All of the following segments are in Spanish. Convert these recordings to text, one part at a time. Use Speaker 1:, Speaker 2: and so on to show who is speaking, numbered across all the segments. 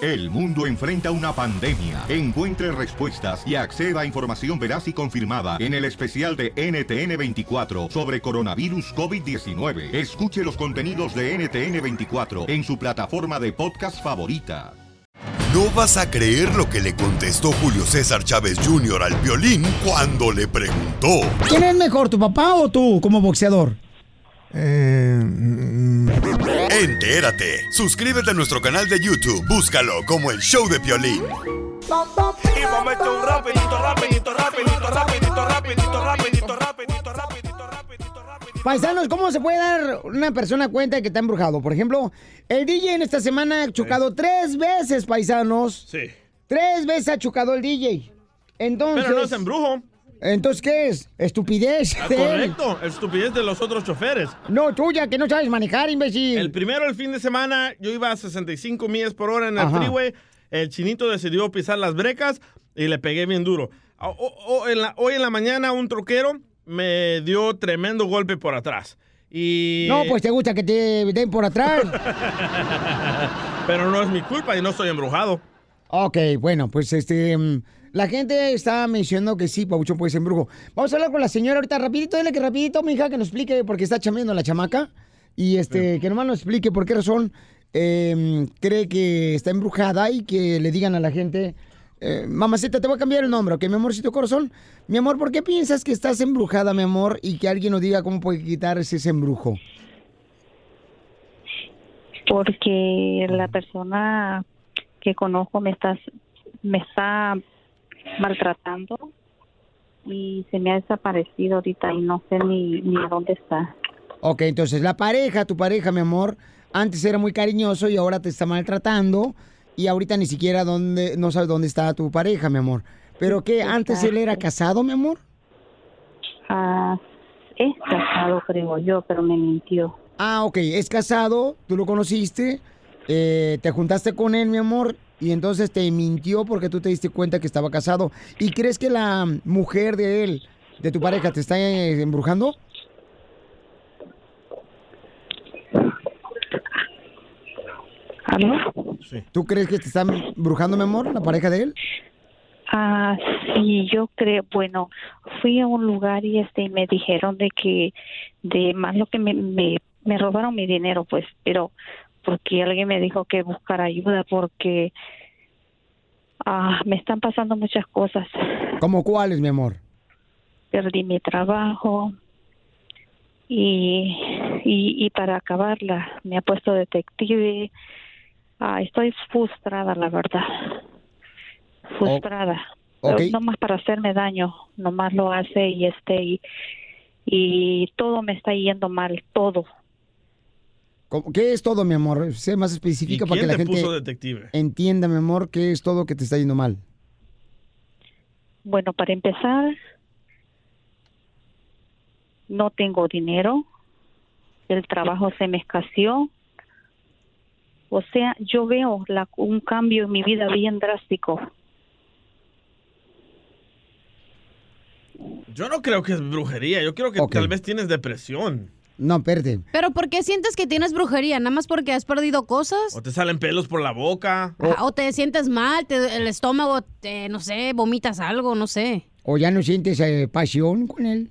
Speaker 1: El mundo enfrenta una pandemia. Encuentre respuestas y acceda a información veraz y confirmada en el especial de NTN24 sobre coronavirus COVID-19. Escuche los contenidos de NTN24 en su plataforma de podcast favorita.
Speaker 2: No vas a creer lo que le contestó Julio César Chávez Jr. al violín cuando le preguntó.
Speaker 3: ¿Quién es mejor, tu papá o tú como boxeador?
Speaker 4: Eh, mm.
Speaker 2: Entérate. Suscríbete a nuestro canal de YouTube. Búscalo como el show de violín.
Speaker 4: Y vamos a echar un rapidito, rapidito, rapidito, rapidito, rapidito, rapidito, rapidito, rapidito.
Speaker 3: Paisanos, ¿cómo se puede dar una persona cuenta de que está embrujado? Por ejemplo, el DJ en esta semana ha chocado tres veces, paisanos.
Speaker 4: Sí.
Speaker 3: Tres veces ha chocado el DJ. Entonces.
Speaker 4: Pero no es embrujo.
Speaker 3: Entonces, ¿qué es? Estupidez.
Speaker 4: Ah,
Speaker 3: de él.
Speaker 4: correcto, estupidez de los otros choferes.
Speaker 3: No, tuya, que no sabes manejar, imbécil.
Speaker 4: El primero, el fin de semana, yo iba a 65 millas por hora en el
Speaker 3: Ajá.
Speaker 4: freeway. El chinito decidió pisar las brecas y le pegué bien duro. O- o- o en la- hoy en la mañana, un troquero me dio tremendo golpe por atrás. Y...
Speaker 3: No, pues te gusta que te den por atrás.
Speaker 4: Pero no es mi culpa y no estoy embrujado.
Speaker 3: ok, bueno, pues este. mm, La gente está mencionando que sí, Pauchón puede ser embrujo. Vamos a hablar con la señora ahorita rapidito, dile que rapidito, mija, que nos explique porque está chameando la chamaca. Y este, que nomás nos explique por qué razón eh, cree que está embrujada y que le digan a la gente. eh, mamacita, te voy a cambiar el nombre, ¿ok? Mi amorcito corazón. Mi amor, ¿por qué piensas que estás embrujada, mi amor? Y que alguien nos diga cómo puede quitarse ese embrujo.
Speaker 5: porque la persona que conozco me está me está maltratando y se me ha desaparecido ahorita y no sé ni, ni a dónde está.
Speaker 3: Ok, entonces la pareja, tu pareja, mi amor, antes era muy cariñoso y ahora te está maltratando y ahorita ni siquiera dónde, no sabes dónde está tu pareja, mi amor. Pero que antes él era casado, mi amor.
Speaker 5: Ah, es casado, creo yo, pero me mintió.
Speaker 3: Ah, ok, es casado, tú lo conociste, eh, te juntaste con él, mi amor, y entonces te mintió porque tú te diste cuenta que estaba casado. ¿Y crees que la mujer de él, de tu pareja, te está eh, embrujando?
Speaker 5: ¿Ah,
Speaker 3: ¿Tú crees que te está embrujando, mi amor, la pareja de él?
Speaker 5: Ah, sí, yo creo, bueno, fui a un lugar y este y me dijeron de que de más lo que me, me me robaron mi dinero, pues, pero porque alguien me dijo que buscar ayuda porque ah, me están pasando muchas cosas.
Speaker 3: ¿Cómo cuáles, mi amor?
Speaker 5: Perdí mi trabajo y y, y para acabarla me ha puesto detective. Ah, estoy frustrada, la verdad. Frustrada.
Speaker 3: Ok.
Speaker 5: No más para hacerme daño, nomás lo hace y este y, y todo me está yendo mal, todo.
Speaker 3: ¿Cómo- ¿Qué es todo, mi amor? Sé más específica para que
Speaker 4: ¿Quién
Speaker 3: la
Speaker 4: te
Speaker 3: gente
Speaker 4: puso detective?
Speaker 3: entienda, mi amor, qué es todo que te está yendo mal.
Speaker 5: Bueno, para empezar, no tengo dinero, el trabajo se me escaseó. O sea, yo veo la- un cambio en mi vida bien drástico.
Speaker 4: Yo no creo que es brujería. Yo creo que tal vez tienes depresión.
Speaker 3: No, espérate.
Speaker 6: ¿Pero por qué sientes que tienes brujería? ¿Nada más porque has perdido cosas?
Speaker 4: O te salen pelos por la boca.
Speaker 3: Oh.
Speaker 6: Ah, ¿O te sientes mal? te- ¿El estómago, te, no sé, vomitas algo? No sé.
Speaker 3: ¿O ya no sientes eh, pasión con él?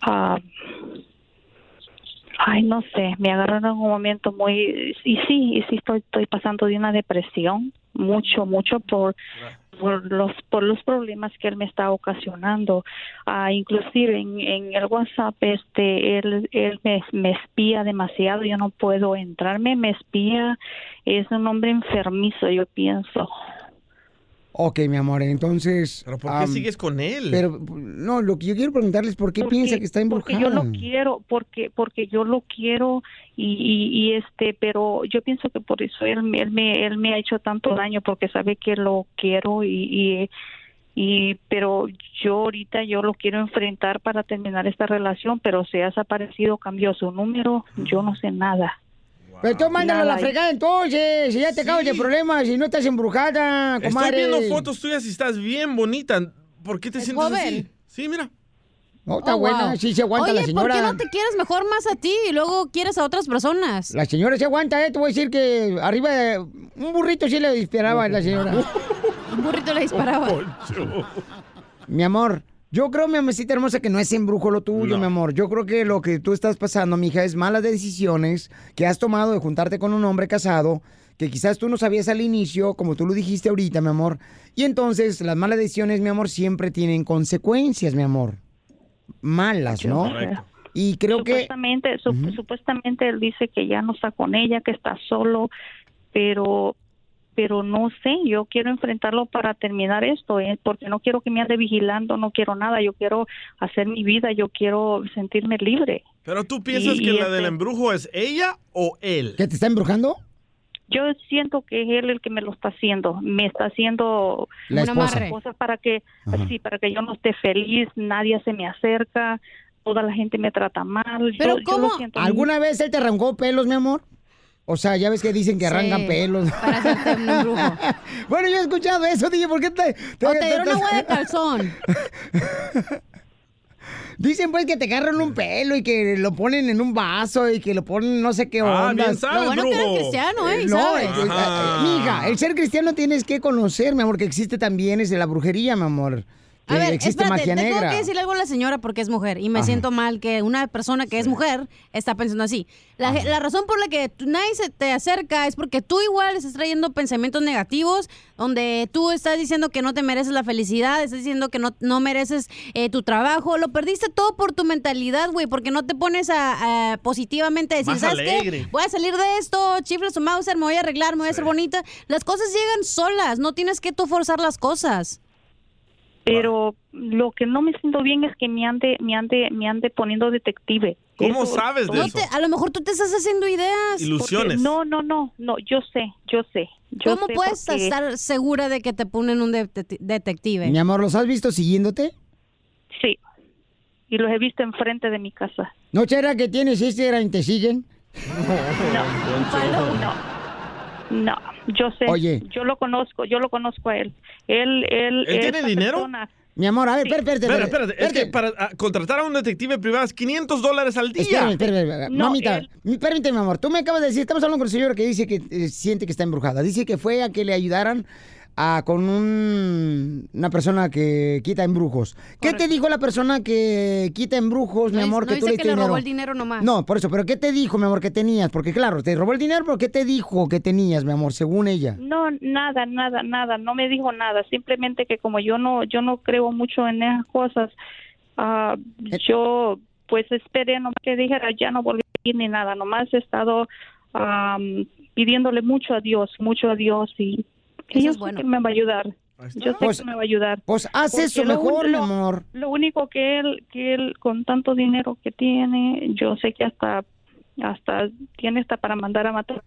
Speaker 5: Ah, ay, no sé, me agarraron en un momento muy... Y sí, y sí estoy, estoy pasando de una depresión, mucho, mucho por, por, los, por los problemas que él me está ocasionando. Ah, inclusive en, en el WhatsApp, este, él, él me, me espía demasiado, yo no puedo entrarme, me espía, es un hombre enfermizo, yo pienso.
Speaker 3: Ok, mi amor, entonces... ¿Pero
Speaker 4: ¿Por qué sigues con él?
Speaker 3: Pero, no, lo que yo quiero preguntarles es por qué piensa que está
Speaker 5: porque
Speaker 3: embrujada.
Speaker 5: yo lo quiero porque porque yo lo quiero y, y- y, este pero yo pienso que por eso él, me- él me él me ha hecho tanto daño porque sabe que lo quiero y, y y- pero yo ahorita yo lo quiero enfrentar para terminar esta relación pero se ha desaparecido cambió su número yo no sé nada
Speaker 3: Pero tú mándalo a la
Speaker 5: Nada.
Speaker 3: fregada entonces, si ya te acabas de problemas, si no estás embrujada,
Speaker 4: Estoy
Speaker 3: comadre.
Speaker 4: viendo fotos tuyas y estás bien bonita. ¿Por qué te sientes
Speaker 3: joven.
Speaker 4: así? Sí, mira.
Speaker 3: No, está
Speaker 6: Oh,
Speaker 3: buena,
Speaker 6: wow.
Speaker 3: sí se aguanta
Speaker 6: Oye,
Speaker 3: la señora.
Speaker 6: ¿por qué no te quieres mejor más a ti y luego quieres a otras personas?
Speaker 3: La señora se aguanta, ¿eh? Te voy a decir que arriba de un burrito sí le disparaba a la señora.
Speaker 6: Un burrito le disparaba.
Speaker 7: Oh,
Speaker 3: Mi amor, yo creo, mi amorcita hermosa, que no es embrujo lo tuyo,
Speaker 4: No.
Speaker 3: mi amor. Yo creo que lo que tú estás pasando, mija, es malas decisiones que has tomado de juntarte con un hombre casado que quizás tú no sabías al inicio, como tú lo dijiste ahorita, mi amor. Y entonces las malas decisiones, mi amor, siempre tienen consecuencias, mi amor. Malas, ¿no?
Speaker 4: Correcto.
Speaker 3: Y creo que...
Speaker 5: supuestamente, sup- supuestamente él dice que ya no está con ella, que está solo, pero pero no sé, yo quiero enfrentarlo para terminar esto, eh, porque no quiero que me ande vigilando, no quiero nada, yo quiero hacer mi vida, yo quiero sentirme libre.
Speaker 4: Pero tú piensas
Speaker 5: Y-
Speaker 4: que
Speaker 5: y
Speaker 4: la del
Speaker 5: este-
Speaker 4: embrujo es ella o él.
Speaker 3: ¿Que te está embrujando?
Speaker 5: Yo siento que es él el que me lo está haciendo, me está haciendo
Speaker 3: La
Speaker 6: Un
Speaker 3: esposa.
Speaker 6: amarre.
Speaker 5: cosas para que
Speaker 3: Ajá.
Speaker 5: sí, para que yo no esté feliz, nadie se me acerca, toda la gente me trata mal.
Speaker 6: Pero
Speaker 5: yo- yo lo
Speaker 6: ¿cómo?
Speaker 5: siento.
Speaker 3: ¿Alguna vez él te arrancó pelos, mi amor? O sea, ya ves que dicen que arrancan
Speaker 6: Sí,
Speaker 3: pelos.
Speaker 6: Para hacerte un embrujo.
Speaker 3: bueno, yo he escuchado eso, dije, ¿por qué te...? te-
Speaker 6: O te dieron
Speaker 3: te-
Speaker 6: una hueá de calzón.
Speaker 3: Dicen pues que te agarran un pelo y que lo ponen en un vaso y que lo ponen no sé qué
Speaker 4: Ah,
Speaker 3: onda.
Speaker 4: bien sabe.
Speaker 6: Lo bueno que eres
Speaker 4: embrujo.
Speaker 6: cristiano, ¿eh? Y
Speaker 3: No,
Speaker 6: sabes.
Speaker 3: es- es-
Speaker 4: Ajá.
Speaker 3: amiga, el ser cristiano tienes que conocer, mi amor, que existe también es de la brujería, mi amor. Que
Speaker 6: A ver,
Speaker 3: existe
Speaker 6: espérate,
Speaker 3: magia
Speaker 6: tengo
Speaker 3: negra.
Speaker 6: que decirle algo a la señora porque es mujer y me
Speaker 3: Ajá.
Speaker 6: siento mal que una persona que es mujer está pensando así. La, la razón por la que tú- nadie se te acerca es porque tú igual estás trayendo pensamientos negativos donde tú estás diciendo que no te mereces la felicidad, estás diciendo que no, no mereces eh, tu trabajo, lo perdiste todo por tu mentalidad, güey, porque no te pones a, a positivamente a decir,
Speaker 4: Más
Speaker 6: ¿sabes
Speaker 4: alegre.
Speaker 6: qué? Voy a salir de esto, chifles su Mauser, me voy a arreglar, me voy a hacer bonita. Las cosas llegan solas, no tienes que tú forzar las cosas.
Speaker 5: pero lo que no me siento bien es que me ande me ande me ande poniendo detective
Speaker 4: ¿Cómo
Speaker 5: Eso-
Speaker 4: sabes de
Speaker 6: No
Speaker 4: eso?
Speaker 6: te- a lo mejor tú te estás haciendo ideas.
Speaker 5: porque-
Speaker 4: Ilusiones.
Speaker 5: no no no no yo sé yo sé yo
Speaker 6: ¿Cómo
Speaker 5: sé
Speaker 6: puedes
Speaker 5: porque-
Speaker 6: estar segura de que te ponen un de- de- detective?
Speaker 3: Mi amor, ¿los has visto siguiéndote?
Speaker 5: sí y los he visto enfrente de mi casa
Speaker 3: ¿No será que tienes Instagram y te siguen?
Speaker 5: no yo sé
Speaker 3: Oye.
Speaker 5: yo lo conozco yo lo conozco a él él él
Speaker 4: ¿Él tiene
Speaker 5: esa
Speaker 4: dinero?
Speaker 5: persona-
Speaker 3: Mi amor, a ver, espérate,
Speaker 4: Espera,
Speaker 3: espérate.
Speaker 4: espérate. Es que para ah, contratar a un detective privado es 500 dólares al día.
Speaker 3: Espérame, espérame, espérame.
Speaker 5: No,
Speaker 3: Mamita,
Speaker 5: él-
Speaker 3: mi- permíteme, amor. Tú me acabas de decir, estamos hablando con el señor que dice que eh, siente que está embrujada. Dice que fue a que le ayudaran a, con un- una persona que quita embrujos. ¿Qué te dijo la persona que quita embrujos, mi
Speaker 6: No
Speaker 3: amor,
Speaker 6: dice-
Speaker 3: que
Speaker 6: no dice
Speaker 3: tú le
Speaker 6: que
Speaker 3: diste
Speaker 6: le
Speaker 3: dinero?
Speaker 6: robó el dinero nomás.
Speaker 3: No, por eso. ¿Pero qué te dijo, mi amor, que tenías? Porque claro, te robó el dinero, pero ¿qué te dijo que tenías, mi amor, según ella?
Speaker 5: No, nada, nada, nada, no me dijo nada, simplemente que como yo no yo no creo mucho en esas cosas, ah,
Speaker 3: Eh.
Speaker 5: yo pues esperé nomás que dijera, ya no volví a ir ni nada, nomás he estado am, pidiéndole mucho a Dios, mucho a Dios y, y
Speaker 6: Eso
Speaker 5: yo
Speaker 6: es
Speaker 5: sé
Speaker 6: bueno.
Speaker 5: que me va a ayudar,
Speaker 4: Ahí está.
Speaker 5: yo sé
Speaker 3: Pues-
Speaker 5: que me va a ayudar.
Speaker 3: Pues haz
Speaker 5: Porque
Speaker 3: eso
Speaker 5: lo
Speaker 3: mejor, mi
Speaker 5: único-
Speaker 3: amor.
Speaker 5: Lo único que él, que él con tanto dinero que tiene, yo sé que hasta hasta tiene hasta para mandar a matar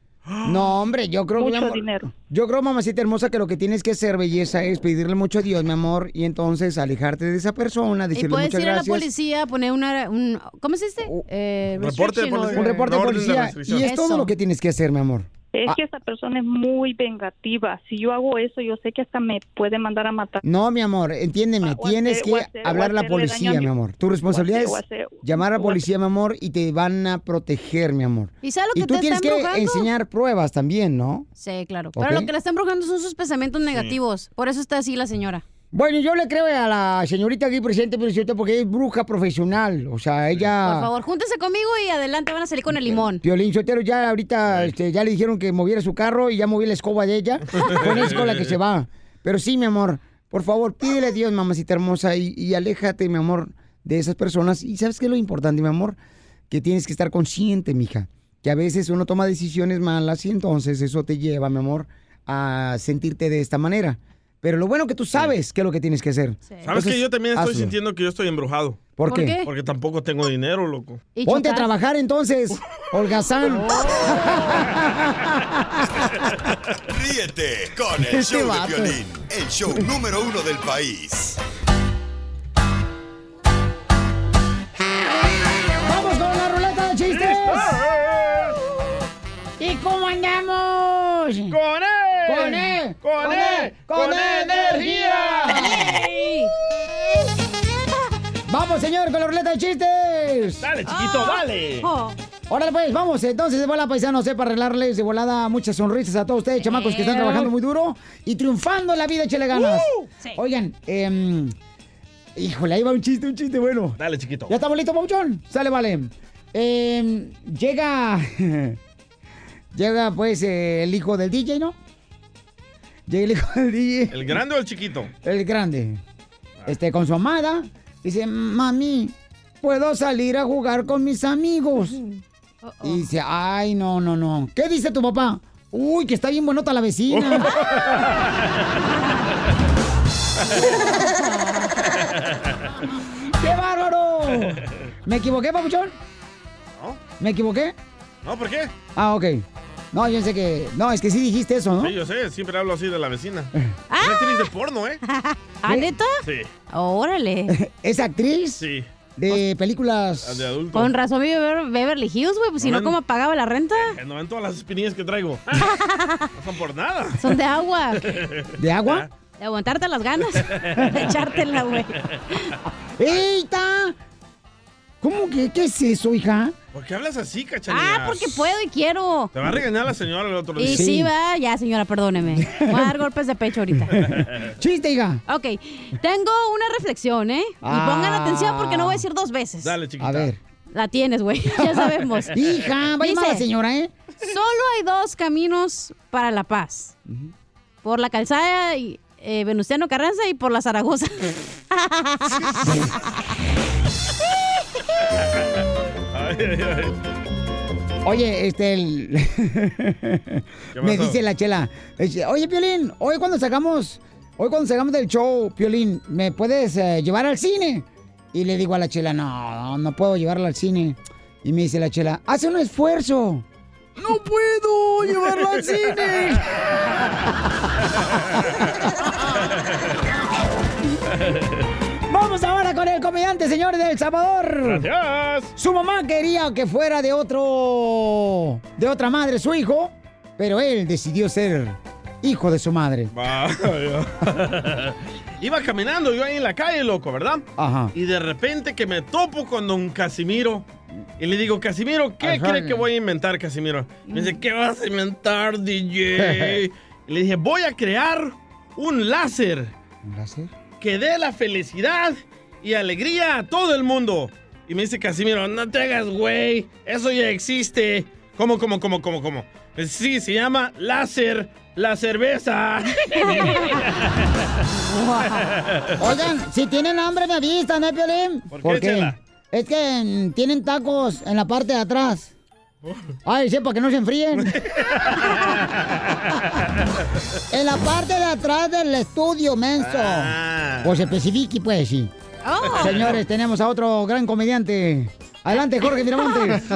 Speaker 3: No, hombre, yo creo que... mi
Speaker 5: mucho
Speaker 3: amor-
Speaker 5: dinero.
Speaker 3: Yo creo, mamacita hermosa, que lo que tienes que hacer, belleza, es pedirle mucho a Dios, mi amor, y entonces alejarte de esa persona,
Speaker 6: Y
Speaker 3: decirle
Speaker 6: puedes
Speaker 3: muchas
Speaker 6: ir a la
Speaker 3: gracias.
Speaker 6: policía, poner una, un... ¿Cómo se dice?
Speaker 3: Un
Speaker 6: Eh,
Speaker 4: reporte de
Speaker 6: restriction
Speaker 4: policía.
Speaker 6: order.
Speaker 3: un reporte de
Speaker 4: Orden de
Speaker 3: policía.
Speaker 4: restricción.
Speaker 3: Y es todo
Speaker 6: Eso.
Speaker 3: lo que tienes que hacer, mi amor.
Speaker 5: Es
Speaker 3: Ah.
Speaker 5: que esta persona es muy vengativa. Si yo hago eso, yo sé que hasta me puede mandar a matar.
Speaker 3: No, mi amor, entiéndeme,
Speaker 5: Ah, o
Speaker 3: tienes
Speaker 5: hacer-
Speaker 3: que
Speaker 5: o hacer-
Speaker 3: hablar a
Speaker 5: o
Speaker 3: la
Speaker 5: hacerle daño a
Speaker 3: policía,
Speaker 5: mi-
Speaker 3: mi amor. Tu responsabilidad
Speaker 5: o
Speaker 3: es
Speaker 5: hacer- o hacer-
Speaker 3: llamar a la
Speaker 5: o hacer-
Speaker 3: policía, mi amor, y te van a proteger, mi amor.
Speaker 6: ¿Y sabes lo
Speaker 3: Y
Speaker 6: que
Speaker 3: tú
Speaker 6: te
Speaker 3: tienes
Speaker 6: están
Speaker 3: que
Speaker 6: embrujando?
Speaker 3: enseñar pruebas también, ¿no?
Speaker 6: Sí, claro.
Speaker 3: Ok.
Speaker 6: Pero lo que le están embrujando son sus pensamientos negativos. Por eso está así la señora.
Speaker 3: Bueno, yo le creo a la señorita aquí presente, pero es cierto, porque es bruja profesional. O sea, ella...
Speaker 6: Por favor, júntese conmigo y adelante van a salir con el limón.
Speaker 3: Piolín Sotero ya ahorita este, ya le dijeron que moviera su carro y ya movió la escoba de ella. Con eso es con la que se va. Pero sí, mi amor, por favor, pídele a Dios, mamacita hermosa, y, y aléjate, mi amor, de esas personas. Y ¿sabes qué es lo importante, mi amor? Que tienes que estar consciente, mija. Que a veces uno toma decisiones malas y entonces eso te lleva, mi amor, a sentirte de esta manera. Pero lo bueno que tú sabes qué es lo que tienes que hacer.
Speaker 6: Sí.
Speaker 4: ¿Sabes
Speaker 3: Entonces,
Speaker 4: que yo también estoy
Speaker 3: hazlo.
Speaker 4: sintiendo que yo estoy embrujado?
Speaker 3: ¿Por,
Speaker 6: ¿Por
Speaker 3: qué?
Speaker 6: qué?
Speaker 4: Porque tampoco tengo dinero, loco.
Speaker 6: Y
Speaker 3: Ponte a
Speaker 6: chocar.
Speaker 3: trabajar entonces, holgazán.
Speaker 4: Oh.
Speaker 2: Ríete con el
Speaker 3: Este
Speaker 2: show
Speaker 3: vato.
Speaker 2: de violín, el show número uno del país.
Speaker 3: ¡Vamos con la ruleta de chistes! ¿Y cómo andamos?
Speaker 4: ¡Con él!
Speaker 3: ¡Con él!
Speaker 7: E,
Speaker 3: ¡Con E él! ¡Con energía!
Speaker 6: ¡Ey!
Speaker 3: Vamos ¡Vamos, señor, con la ruleta de chistes!
Speaker 4: Dale, chiquito, Ah. dale. Oh.
Speaker 3: Órale, pues, vamos. Entonces, de bola paisano, sé para arreglarles de volada muchas sonrisas a todos ustedes, chamacos, que están
Speaker 8: Eh.
Speaker 3: trabajando muy duro y triunfando en la vida, échale ganas.
Speaker 8: Uh. Sí.
Speaker 3: Oigan, em, híjole, ahí va un chiste, un chiste bueno.
Speaker 4: Dale, chiquito.
Speaker 3: ¿Ya estamos listos, Pauchón? Sale, vale. Em, llega. llega, pues, eh, el hijo del DJ, ¿no? Llega el hijo del DJ.
Speaker 4: ¿El grande Ah. o el chiquito?
Speaker 3: El grande. Este, con su amada. Dice, mami, ¿puedo salir a jugar con mis amigos? Y dice, ay, no, no, no. ¿Qué dice tu papá? Uy, que está bien buenota la vecina. ¡Qué bárbaro! ¿Me equivoqué, papuchón?
Speaker 4: No.
Speaker 3: ¿Me equivoqué?
Speaker 4: No, ¿por qué?
Speaker 3: Ah, ok. No, yo sé que... No, es que sí dijiste eso, ¿no?
Speaker 4: Sí, yo sé, siempre hablo así de la vecina. Es actriz de porno, ¿eh?
Speaker 6: ¿Ah, neta?
Speaker 4: Sí.
Speaker 6: Órale.
Speaker 3: ¿Es actriz?
Speaker 4: Sí.
Speaker 3: De películas...
Speaker 4: Ah, De adulto.
Speaker 6: Con razón vive Bever- Beverly Hills, güey, pues si no,
Speaker 4: Órale.
Speaker 6: ¿cómo pagaba la renta?
Speaker 4: Eh, No ven todas las espinillas que traigo. No son por nada.
Speaker 6: Ah.
Speaker 4: Ah.
Speaker 6: Son de agua.
Speaker 3: ¿De agua?
Speaker 6: De aguantarte las ganas. De echártela, güey.
Speaker 3: ¡Eita! ¿Cómo que qué es eso, hija?
Speaker 4: ¿Por qué hablas así, cachanilla?
Speaker 6: Ah, porque puedo y quiero.
Speaker 4: Te va a regañar la señora el otro día.
Speaker 6: Y sí, va, ya señora, perdóneme. Voy a dar golpes de pecho ahorita.
Speaker 3: Chiste, hija.
Speaker 6: Ok, tengo una reflexión, ¿eh? Y pongan
Speaker 3: Ah.
Speaker 6: atención porque no voy a decir dos veces.
Speaker 4: Dale, chiquita.
Speaker 3: A ver.
Speaker 6: La tienes, güey, ya sabemos.
Speaker 3: Hija, vaya mala señora, ¿eh?
Speaker 6: Solo hay dos caminos para la paz. Por la calzada y, eh, Venustiano Carranza y por la Zaragoza.
Speaker 4: Ay, ay, ay.
Speaker 3: Oye, este, el- me
Speaker 4: pasó?
Speaker 3: dice la chela, dice, oye, Piolín, hoy cuando sacamos, hoy cuando sacamos del show, Piolín, ¿me puedes eh, llevar al cine? Y le digo a la chela, no, no puedo llevarla al cine. Y me dice la chela, hace un esfuerzo. No puedo llevarla al cine. Vamos ahora con el comediante, señores del Salvador.
Speaker 4: Gracias.
Speaker 3: Su mamá quería que fuera de otro. de otra madre su hijo, pero él decidió ser hijo de su madre.
Speaker 4: Vaya. Iba caminando yo ahí en la calle, loco, ¿verdad?
Speaker 3: Ajá.
Speaker 4: Y de repente que me topo con don Casimiro. Y le digo, Casimiro, ¿qué
Speaker 3: Ajá. Mm.
Speaker 4: cree que voy a inventar, Casimiro? Me dice, ¿qué vas a inventar, DJ? Y le dije, voy a crear un láser
Speaker 3: ¿Un láser?
Speaker 4: que dé la felicidad y alegría a todo el mundo. Y me dice Casimiro, no te hagas, güey, eso ya existe. ¿Cómo, cómo, cómo, cómo, cómo? Sí, se llama láser, la cerveza.
Speaker 3: Oigan, si tienen hambre me avisan, ¿eh, Piolín?
Speaker 4: ¿Por qué, Chela?
Speaker 3: Es que mm, tienen tacos en la parte de atrás.
Speaker 4: Oh.
Speaker 3: Ay, sí, para que no se enfríen. en la parte de atrás del estudio, menso.
Speaker 9: Ah.
Speaker 3: Pues especifique, pues, sí.
Speaker 8: Oh.
Speaker 3: Señores, tenemos a otro gran comediante. Adelante, Jorge Miramontes.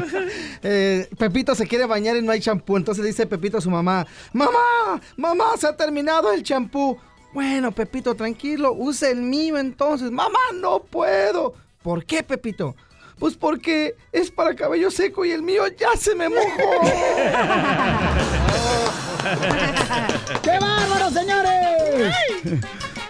Speaker 9: Eh, Pepito se quiere bañar y no hay champú. Entonces le dice Pepito a su mamá: ¡Mamá! ¡Mamá! ¡Se ha terminado el champú! Bueno, Pepito, tranquilo, use el mío entonces. ¡Mamá, no puedo! ¿Por qué, Pepito? Pues porque es para cabello seco y el mío ya se me mojó.
Speaker 3: ¡Qué bárbaro, señores!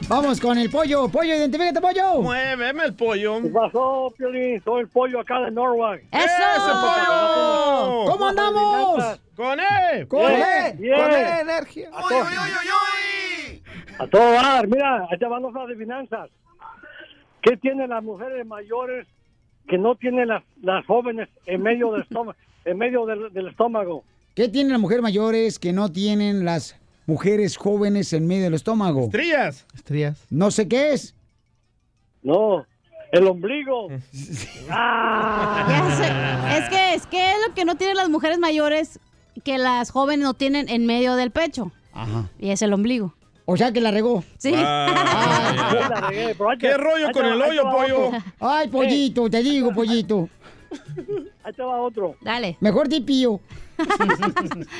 Speaker 3: Vamos con el pollo. Pollo, identifícate, pollo.
Speaker 4: Muéveme el pollo. ¿Qué
Speaker 10: pasó, Piolín? Soy el pollo acá de Norwalk.
Speaker 3: ¡Eso! ¡Ese pollo! ¿Cómo andamos?
Speaker 4: ¡Con él!
Speaker 10: ¡Con él! ¡Con él,
Speaker 9: energía!
Speaker 10: ¡Oy, oy, A todo dar, mira, allá van las adivinanzas. ¿Qué tienen las mujeres mayores que no tienen las, las jóvenes en medio del estómago? En medio del, del estómago.
Speaker 3: ¿Qué tienen las mujeres mayores que no tienen las mujeres jóvenes en medio del estómago?
Speaker 4: Estrías.
Speaker 9: Estrías.
Speaker 3: No sé qué es.
Speaker 10: No, el ombligo.
Speaker 6: Ya sé. Es que es que es lo que no tienen las mujeres mayores que las jóvenes no tienen en medio del pecho.
Speaker 3: Ajá.
Speaker 6: Y es el ombligo.
Speaker 3: O sea que la regó.
Speaker 6: Sí.
Speaker 4: ¿Qué rollo con el hoyo, pollo?
Speaker 3: Ay, pollito, te digo, pollito.
Speaker 10: Ahí te va otro.
Speaker 6: Dale.
Speaker 3: Mejor di pío.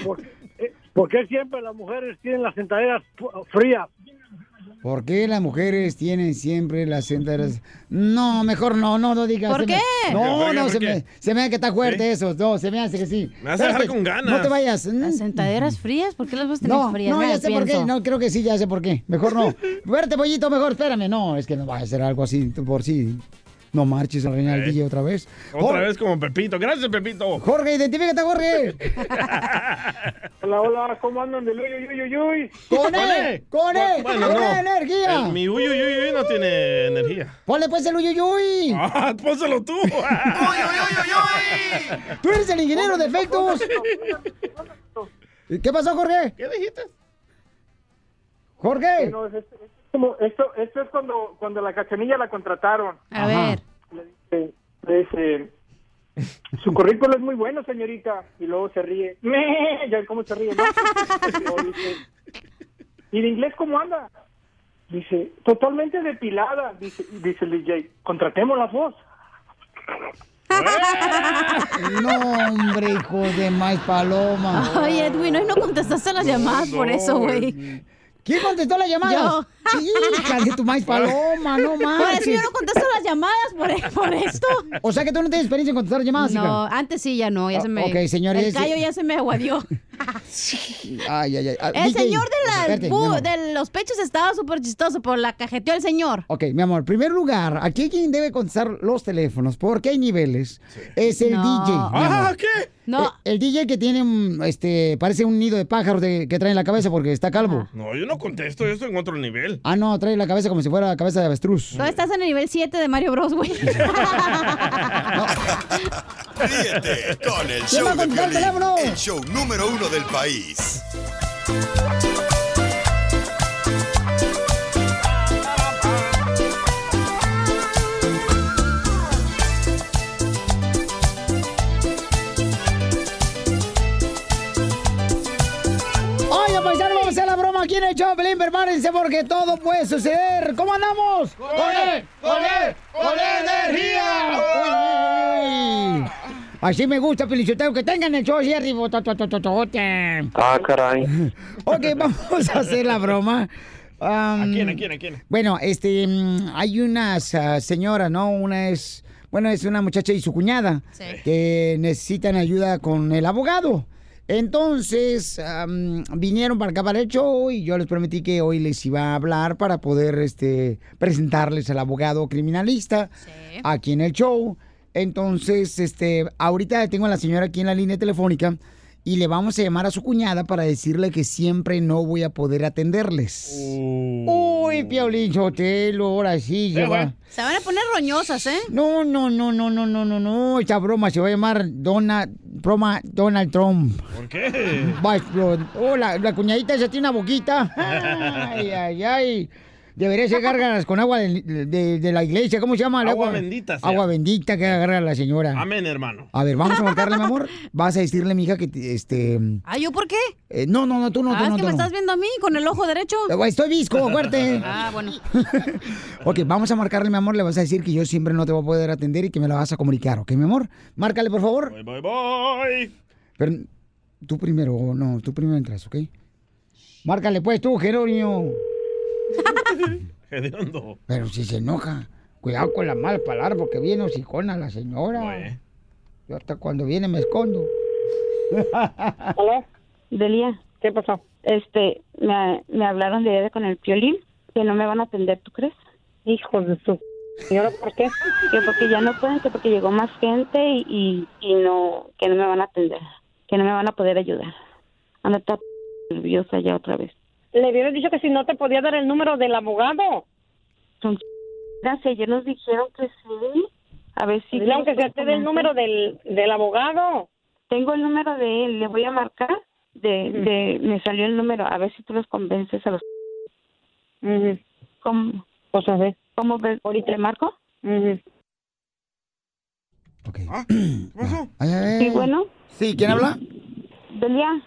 Speaker 10: ¿Por, eh, por qué siempre las mujeres tienen las sentaderas fu- frías?
Speaker 3: ¿Por qué las mujeres tienen siempre las sentaderas? No, mejor no, no, no digas.
Speaker 6: ¿Por
Speaker 3: se me-
Speaker 6: qué?
Speaker 3: No,
Speaker 6: Oiga,
Speaker 3: no,
Speaker 6: ¿por
Speaker 3: se,
Speaker 6: qué?
Speaker 3: Me, se me hace que está fuerte eso. No, se me hace que sí.
Speaker 4: Me vas a dejar
Speaker 3: Espérate,
Speaker 4: con ganas.
Speaker 3: No te vayas.
Speaker 6: Las sentaderas frías, ¿por qué las vas a tener
Speaker 3: No,
Speaker 6: frías?
Speaker 3: no,
Speaker 6: Nada,
Speaker 3: ya sé por qué.
Speaker 6: pienso.
Speaker 3: No, creo que sí, ya sé por qué. Mejor no. Verte, pollito, mejor, espérame. No, es que no vas a hacer algo así tú por sí. No marches a reinar al DJ otra vez. Jor-
Speaker 4: Otra vez como Pepito. Gracias, Pepito.
Speaker 3: Jorge, identifícate, Jorge.
Speaker 10: Hola, hola, ¿cómo andan del uy, uy, uy, uy?
Speaker 3: ¡Con él! ¡Con él!
Speaker 4: Bueno,
Speaker 3: ¡Con
Speaker 4: no.
Speaker 3: él, energía!
Speaker 4: El- mi uy, uy, uy, uy no tiene energía.
Speaker 3: Ponle pues el uyuyuy.
Speaker 4: Ah, pónselo tú.
Speaker 3: Tú eres el ingeniero de efectos. ¿Qué pasó, Jorge?
Speaker 4: ¿Qué dijiste?
Speaker 3: Jorge.
Speaker 10: No, es- es- es como- esto, esto es cuando, cuando la cachanilla la contrataron.
Speaker 6: A
Speaker 3: Ajá.
Speaker 6: ver.
Speaker 10: Le dice, le dice, su currículo es muy bueno, señorita. Y luego se ríe. ¡Me! Ya, ¿cómo se ríe? no? Y luego dice, ¿Y de inglés cómo anda? Dice, totalmente depilada. Dice, dice el DJ, contratemos la voz.
Speaker 3: No, hombre, hijo de más paloma.
Speaker 6: Ay, Edwin, hoy no contestaste las llamadas por eso, güey.
Speaker 3: ¿Quién contestó la llamada?
Speaker 6: Yo.
Speaker 3: Hija de tu maíz paloma, no
Speaker 6: Por eso yo
Speaker 3: marches.
Speaker 6: no contesto las llamadas por, e-, por esto.
Speaker 3: O sea que tú no tienes experiencia en contestar llamadas,
Speaker 6: No,
Speaker 3: hija.
Speaker 6: antes sí, ya no, ya
Speaker 3: Ah,
Speaker 6: se me...
Speaker 3: ok, señores,
Speaker 6: El callo
Speaker 3: eh,
Speaker 6: ya se me aguadió.
Speaker 3: Ay, ay, ay. Ah,
Speaker 6: El
Speaker 3: DJ,
Speaker 6: señor de, las
Speaker 3: espérate, mi
Speaker 6: bu-
Speaker 3: amor.
Speaker 6: de los pechos estaba súper chistoso, pero la cajeteó el señor.
Speaker 3: Ok, mi amor, primer lugar, aquí quien debe contestar los teléfonos, porque hay niveles, es el
Speaker 6: No.
Speaker 3: DJ. mi
Speaker 4: Ah,
Speaker 3: amor.
Speaker 4: ¿qué?
Speaker 6: No,
Speaker 3: Eh, El, DJ que tiene, un, este, parece un nido de pájaros de- que trae en la cabeza porque está calvo.
Speaker 4: No, yo no contesto, yo estoy en otro nivel.
Speaker 3: Ah, no, trae la cabeza como si fuera cabeza de avestruz.
Speaker 6: tú estás en el nivel 7 de Mario Bros, güey.
Speaker 2: Ríete con el
Speaker 3: va a
Speaker 2: show de
Speaker 3: contestar el teléfono?
Speaker 2: Piolín, el show número uno del país.
Speaker 3: Oye, paisano, vamos a hacer la broma aquí en el show, Pelín, prepárense porque todo puede suceder. ¿Cómo andamos? ¡Con
Speaker 4: él, con él, con
Speaker 3: energía! Así me gusta, Pelichoteo, que tengan el show así arriba. to, to, to, to, tote.
Speaker 10: Ah, caray.
Speaker 3: Ok, vamos a hacer la broma.
Speaker 4: ¿A
Speaker 3: Am,
Speaker 4: quién, a quién, a quién?
Speaker 3: Bueno, este, mm, hay unas ah, señoras, ¿no? Una es, bueno, es una muchacha y su cuñada
Speaker 6: Sí.
Speaker 3: que necesitan ayuda con el abogado. Entonces, am, vinieron para acá para el show y yo les prometí que hoy les iba a hablar para poder este, presentarles al abogado criminalista
Speaker 6: Sí.
Speaker 3: aquí en el show. Entonces, este, ahorita tengo a la señora aquí en la línea telefónica y le vamos a llamar a su cuñada para decirle que siempre no voy a poder atenderles. Uy, Piolín Sotelo, ahora sí, ya va.
Speaker 4: güey.
Speaker 6: Se van a poner roñosas, ¿eh?
Speaker 3: No, no, no, no, no, no, no, no. Esta broma se va a llamar Donald, broma Donald Trump.
Speaker 4: ¿Por qué?
Speaker 3: Va a explotar. Oh, la, la cuñadita ya tiene una boquita. Ay, ay, ay. Debería ser gárgaras con agua de, de- de la iglesia. ¿Cómo se llama? el
Speaker 4: Agua bendita sea.
Speaker 3: Agua bendita que agarra la señora.
Speaker 4: Amén, hermano.
Speaker 3: A ver, vamos a marcarle, mi amor. Vas a decirle, mija, que te- este.
Speaker 6: Ah, ¿yo por qué?
Speaker 3: eh, no, no, no, tú no,
Speaker 6: ah,
Speaker 3: tú
Speaker 6: es
Speaker 3: no.
Speaker 6: que
Speaker 3: tú
Speaker 6: me
Speaker 3: no.
Speaker 6: estás viendo a mí con el ojo derecho.
Speaker 3: Estoy visco, fuerte.
Speaker 6: Ah, bueno.
Speaker 3: Ok, vamos a marcarle, mi amor. Le vas a decir que yo siempre no te voy a poder atender y que me la vas a comunicar, ¿ok, mi amor? Márcale, por favor.
Speaker 4: Voy, voy, voy.
Speaker 3: Pero tú primero, o no, tú primero entras, ¿ok? Márcale, pues tú, Jerónimo.
Speaker 4: Hediondo.
Speaker 3: Pero si se enoja, cuidado con la mala palabra porque viene hocicona la señora.
Speaker 4: Güey.
Speaker 3: Yo hasta cuando viene me escondo.
Speaker 5: Hola, Delia. ¿Qué pasó? Este, me, me hablaron de ir con el piolín, que no me van a atender, ¿tú crees? Hijos de su... ¿Y ahora por qué? Que porque ya no pueden, que porque llegó más gente y, y, y no, que no me van a atender, que no me van a poder ayudar. Anda toda nerviosa ya otra vez.
Speaker 8: Le hubieras dicho que si no te podía dar el número del abogado.
Speaker 5: Gracias, ayer nos dijeron que sí. A ver si...
Speaker 8: Dile aunque sea te dé el número del, del abogado.
Speaker 5: Tengo el número de él, le voy a marcar. De,
Speaker 11: Mm.
Speaker 5: de, me salió el número, a ver si tú los convences a los...
Speaker 8: Ujú.
Speaker 5: ¿Cómo,
Speaker 8: Pues a ver.
Speaker 5: cómo ves? ¿Ahorita le marco?
Speaker 8: Ujú.
Speaker 3: Ok.
Speaker 4: Ah, ¿Qué pasó?
Speaker 3: Ay, ay, ay.
Speaker 5: Sí, bueno,
Speaker 3: Eh, Sí, ¿quién habla?
Speaker 5: Delia,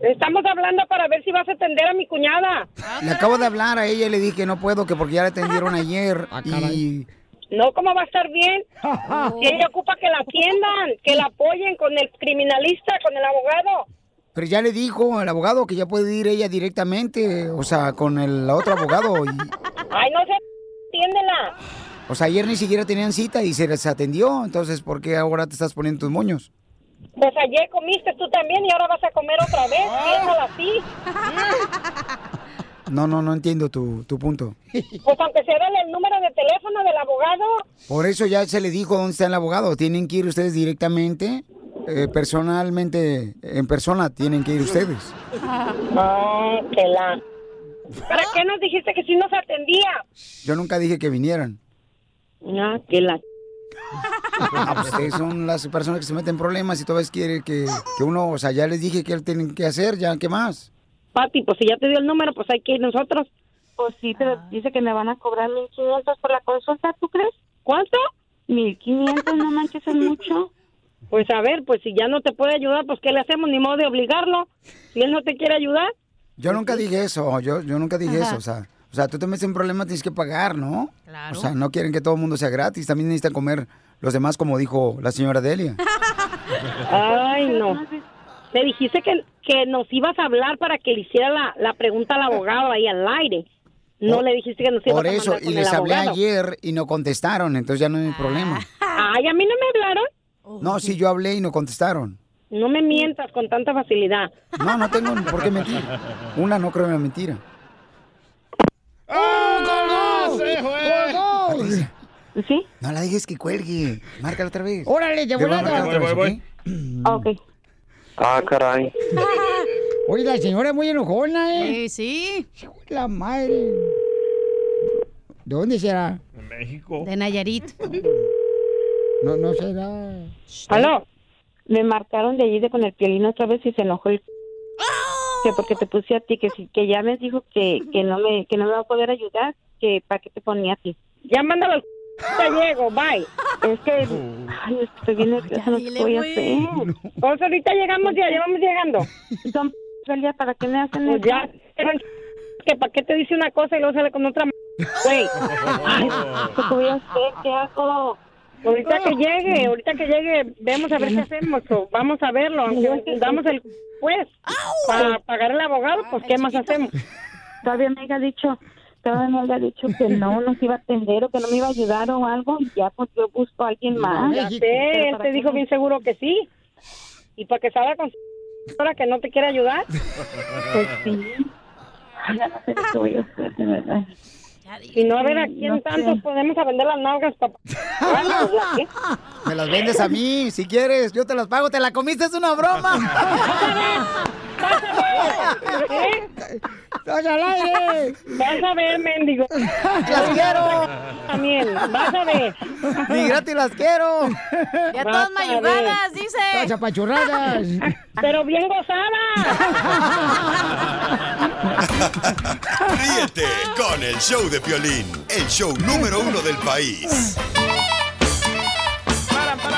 Speaker 8: Estamos hablando para ver si vas a atender a mi cuñada.
Speaker 3: Le acabo de hablar a ella y le dije que no puedo, que porque ya la atendieron ayer. y...
Speaker 8: No, ¿cómo va a estar bien? Si ella ocupa que la atiendan, que la apoyen con el criminalista, con el abogado.
Speaker 3: Pero ya le dijo al abogado que ya puede ir ella directamente, o sea, con el otro abogado. y-
Speaker 8: Ay, no se atiéndela.
Speaker 3: o sea, ayer ni siquiera tenían cita y se les atendió. Entonces, ¿por qué ahora te estás poniendo tus moños?
Speaker 8: Pues ayer comiste tú también y ahora vas a comer otra vez. Piénsala así.
Speaker 3: No, no, no entiendo tu, tu punto.
Speaker 8: Pues aunque se den el número de teléfono del abogado,
Speaker 3: Por eso ya se le dijo dónde está el abogado. Tienen que ir ustedes directamente, eh, personalmente, en persona tienen que ir ustedes.
Speaker 8: No, Ah, que la. ¿Para qué nos dijiste que sí nos atendía?
Speaker 3: Yo nunca dije que vinieran.
Speaker 8: No, que la...
Speaker 3: Ah, pues ustedes son las personas que se meten en problemas y todavía quiere que, que uno, o sea, ya les dije que tienen que hacer, ya, ¿qué más?
Speaker 8: Pati, pues si ya te dio el número, pues hay que ir nosotros. Pues sí, pero dice que me van a cobrar 1500 por la consulta, ¿tú crees? ¿Cuánto? 1500, no manches, es mucho. Pues a ver, pues si ya no te puede ayudar, pues ¿qué le hacemos? Ni modo de obligarlo. Si él no te quiere ayudar.
Speaker 3: Yo nunca dije eso, yo, yo nunca dije
Speaker 8: Ajá.
Speaker 3: eso, o sea, o sea, tú te metes en problemas, tienes que pagar, ¿no?
Speaker 8: Claro.
Speaker 3: O sea, no quieren que todo el mundo sea gratis, también necesitan comer los demás, como dijo la señora Delia.
Speaker 8: Ay, no. Me dijiste que, que nos ibas a hablar para que le hiciera la, la pregunta al abogado ahí al aire. No
Speaker 3: Por-
Speaker 8: le dijiste que nos ibas
Speaker 3: Oh, Por
Speaker 6: pues
Speaker 8: a
Speaker 3: eso,
Speaker 8: mandar
Speaker 3: y
Speaker 8: con
Speaker 3: les
Speaker 8: el
Speaker 3: hablé
Speaker 8: abogado.
Speaker 3: ayer y no contestaron, entonces ya no hay problema.
Speaker 8: Ay, a mí no me hablaron.
Speaker 6: Ah,
Speaker 3: No, sí, yo hablé y no contestaron.
Speaker 8: No me mientas con tanta facilidad.
Speaker 3: No, no tengo por qué mentir. Una, no creo en la mentira. Patricia.
Speaker 8: ¿Sí?
Speaker 3: No la dejes que cuelgue. Márcala otra vez.
Speaker 6: Órale, de
Speaker 3: Te va a
Speaker 6: volada.
Speaker 3: marcar otra vez,
Speaker 8: Ok.
Speaker 12: Ah, caray.
Speaker 6: Oye, la señora es muy enojona, ¿eh? Sí, sí. La madre. ¿De dónde será?
Speaker 4: México.
Speaker 13: De Nayarit.
Speaker 6: No, no será.
Speaker 8: ¿Aló? Me marcaron de allí de con el piolín otra vez y se enojó el... Que porque te puse a ti, que, si- que ya me dijo que, que, no me, que no me va a poder ayudar, que para qué te ponía a ti. Ya mándalo al... Te llego, bye. Es que... Ay, es que estoy bien nerviosa, no sé qué voy a hacer. Pues ahorita llegamos ya, ya vamos llegando. Son... Celia, ¿para qué me hacen eso? Ya, que para qué te dice una cosa y luego sale con otra... Güey. Ay, ¿qué voy a hacer? ¿Qué hago? Ahorita que llegue, ahorita que llegue, vemos a ver qué hacemos. o vamos a verlo, aunque damos el pues para pagar al abogado, pues qué más hacemos. Todavía me había dicho, todavía me había dicho que no nos iba a atender o que no me iba a ayudar o algo y ya pues yo busco a alguien más.
Speaker 7: Ya sé,
Speaker 8: Pero
Speaker 7: él
Speaker 8: ¿para
Speaker 7: te
Speaker 8: qué
Speaker 7: dijo
Speaker 8: no? este bien seguro que sí. Y para que salga con ahora que no te quiere ayudar. Pues sí. Ay, ya no sé qué voy a hacer, de verdad. Y no a ver a
Speaker 7: Mm,
Speaker 8: quién
Speaker 7: no
Speaker 8: tanto
Speaker 7: sé.
Speaker 8: podemos a vender las nalgas, papá.
Speaker 3: Me las vendes a mí, si quieres. Yo te las pago. Te la comiste, es una broma.
Speaker 6: ¡Estás al aire!
Speaker 8: Vas a ver, mendigo.
Speaker 7: ¡Las quiero!
Speaker 8: También, vas a ver.
Speaker 7: Ni
Speaker 3: gratis las quiero.
Speaker 7: Ya todas mayugadas,
Speaker 13: dice.
Speaker 6: Las apachurradas.
Speaker 8: Pero bien gozadas.
Speaker 2: Ríete con el show de Piolín, el show número uno del país.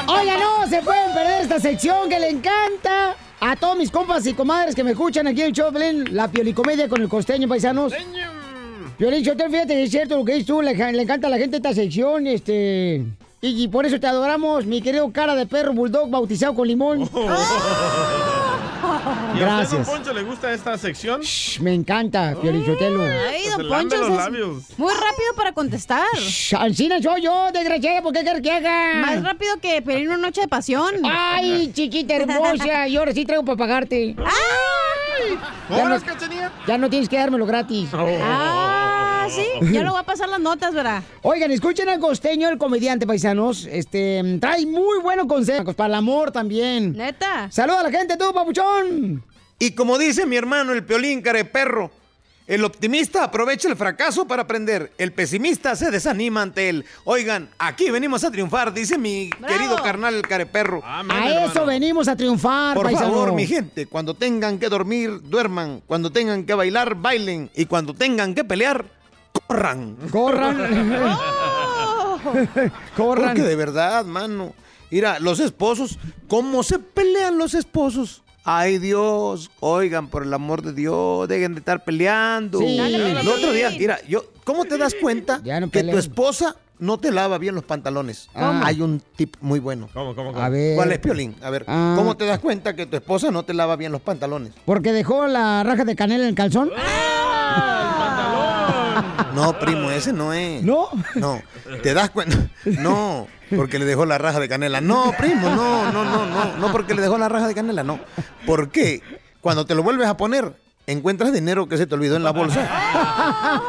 Speaker 6: Oiga, no, se pueden perder esta sección que le encanta a todos mis compas y comadres que me escuchan aquí en el show, de Pelín, la piolicomedia con el costeño, paisanos. Piolín, yo te fíjate, es cierto lo que dices tú, le, le encanta a la gente esta sección, este... Y, y por eso te adoramos, mi querido cara de perro bulldog bautizado con limón.
Speaker 4: Oh. ¿Y a usted, don
Speaker 6: Gracias.
Speaker 4: Poncho, le gusta esta sección?
Speaker 6: Me encanta, Piolín Sotelo.
Speaker 13: Ay, don
Speaker 4: Pues Se lame
Speaker 13: Poncho,
Speaker 4: los
Speaker 13: es
Speaker 4: labios.
Speaker 13: muy rápido para contestar.
Speaker 6: Alcina, yo, yo, desgraciada, ¿por qué quieres que haga?
Speaker 13: Más rápido que pedir una noche de pasión.
Speaker 6: Ay, chiquita hermosa, yo ahora sí traigo para pagarte. Ya no,
Speaker 13: ¿Cobras, Cachanilla?
Speaker 6: ya no tienes que dármelo gratis.
Speaker 4: Oh.
Speaker 13: Ah, sí. Ya lo voy a pasar las notas, ¿verdad?
Speaker 6: Oigan, escuchen al costeño, el comediante, paisanos. Este, mm, trae muy buenos consejos para el amor también.
Speaker 13: Neta.
Speaker 6: Saluda a la gente, tú, papuchón.
Speaker 14: Y como dice mi hermano el piolín care perro, el optimista aprovecha el fracaso para aprender, el pesimista se desanima ante él. Oigan, aquí venimos a triunfar, dice mi querido carnal care perro.
Speaker 6: A eso venimos a triunfar,
Speaker 14: Por
Speaker 6: paisano.
Speaker 14: favor, mi gente, cuando tengan que dormir, duerman. Cuando tengan que bailar, bailen. Y cuando tengan que pelear, corran.
Speaker 4: Oh.
Speaker 6: Corran. corran.
Speaker 14: Porque de verdad, mano. Mira, los esposos, ¿cómo se pelean los esposos? Ay, Dios, oigan, por el amor de Dios, dejen de estar peleando.
Speaker 7: Sí. Dale,
Speaker 14: El
Speaker 7: Piolín.
Speaker 14: otro día, mira, yo, ¿cómo te das cuenta que tu
Speaker 7: peleen.
Speaker 14: esposa no te lava bien los pantalones?
Speaker 7: ¿Cómo?
Speaker 14: Hay un tip muy bueno.
Speaker 4: ¿Cómo, cómo,
Speaker 6: A ver.
Speaker 14: ¿Cuál es, Piolín? A ver,
Speaker 6: Ah.
Speaker 14: ¿cómo te das cuenta que tu esposa no te lava bien los pantalones?
Speaker 6: Porque dejó la raja de canela en el calzón.
Speaker 14: No, primo, ese no es.
Speaker 6: ¿No?
Speaker 14: No. ¿Te das cuenta? No, porque le dejó la raja de canela. No, primo, no, no, no, no. No porque le dejó la raja de canela, no. ¿Por qué? Cuando te lo vuelves a poner, encuentras dinero que se te olvidó en la bolsa.
Speaker 15: Ah,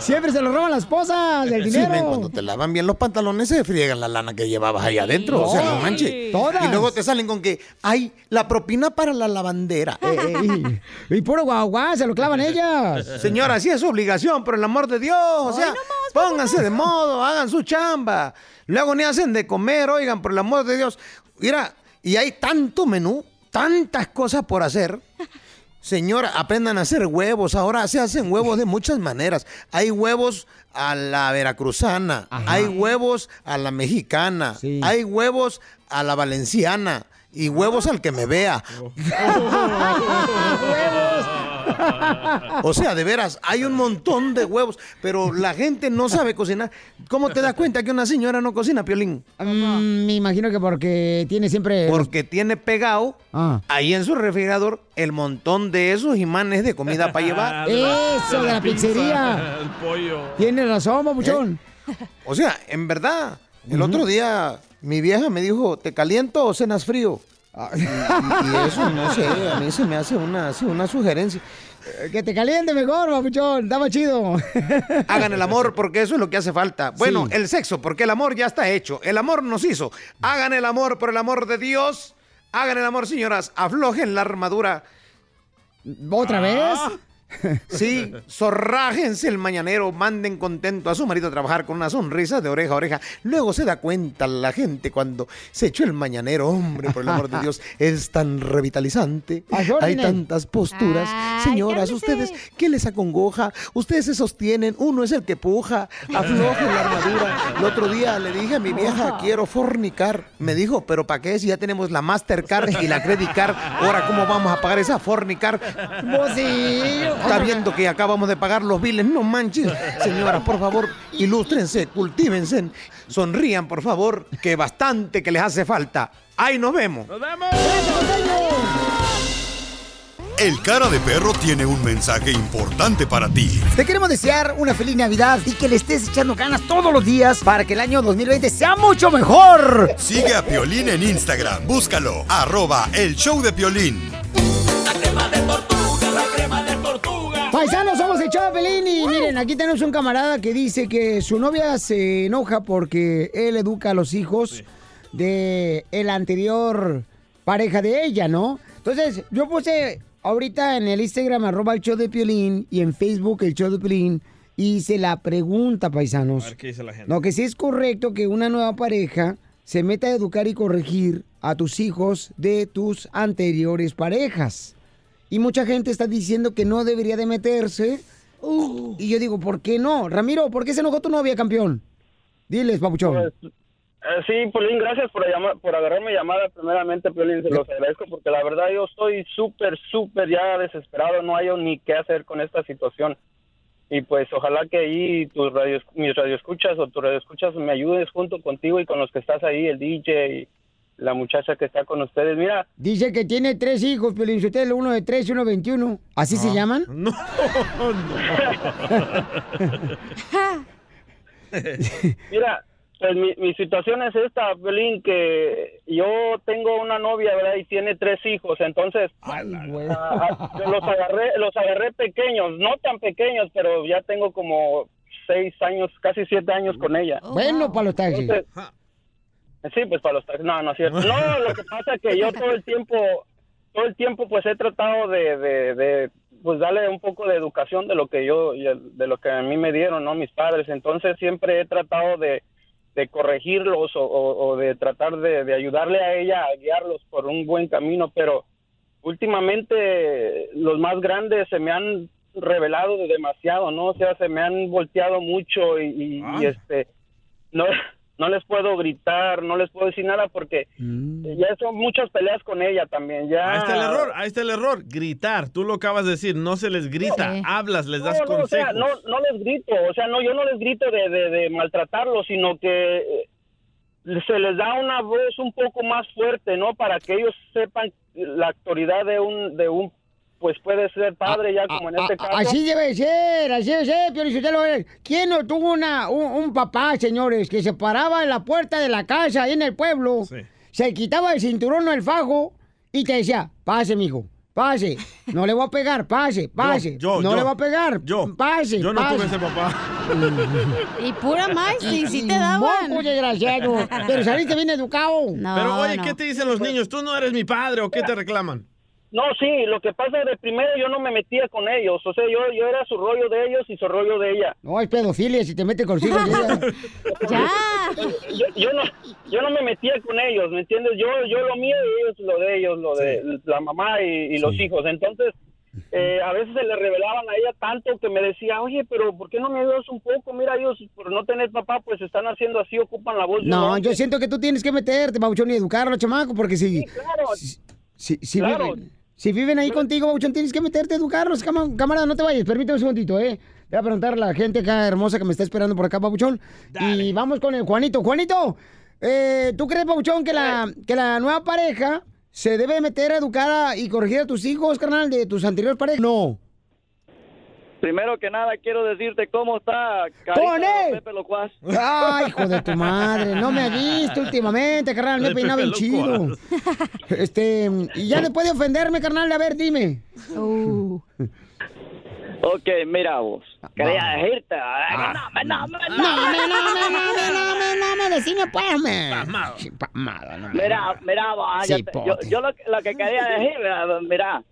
Speaker 3: Siempre se lo roban las esposas, el dinero.
Speaker 14: Sí, men, cuando te lavan bien los pantalones se friegan la lana que llevabas ahí adentro. O sea, no
Speaker 3: Ay,
Speaker 14: manches.
Speaker 3: todas.
Speaker 14: Y luego te salen con que, ay, la propina para la lavandera.
Speaker 3: Ey, y puro guau guau, se lo clavan ellas.
Speaker 14: Señora, sí es su obligación, por el amor de Dios. O sea, pónganse de modo, hagan su chamba. Luego ni hacen de comer, oigan, por el amor de Dios. Mira, y hay tanto menú, tantas cosas por hacer. Señora, aprendan a hacer huevos. Ahora se hacen huevos de muchas maneras. Hay huevos a la veracruzana, hay huevos a la mexicana, hay huevos a la valenciana y huevos al que me vea. O sea, de veras, hay un montón de huevos, pero la gente no sabe cocinar. ¿Cómo te das cuenta que una señora no cocina, Piolín?
Speaker 3: Mm, me imagino que porque tiene siempre.
Speaker 14: Porque tiene pegado
Speaker 3: Ah.
Speaker 14: ahí en su refrigerador el montón de esos imanes de comida para
Speaker 4: Ah,
Speaker 14: llevar.
Speaker 3: Eso, de la pizzería.
Speaker 4: El pollo.
Speaker 3: Tiene razón, babuchón.
Speaker 14: ¿Eh? O sea, en verdad, el otro día mi vieja me dijo, ¿te caliento o cenas frío? Y, y eso, no sé, a mí se me hace una, así una sugerencia.
Speaker 3: Eh, Que te caliente mejor, babuchón. Está más chido.
Speaker 14: Hagan el amor porque eso es lo que hace falta. Bueno, el sexo, porque el amor ya está hecho. El amor nos hizo. Hagan el amor por el amor de Dios. Hagan el amor, señoras. Aflojen la armadura.
Speaker 3: ¿Otra
Speaker 14: vez? Ah. Sí, zorrájense el mañanero, manden contento a su marido a trabajar con una sonrisa de oreja a oreja. Luego se da cuenta la gente cuando se echó el mañanero, hombre, por el amor de Dios, es tan revitalizante.
Speaker 3: Las
Speaker 14: Hay
Speaker 3: órdenes.
Speaker 14: tantas posturas. Señoras, ustedes, ¿qué les acongoja? Ustedes se sostienen, uno es el que puja, aflojen la armadura. El otro día le dije a mi vieja, quiero fornicar. Me dijo, pero ¿para qué si ya tenemos la Mastercard y la Credit Card? Ahora, ¿cómo vamos a pagar esa fornicar?
Speaker 3: Vos sí.
Speaker 14: Está viendo que acabamos de pagar los biles, no manches. Señoras, por favor, ilústrense, cultívense, sonrían, por favor, que bastante que les hace falta. Ahí nos vemos.
Speaker 2: El cara de perro tiene un mensaje importante para ti.
Speaker 15: Te queremos desear una feliz Navidad y que le estés echando ganas todos los días para que el año 2020 sea mucho mejor.
Speaker 2: Sigue a Piolín en Instagram, búscalo, arroba el show de Piolín.
Speaker 3: Paisanos, somos el show de Pelín y miren, aquí tenemos un camarada que dice que su novia se enoja porque él educa a los hijos de el anterior pareja de ella, ¿no? Entonces, yo puse ahorita en el Instagram arroba el show de Piolín y en Facebook el show de Piolín y hice la pregunta, paisanos.
Speaker 4: A ver qué dice la gente.
Speaker 3: No, que si es correcto que una nueva pareja se meta a educar y corregir a tus hijos de tus anteriores parejas. Y mucha gente está diciendo que no debería de meterse. Y yo digo, ¿por qué no? Ramiro, ¿por qué se enojó tu novia, campeón? Diles, papuchón.
Speaker 16: Eh, sí, Piolín, gracias por, llama- por agarrar mi llamada primeramente, Piolín, se los agradezco porque la verdad yo estoy súper, súper ya desesperado, no hay ni qué hacer con esta situación. Y pues ojalá que ahí tus radios, mis radioescuchas o tus radioescuchas me ayudes junto contigo y con los que estás ahí, el DJ y la muchacha que está con ustedes. Mira,
Speaker 3: Dice que tiene tres hijos, Piolín Sotelo, uno de tres y uno de 21. ¿Así se llaman? Ah. No,
Speaker 16: Mira, pues mi, mi situación es esta, Belín, que yo tengo una novia, ¿verdad? Y tiene tres hijos, entonces ah, ah, los agarré, los agarré pequeños, no tan pequeños, pero ya tengo como seis años, casi siete años con ella.
Speaker 3: bueno, para los taxis.
Speaker 16: Entonces, sí, pues para los taxis. No, no es cierto. No, lo que pasa es que yo todo el tiempo, todo el tiempo, pues he tratado de, de, de, pues darle un poco de educación de lo que yo, de lo que a mí me dieron, ¿no? Mis padres. Entonces siempre he tratado de, de corregirlos o, o- o de tratar de, de ayudarle a ella a guiarlos por un buen camino, pero últimamente los más grandes se me han revelado de demasiado, ¿no? O sea, se me han volteado mucho y, y- y, este no no les puedo gritar, no les puedo decir nada porque
Speaker 3: Mm.
Speaker 4: Mm.
Speaker 16: ya son muchas peleas con ella también. Ya
Speaker 4: Ahí está Ah, el error, ahí está el error. Gritar, tú lo acabas de decir, no se les grita, hablas, les das
Speaker 16: No, no, o
Speaker 4: consejos.
Speaker 16: sea, no, no les grito, o sea, no, yo no les grito de, de, de maltratarlos, sino que eh, se les da una voz un poco más fuerte, ¿no? Para que ellos sepan la autoridad de un, de un pues puede ser padre ya como en este
Speaker 3: A-
Speaker 16: caso.
Speaker 3: Ah, Así debe ser, así debe ser, Piolín Sotelo. ¿Quién no tuvo una, un, un papá, señores, que se paraba en la puerta de la casa, ahí en el pueblo, se quitaba el cinturón o el fajo y te decía, pase, mijo, pase. No le voy a pegar, pase, pase.
Speaker 4: yo,
Speaker 3: no
Speaker 4: yo.
Speaker 3: le voy a pegar, yo. pase,
Speaker 4: Yo no
Speaker 3: pase.
Speaker 4: tuve ese papá.
Speaker 6: Y pura más, sí, sí te
Speaker 3: daban.
Speaker 6: daban.
Speaker 3: Moco, desgraciado. Pero saliste bien educado. No,
Speaker 4: Pero oye, ¿qué te dicen los
Speaker 3: Pues
Speaker 4: niños? Tú no eres mi padre o qué te reclaman.
Speaker 16: No, sí, lo que pasa es que primero yo no me metía con ellos, o sea, yo, yo era su rollo de ellos y su rollo de ella.
Speaker 3: No, es pedofilia si te metes con los hijos de ella.
Speaker 16: Yo, yo no, yo no me metía con ellos, ¿me entiendes? Yo, yo lo mío y ellos lo de ellos, lo de la mamá y, y los hijos. Entonces, eh, a veces se le revelaban a ella tanto que me decía, oye, pero ¿por qué no me ayudas un poco? Mira, ellos por no tener papá, pues están haciendo así, ocupan la voz.
Speaker 3: No, yo siento que tú tienes que meterte, Babuchón, y educar a los chamacos, porque si,
Speaker 16: Claro,
Speaker 3: si, si
Speaker 16: claro.
Speaker 3: viven, si viven ahí contigo, Babuchón, tienes que meterte a educarlos. Cama- Camarada, no te vayas, permíteme un segundito, ¿eh? Voy a preguntar a la gente acá hermosa que me está esperando por acá, Babuchón. Y vamos con el Juanito. Juanito, eh, ¿tú crees, Babuchón, que la, que la nueva pareja se debe meter a educar a- y corregir a tus hijos, carnal, de tus anteriores parejas? No.
Speaker 17: Primero que nada, quiero decirte cómo está Carita
Speaker 3: ¡Con él!
Speaker 17: Pepe Locuaz.
Speaker 3: Ay, hijo de tu madre, no me has visto últimamente, carnal, me he
Speaker 17: El
Speaker 3: peinado bien
Speaker 17: Pepe
Speaker 3: chido.
Speaker 17: Locuaz.
Speaker 3: Este, y ya después de ofenderme, carnal, a ver, dime.
Speaker 4: Oh.
Speaker 17: Ok, mira vos. Quería decirte. ah, que no,
Speaker 3: No,
Speaker 17: no, no,
Speaker 3: me, no, me, no, me, no, me, no, me, decime pues, me.
Speaker 17: Pasmado.
Speaker 3: Sí, pasmado, no,
Speaker 17: Mira, mira, va,
Speaker 3: Sí,
Speaker 17: ya te- yo,
Speaker 3: pote.
Speaker 17: yo lo, que- lo que quería decir, mira, mira,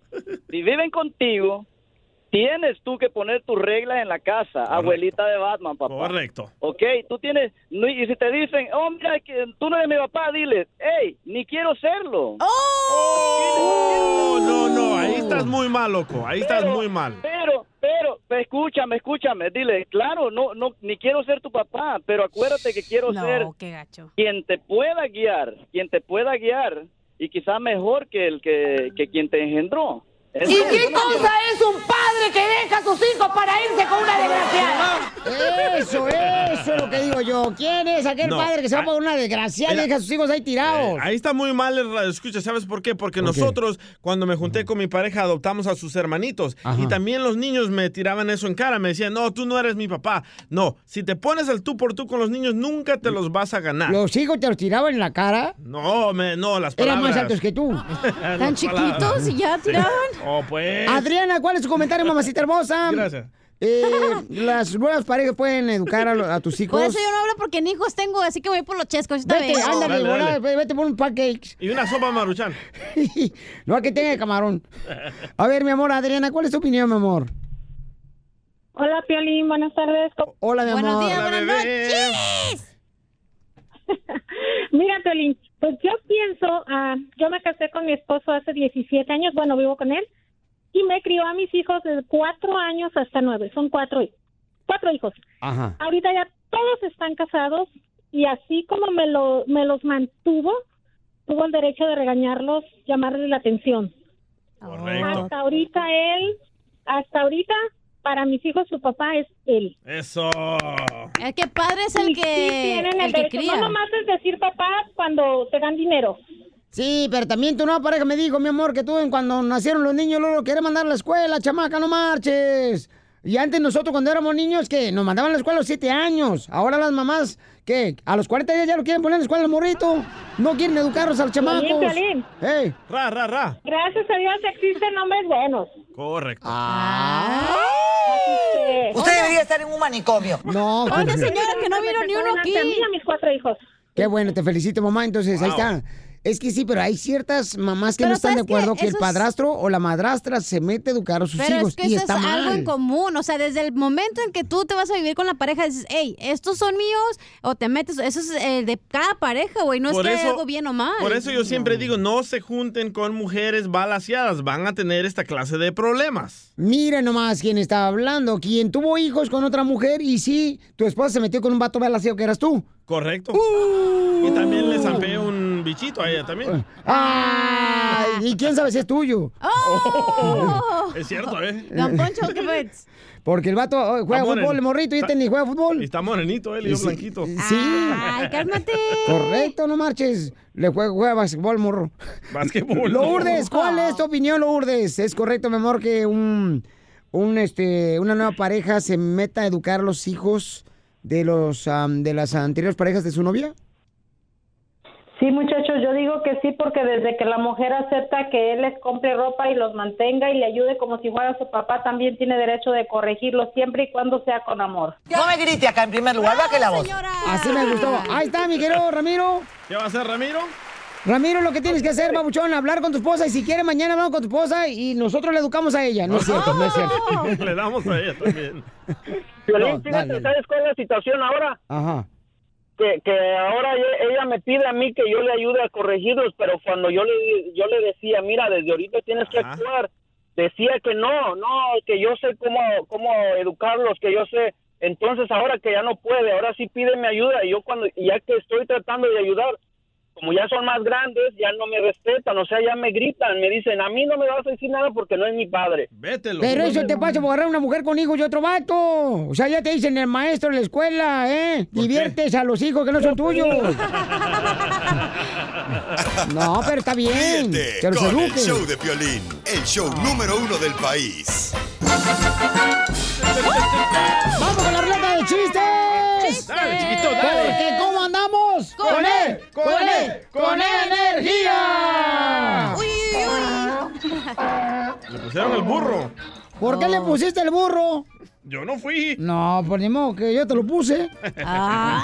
Speaker 17: si viven contigo, tienes tú que poner tus reglas en la casa, abuelita de Batman, papá.
Speaker 4: Correcto.
Speaker 17: Ok, tú tienes, no, y si te dicen, oh, mira, que tú no eres mi papá, dile, hey, ni quiero serlo.
Speaker 4: ¡Oh! No, no, ahí estás muy mal, loco. Ahí estás muy mal. Eh,
Speaker 17: Pero, pero, pe- escúchame, escúchame, dile, claro, no, no, ni quiero ser tu papá, pero acuérdate que quiero
Speaker 6: No,
Speaker 17: ser
Speaker 6: qué gacho.
Speaker 17: quien te pueda guiar, quien te pueda guiar, y quizás mejor que el que, que quien te engendró.
Speaker 7: ¿Y
Speaker 17: Entonces,
Speaker 7: qué cosa es un padre que deja a sus hijos para irse con una desgraciada?
Speaker 3: Eso, eso es lo que digo yo. ¿Quién es aquel
Speaker 4: No. Ah. Eh,
Speaker 3: padre que se va por una desgracia y
Speaker 4: Mira.
Speaker 3: deja a sus hijos ahí tirados?
Speaker 4: Ahí está muy mal el radio escucha, ¿sabes por qué? Porque nosotros, cuando me junté con mi pareja, adoptamos a sus hermanitos.
Speaker 3: Ajá.
Speaker 4: Y también los niños me tiraban eso en cara. Me decían, no, tú no eres mi papá. No, si te pones el tú por tú con los niños, nunca te los vas a ganar.
Speaker 3: Los hijos te los tiraban en la cara.
Speaker 4: No, me, no, las
Speaker 3: Eran
Speaker 4: palabras. Eh.
Speaker 3: más altos que tú.
Speaker 4: Las
Speaker 3: ¿Tan
Speaker 4: palabras.
Speaker 3: chiquitos y ya
Speaker 4: Sí.
Speaker 3: tiraban?
Speaker 4: Oh, pues.
Speaker 3: Adriana, ¿cuál es tu comentario, mamacita hermosa?
Speaker 4: Gracias.
Speaker 3: Eh, las nuevas parejas pueden educar a, lo- a tus hijos.
Speaker 6: Por eso yo no hablo porque ni hijos tengo, así que voy por los chescos. ahorita
Speaker 3: Vete,
Speaker 6: vengo.
Speaker 3: ándale, volá, ve- vete por un pancakes.
Speaker 4: Y una sopa maruchan.
Speaker 3: no, a que tenga camarón. A ver, mi amor, Adriana, ¿cuál es tu opinión, mi amor?
Speaker 8: Hola, Piolín, buenas tardes.
Speaker 3: Hola, mi amor.
Speaker 8: Mira, Piolín, pues yo pienso, ah, yo me casé con mi esposo hace 17 años, bueno, vivo con él, y me crió a mis hijos de 4 años hasta 9, son 4 cuatro hijos.
Speaker 9: Ah.
Speaker 3: Ajá.
Speaker 8: Ahorita ya todos están casados y así como me, lo, me los mantuvo, tuvo el derecho de regañarlos, llamarles la atención.
Speaker 4: Correcto.
Speaker 8: Hasta ahorita él, hasta ahorita, para mis hijos su papá es él.
Speaker 4: Eso.
Speaker 6: El que Eh, padre es el
Speaker 8: Y
Speaker 6: que,
Speaker 8: sí
Speaker 3: Eh,
Speaker 8: tienen el,
Speaker 6: el que
Speaker 8: derecho.
Speaker 6: cría.
Speaker 8: No nomás es decir papá cuando te dan dinero.
Speaker 3: Sí, pero también tu nueva pareja me dijo, mi amor, que tú en- cuando nacieron los niños, Lolo, quería mandar a la escuela, chamaca, no marches. Y antes nosotros cuando éramos niños, que nos mandaban a la escuela a los 7 años. Ahora las mamás, que a los 40 días ya lo quieren poner en la escuela al morrito. No quieren educarlos al chamaco.
Speaker 8: Piolín.
Speaker 3: ¡Ey!
Speaker 4: Ra, ra, ra.
Speaker 8: Gracias a Dios existen hombres buenos.
Speaker 4: Correcto.
Speaker 3: Ah.
Speaker 7: Usted debería estar en un manicomio.
Speaker 3: No. pues,
Speaker 7: Oiga, señora, que no
Speaker 8: vino ni uno aquí.
Speaker 7: A mí y a
Speaker 8: mis cuatro hijos.
Speaker 3: Qué bueno, te felicito, mamá. Entonces, ahí
Speaker 7: Wow.
Speaker 3: está. Es que sí, pero hay ciertas mamás que
Speaker 6: Pero
Speaker 3: no están de
Speaker 6: ¿sabes qué?
Speaker 3: acuerdo que el
Speaker 6: Eso es-
Speaker 3: padrastro o la madrastra se mete a educar a sus
Speaker 6: Pero
Speaker 3: hijos
Speaker 6: es que eso
Speaker 3: y
Speaker 6: es
Speaker 3: está mal.
Speaker 6: algo en común. O sea, desde el momento en que tú te vas a vivir con la pareja, dices, hey, estos son míos, o te metes. Eso es eh, de cada pareja, güey. No
Speaker 4: Por
Speaker 6: es que
Speaker 4: eso-
Speaker 6: haya algo bien o mal.
Speaker 4: Por eso yo siempre digo, no se junten con mujeres balaseadas, van a tener esta clase de problemas.
Speaker 3: Mira nomás quién estaba hablando, quien tuvo hijos con otra mujer y sí, tu esposa se metió con un vato balaceo que eras tú.
Speaker 4: Correcto.
Speaker 6: Uh.
Speaker 4: Y también le zampé un bichito a ella también.
Speaker 3: Ah, y quién sabe si es tuyo.
Speaker 6: Oh.
Speaker 4: Es cierto, ¿eh?
Speaker 3: Don Poncho, ¿qué
Speaker 6: Pues.
Speaker 3: Porque el vato oh, juega
Speaker 4: Está
Speaker 3: fútbol,
Speaker 4: moren-
Speaker 3: el morrito, y este ni juega fútbol.
Speaker 4: Y está morenito él y yo
Speaker 3: Sí.
Speaker 4: blanquito.
Speaker 3: Sí. Ay,
Speaker 6: cálmate.
Speaker 3: Correcto, no marches. Le juega, juega básquetbol, morro.
Speaker 4: Básquetbol.
Speaker 3: Lourdes, ¿cuál es tu opinión, Lourdes? ¿Es correcto, mi amor, que un, un, este, una nueva pareja se meta a educar a los hijos de, los, am, de las anteriores parejas de su novia?
Speaker 18: Sí, muchachos, yo digo que sí porque desde que la mujer acepta que él les compre ropa y los mantenga y le ayude como si fuera su papá, también tiene derecho de corregirlo siempre y cuando sea con amor.
Speaker 7: No me grite acá en primer lugar, baje la voz.
Speaker 3: Así me gustó. Ahí está, mi querido Ramiro.
Speaker 4: ¿Qué va a hacer Ramiro?
Speaker 3: Ramiro, lo que tienes que hacer, babuchón, hablar con tu esposa y si quiere mañana vamos con tu esposa y nosotros le educamos a ella. No es cierto, no es cierto.
Speaker 4: Oh. Le damos a ella también.
Speaker 16: Piolín,
Speaker 3: No,
Speaker 16: fíjate,
Speaker 3: dale.
Speaker 16: ¿sabes cuál es la situación ahora?
Speaker 3: Ajá.
Speaker 16: Que, que ahora e- ella me pide a mí que yo le ayude a corregirlos, pero cuando yo le, yo le decía, mira, desde ahorita tienes que actuar, decía que no, no, que yo sé cómo, cómo educarlos, que yo sé. Entonces ahora que ya no puede, ahora sí pídeme ayuda. Y yo cuando, y ya que estoy tratando de ayudar, como ya son más grandes, ya no me respetan, o sea, ya me gritan, me dicen, a mí no me vas a decir nada porque no es mi padre.
Speaker 4: Vételo.
Speaker 3: Pero eso te pasa por agarrar una mujer con hijos y otro vato. O sea, ya te dicen el maestro en la escuela, ¿eh? Diviertes a los hijos que no son tuyos. pues, No, pero está bien.
Speaker 2: Ríete
Speaker 3: Que los
Speaker 2: con el
Speaker 3: eduquen.
Speaker 2: show de Piolín, el show número uno del país.
Speaker 3: ¡Vamos con la ruleta de chistes!
Speaker 7: Dale, chiquito, dale.
Speaker 3: Porque ¿cómo andamos?
Speaker 7: Con él, con él, con E
Speaker 3: energía.
Speaker 7: Uy,
Speaker 4: Le pusieron el burro.
Speaker 3: ¿Por qué le pusiste el burro?
Speaker 4: Yo no fui.
Speaker 3: No, por ni modo que yo te lo puse.
Speaker 4: Ay,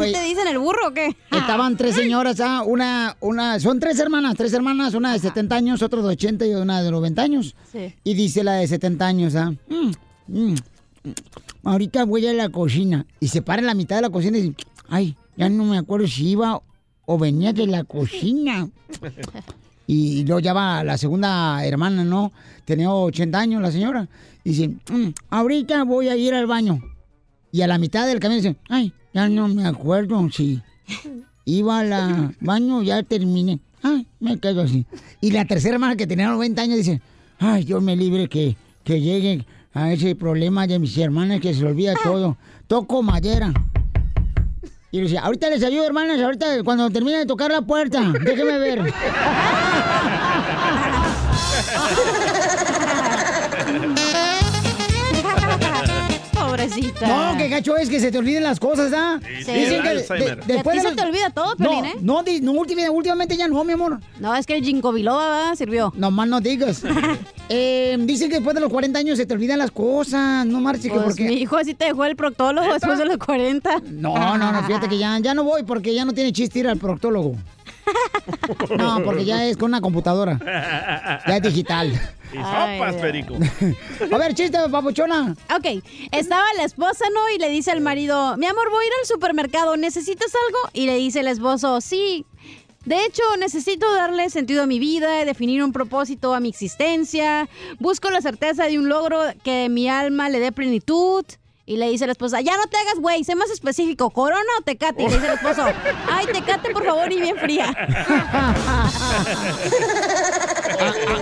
Speaker 6: ¿así te dicen el burro o qué?
Speaker 3: Estaban tres señoras, ah, una, una, son tres hermanas, tres hermanas, una de 70 años, otra de 80 y una de 90 años.
Speaker 6: Sí.
Speaker 3: Y dice la de 70 años, ah, "Mm, mm, mm, ahorita voy a la cocina. Y se para en la mitad de la cocina y dice, ay, ya no me acuerdo si iba o venía de la cocina. Y luego ya va la segunda hermana, ¿no? Tenía 80 años la señora. Y dice, "Mm, ahorita voy a ir al baño. Y a la mitad del camino dice, ay, ya no me acuerdo si iba al baño, ya terminé. Ay, me quedo así. Y la tercera hermana que tenía 90 años dice, ay, Dios me libre que, que llegue a ese problema de mis hermanas que se le olvida todo. Toco madera. Y le dice, ahorita les ayudo, hermanas, ahorita cuando termine de tocar la puerta, déjeme ver.
Speaker 6: Pobrecita.
Speaker 3: No, qué gacho es que se te olviden las cosas, ¿ah?
Speaker 6: Sí, sí, Alzheimer. ¿Y a ti se te olvida todo,
Speaker 3: no,
Speaker 6: Piolín, eh?
Speaker 3: No, di- no, últim- últimamente ya no, mi amor.
Speaker 6: No, es que el ginkgo biloba sirvió.
Speaker 3: No más no digas. Eh, dicen que después de los 40 años se te olvidan las cosas. No marches, que
Speaker 6: Pues,
Speaker 3: porque...
Speaker 6: mi hijo así te dejó el proctólogo después de los 40.
Speaker 3: No, no, no, fíjate que ya, ya no voy porque ya no tiene chiste ir al proctólogo. No, porque ya es con una computadora. Ya es digital.
Speaker 4: Y
Speaker 6: Ah.
Speaker 4: sopas, Perico.
Speaker 3: A ver, chiste, papuchona.
Speaker 6: Ok, estaba la esposa, ¿no? Y le dice al marido, mi amor, voy a ir al supermercado, ¿necesitas algo? Y le dice el esposo, sí. De hecho, necesito darle sentido a mi vida, definir un propósito a mi existencia. Busco la certeza de un logro que mi alma le dé plenitud. Y le dice la esposa, ya no te hagas, güey, sé más específico, ¿corona o tecate? Y le dice el esposo, ay, tecate, por favor, y bien fría.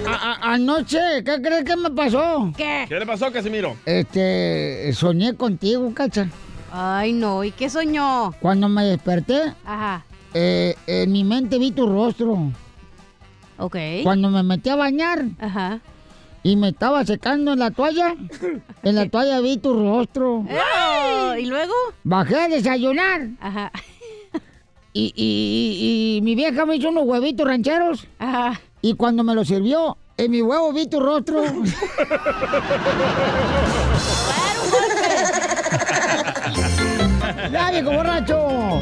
Speaker 3: A- a- anoche, ¿qué crees que me pasó?
Speaker 6: ¿Qué?
Speaker 4: ¿Qué le pasó, Casimiro?
Speaker 3: Este, soñé contigo, cacha.
Speaker 6: Ay, no, ¿y qué soñó?
Speaker 3: Cuando me desperté,
Speaker 6: Ajá,
Speaker 3: eh, en mi mente vi tu rostro.
Speaker 6: ok.
Speaker 3: Cuando me metí a bañar
Speaker 6: ¿Eh? Ajá.
Speaker 3: y me estaba secando en la toalla, en la toalla vi tu rostro.
Speaker 6: ¡Eh! ¿Y luego?
Speaker 3: Bajé a desayunar
Speaker 6: Ajá.
Speaker 3: y, y- y- y mi vieja me hizo unos huevitos rancheros. Y cuando me los sirvió, en mi huevo vi tu rostro. ¡Ya, viejo borracho!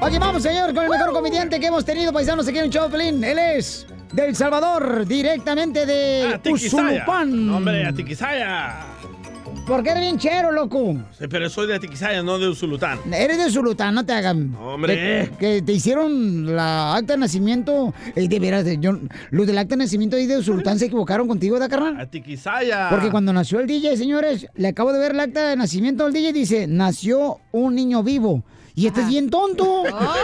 Speaker 3: Oye, vamos, señor, con el mejor comediante que hemos tenido, paisanos, aquí en Choplin. Él es del Salvador, directamente de
Speaker 4: Ah, Atiquizaya.
Speaker 3: Usulupán.
Speaker 4: No, hombre, Atiquizaya.
Speaker 3: ¿Por qué eres bien chero, loco?
Speaker 4: Sí, Pero soy de Atiquizaya, no de Usulután.
Speaker 3: Eres de Zulután, no te hagan.
Speaker 4: Hombre.
Speaker 3: Que, que te hicieron la acta de nacimiento. Ey, de veras, yo, los del acta de nacimiento ahí de Zulután se equivocaron contigo, ¿da, carnal?
Speaker 4: Atiquizaya.
Speaker 3: Porque cuando nació el DJ, señores, le acabo de ver el acta de nacimiento al DJ, dice, nació un niño vivo. Y este es bien tonto.
Speaker 4: Oh.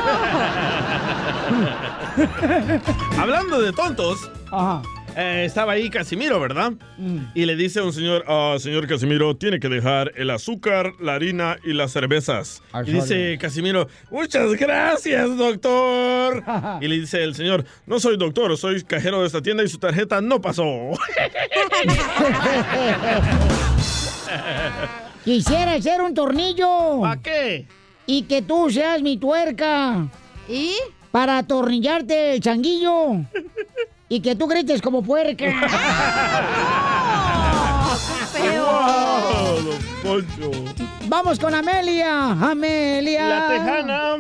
Speaker 4: Hablando de tontos,
Speaker 3: Ajá. Mm.
Speaker 4: eh, estaba ahí Casimiro, ¿verdad? Y le dice a un señor, "Ah, señor Casimiro, tiene que dejar el azúcar, la harina y las cervezas. Y dice Casimiro, muchas gracias, doctor. Y le dice el señor, no soy doctor, soy cajero de esta tienda y su tarjeta no pasó.
Speaker 3: Quisiera ser un tornillo.
Speaker 4: ¿Para qué?
Speaker 3: Y que tú seas mi tuerca.
Speaker 6: ¿Y?
Speaker 3: para atornillarte, changuillo. Y que tú grites como puerca.
Speaker 4: ¡Wow, don Poncho!
Speaker 3: Vamos con Amelia. Amelia.
Speaker 4: La tejana.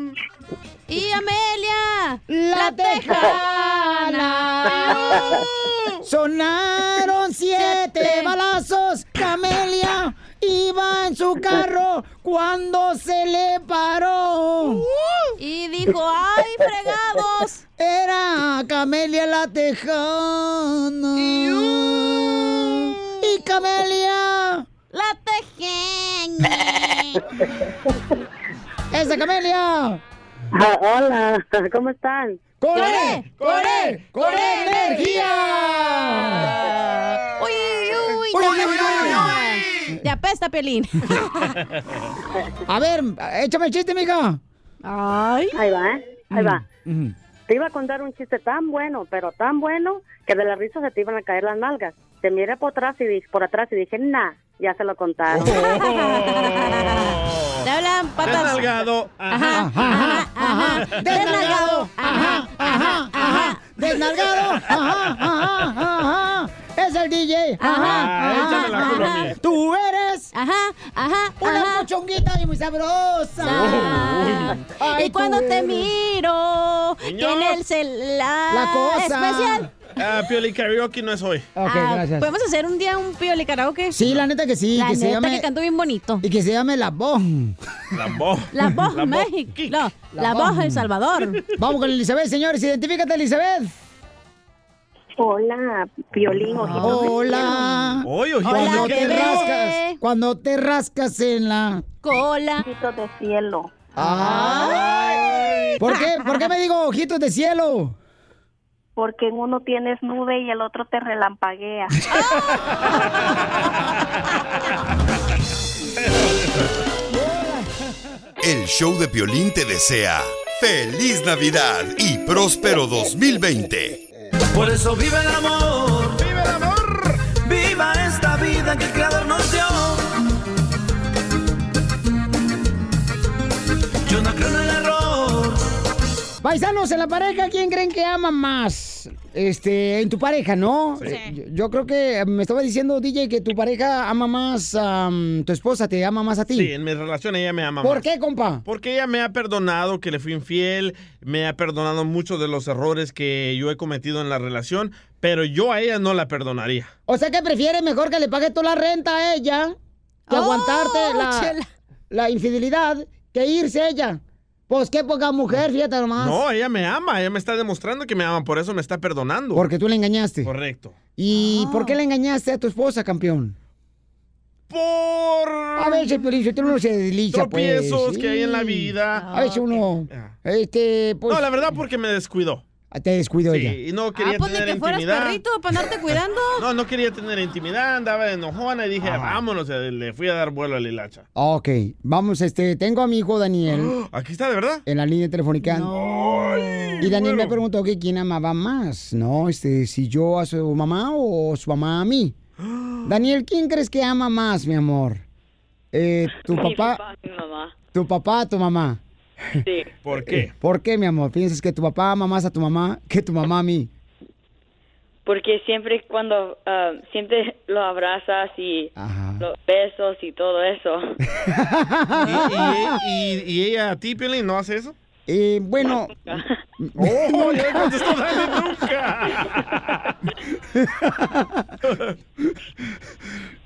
Speaker 6: Y Amelia.
Speaker 3: La, tejana. Sonaron siete balazos. Amelia iba en su carro cuando se le paró.
Speaker 6: Y dijo, ¡ay, fregados!
Speaker 3: Era Camelia la Tejana. Y Camelia.
Speaker 6: La tejana.
Speaker 3: Esa Camelia.
Speaker 11: Ah, hola, ¿cómo están?
Speaker 3: ¡Corre!
Speaker 6: E,
Speaker 3: ¡Corre! ¡Corre energía!
Speaker 6: ¡Uy, uy, uy! no, no, no, no. Te apesta, Pelín.
Speaker 3: A ver, échame el chiste, mija.
Speaker 11: Ay. Ahí va, ¿eh? Ahí va. Te iba a contar un chiste tan bueno, pero tan bueno, que de la risa se te iban a caer las nalgas. Te miré por atrás y dije, por atrás y dije, nah, ya se lo contaron.
Speaker 6: Te hablan patas.
Speaker 4: Desnalgado.
Speaker 6: Ajá, ajá, ajá.
Speaker 3: Desnalgado. Ajá, ajá, ajá. Desnalgado. Ajá, ajá, ajá. Es el DJ. Ajá.
Speaker 4: Ah, échame la culpa a mí.
Speaker 3: Tú eres.
Speaker 6: Ajá, ajá.
Speaker 3: Una pochonguita y muy sabrosa. Ay,
Speaker 6: y cuando
Speaker 3: tú
Speaker 6: te
Speaker 3: eres.
Speaker 6: miro,
Speaker 4: Señor.
Speaker 6: tienes el la,
Speaker 3: La cosa.
Speaker 6: Ah, especial.
Speaker 4: Ah, Pioli Karaoke no es hoy.
Speaker 3: Ok,
Speaker 6: Ah,
Speaker 3: gracias.
Speaker 6: ¿Podemos hacer un día un piole karaoke?
Speaker 3: Sí, la neta que sí.
Speaker 6: La
Speaker 3: que se
Speaker 6: neta
Speaker 3: llame,
Speaker 6: que cantó bien bonito.
Speaker 3: Y que se llame La Voz.
Speaker 4: Lambó.
Speaker 6: La voz
Speaker 3: La voz.
Speaker 6: México. No, la, voz El Salvador.
Speaker 3: Vamos con Elizabeth, señores. Identifícate, Elizabeth.
Speaker 11: Hola, Piolín, ojitos de
Speaker 3: Ah, Hola.
Speaker 11: cielo.
Speaker 4: Oye, ojitos
Speaker 11: de
Speaker 3: Cuando te
Speaker 11: cielo.
Speaker 3: rascas. Cuando te rascas en la.
Speaker 6: Cola.
Speaker 11: Ojitos de cielo.
Speaker 6: Ah.
Speaker 3: Ay. ¿Por qué? ¿Por qué me digo ojitos de cielo?
Speaker 11: Porque en uno tienes nube y el otro te relampaguea.
Speaker 2: El show de Piolín te desea feliz Navidad y próspero 2020.
Speaker 7: Por eso vive el amor. ¡Vive el amor! ¡Viva esta vida que el Creador nos dio! Yo no creo en el error.
Speaker 3: Paisanos, en la pareja, ¿quién creen que ama más? Este, en tu pareja, ¿no?
Speaker 7: Sí.
Speaker 3: Eh, Yo, yo creo que eh, me estaba diciendo, DJ, que tu pareja ama más, am, tu esposa te ama más a ti.
Speaker 4: Sí, en mi relación ella me ama
Speaker 3: ¿Por
Speaker 4: más.
Speaker 3: qué, compa?
Speaker 4: Porque ella me ha perdonado que le fui infiel, me ha perdonado muchos de los errores que yo he cometido en la relación, pero yo a ella no la perdonaría.
Speaker 3: O sea que prefiere mejor que le pague toda la renta a ella que aguantarte la,
Speaker 4: Oh, chela.
Speaker 3: la infidelidad que irse ella. Pues qué poca mujer, fíjate nomás.
Speaker 4: No, ella me ama, ella me está demostrando que me ama, por eso me está perdonando.
Speaker 3: Porque tú le engañaste.
Speaker 4: Correcto. Ah.
Speaker 3: ¿Y por qué le engañaste a tu esposa, campeón?
Speaker 4: Por...
Speaker 3: A veces, pero si uno se desliza, pues.
Speaker 4: Tropiezos que hay en la
Speaker 3: sí.
Speaker 4: vida. Ah,
Speaker 3: A veces uno, este, pues...
Speaker 4: No, la verdad porque me descuidó.
Speaker 3: Te descuido
Speaker 4: Sí,
Speaker 3: ella.
Speaker 4: y no quería
Speaker 6: ah, pues
Speaker 4: tener
Speaker 6: ni que fueras
Speaker 4: intimidad.
Speaker 6: perrito para andarte cuidando.
Speaker 4: No, no quería tener intimidad, andaba de enojona y dije, vámonos, eh, le fui a dar vuelo a la hilacha.
Speaker 3: Ah, Ok, vamos, este, tengo a mi hijo Daniel.
Speaker 4: Aquí está, ¿de verdad?
Speaker 3: En la línea telefónica. y Daniel me
Speaker 4: bueno.
Speaker 3: preguntó que quién amaba más, ¿no? Este, si yo a su mamá o su mamá a mí. Daniel, ¿quién crees que ama más, mi amor? Eh, tu
Speaker 19: Mi
Speaker 3: papá,
Speaker 19: papá, mi mamá.
Speaker 3: tu papá, o tu mamá.
Speaker 19: Sí.
Speaker 4: ¿Por
Speaker 3: ¿Por qué, mi amor? ¿Piensas que tu papá ama más a tu mamá que tu mamá a mí?
Speaker 19: Porque siempre cuando ah, siempre lo abrazas y los besos y todo eso.
Speaker 4: ¿Y, y- y- y ella a ti, Piolín, no hace eso?
Speaker 3: Eh, bueno.
Speaker 4: ¡Oh! Ya contestó Dani,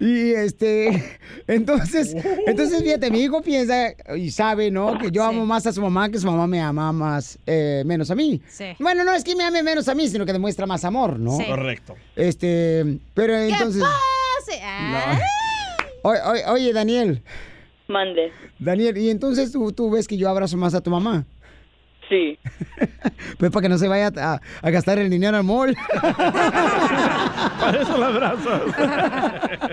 Speaker 3: y este, entonces, entonces fíjate, mi hijo piensa y sabe, ¿no? Que yo amo más a su mamá que su mamá me ama más, eh, menos a mí.
Speaker 6: Sí.
Speaker 3: Bueno, no es que me ame menos a mí, sino que demuestra más amor, ¿no?
Speaker 6: Sí.
Speaker 4: Correcto.
Speaker 3: Este, pero entonces.
Speaker 6: ¿Qué pase? Ah,
Speaker 3: O- o- oye, Daniel,
Speaker 19: Mande.
Speaker 3: Daniel, y entonces tú, tú ves que yo abrazo más a tu mamá.
Speaker 19: Sí.
Speaker 3: Pues para que no se vaya a, a gastar el dinero al mall.
Speaker 4: Para eso la abrazas.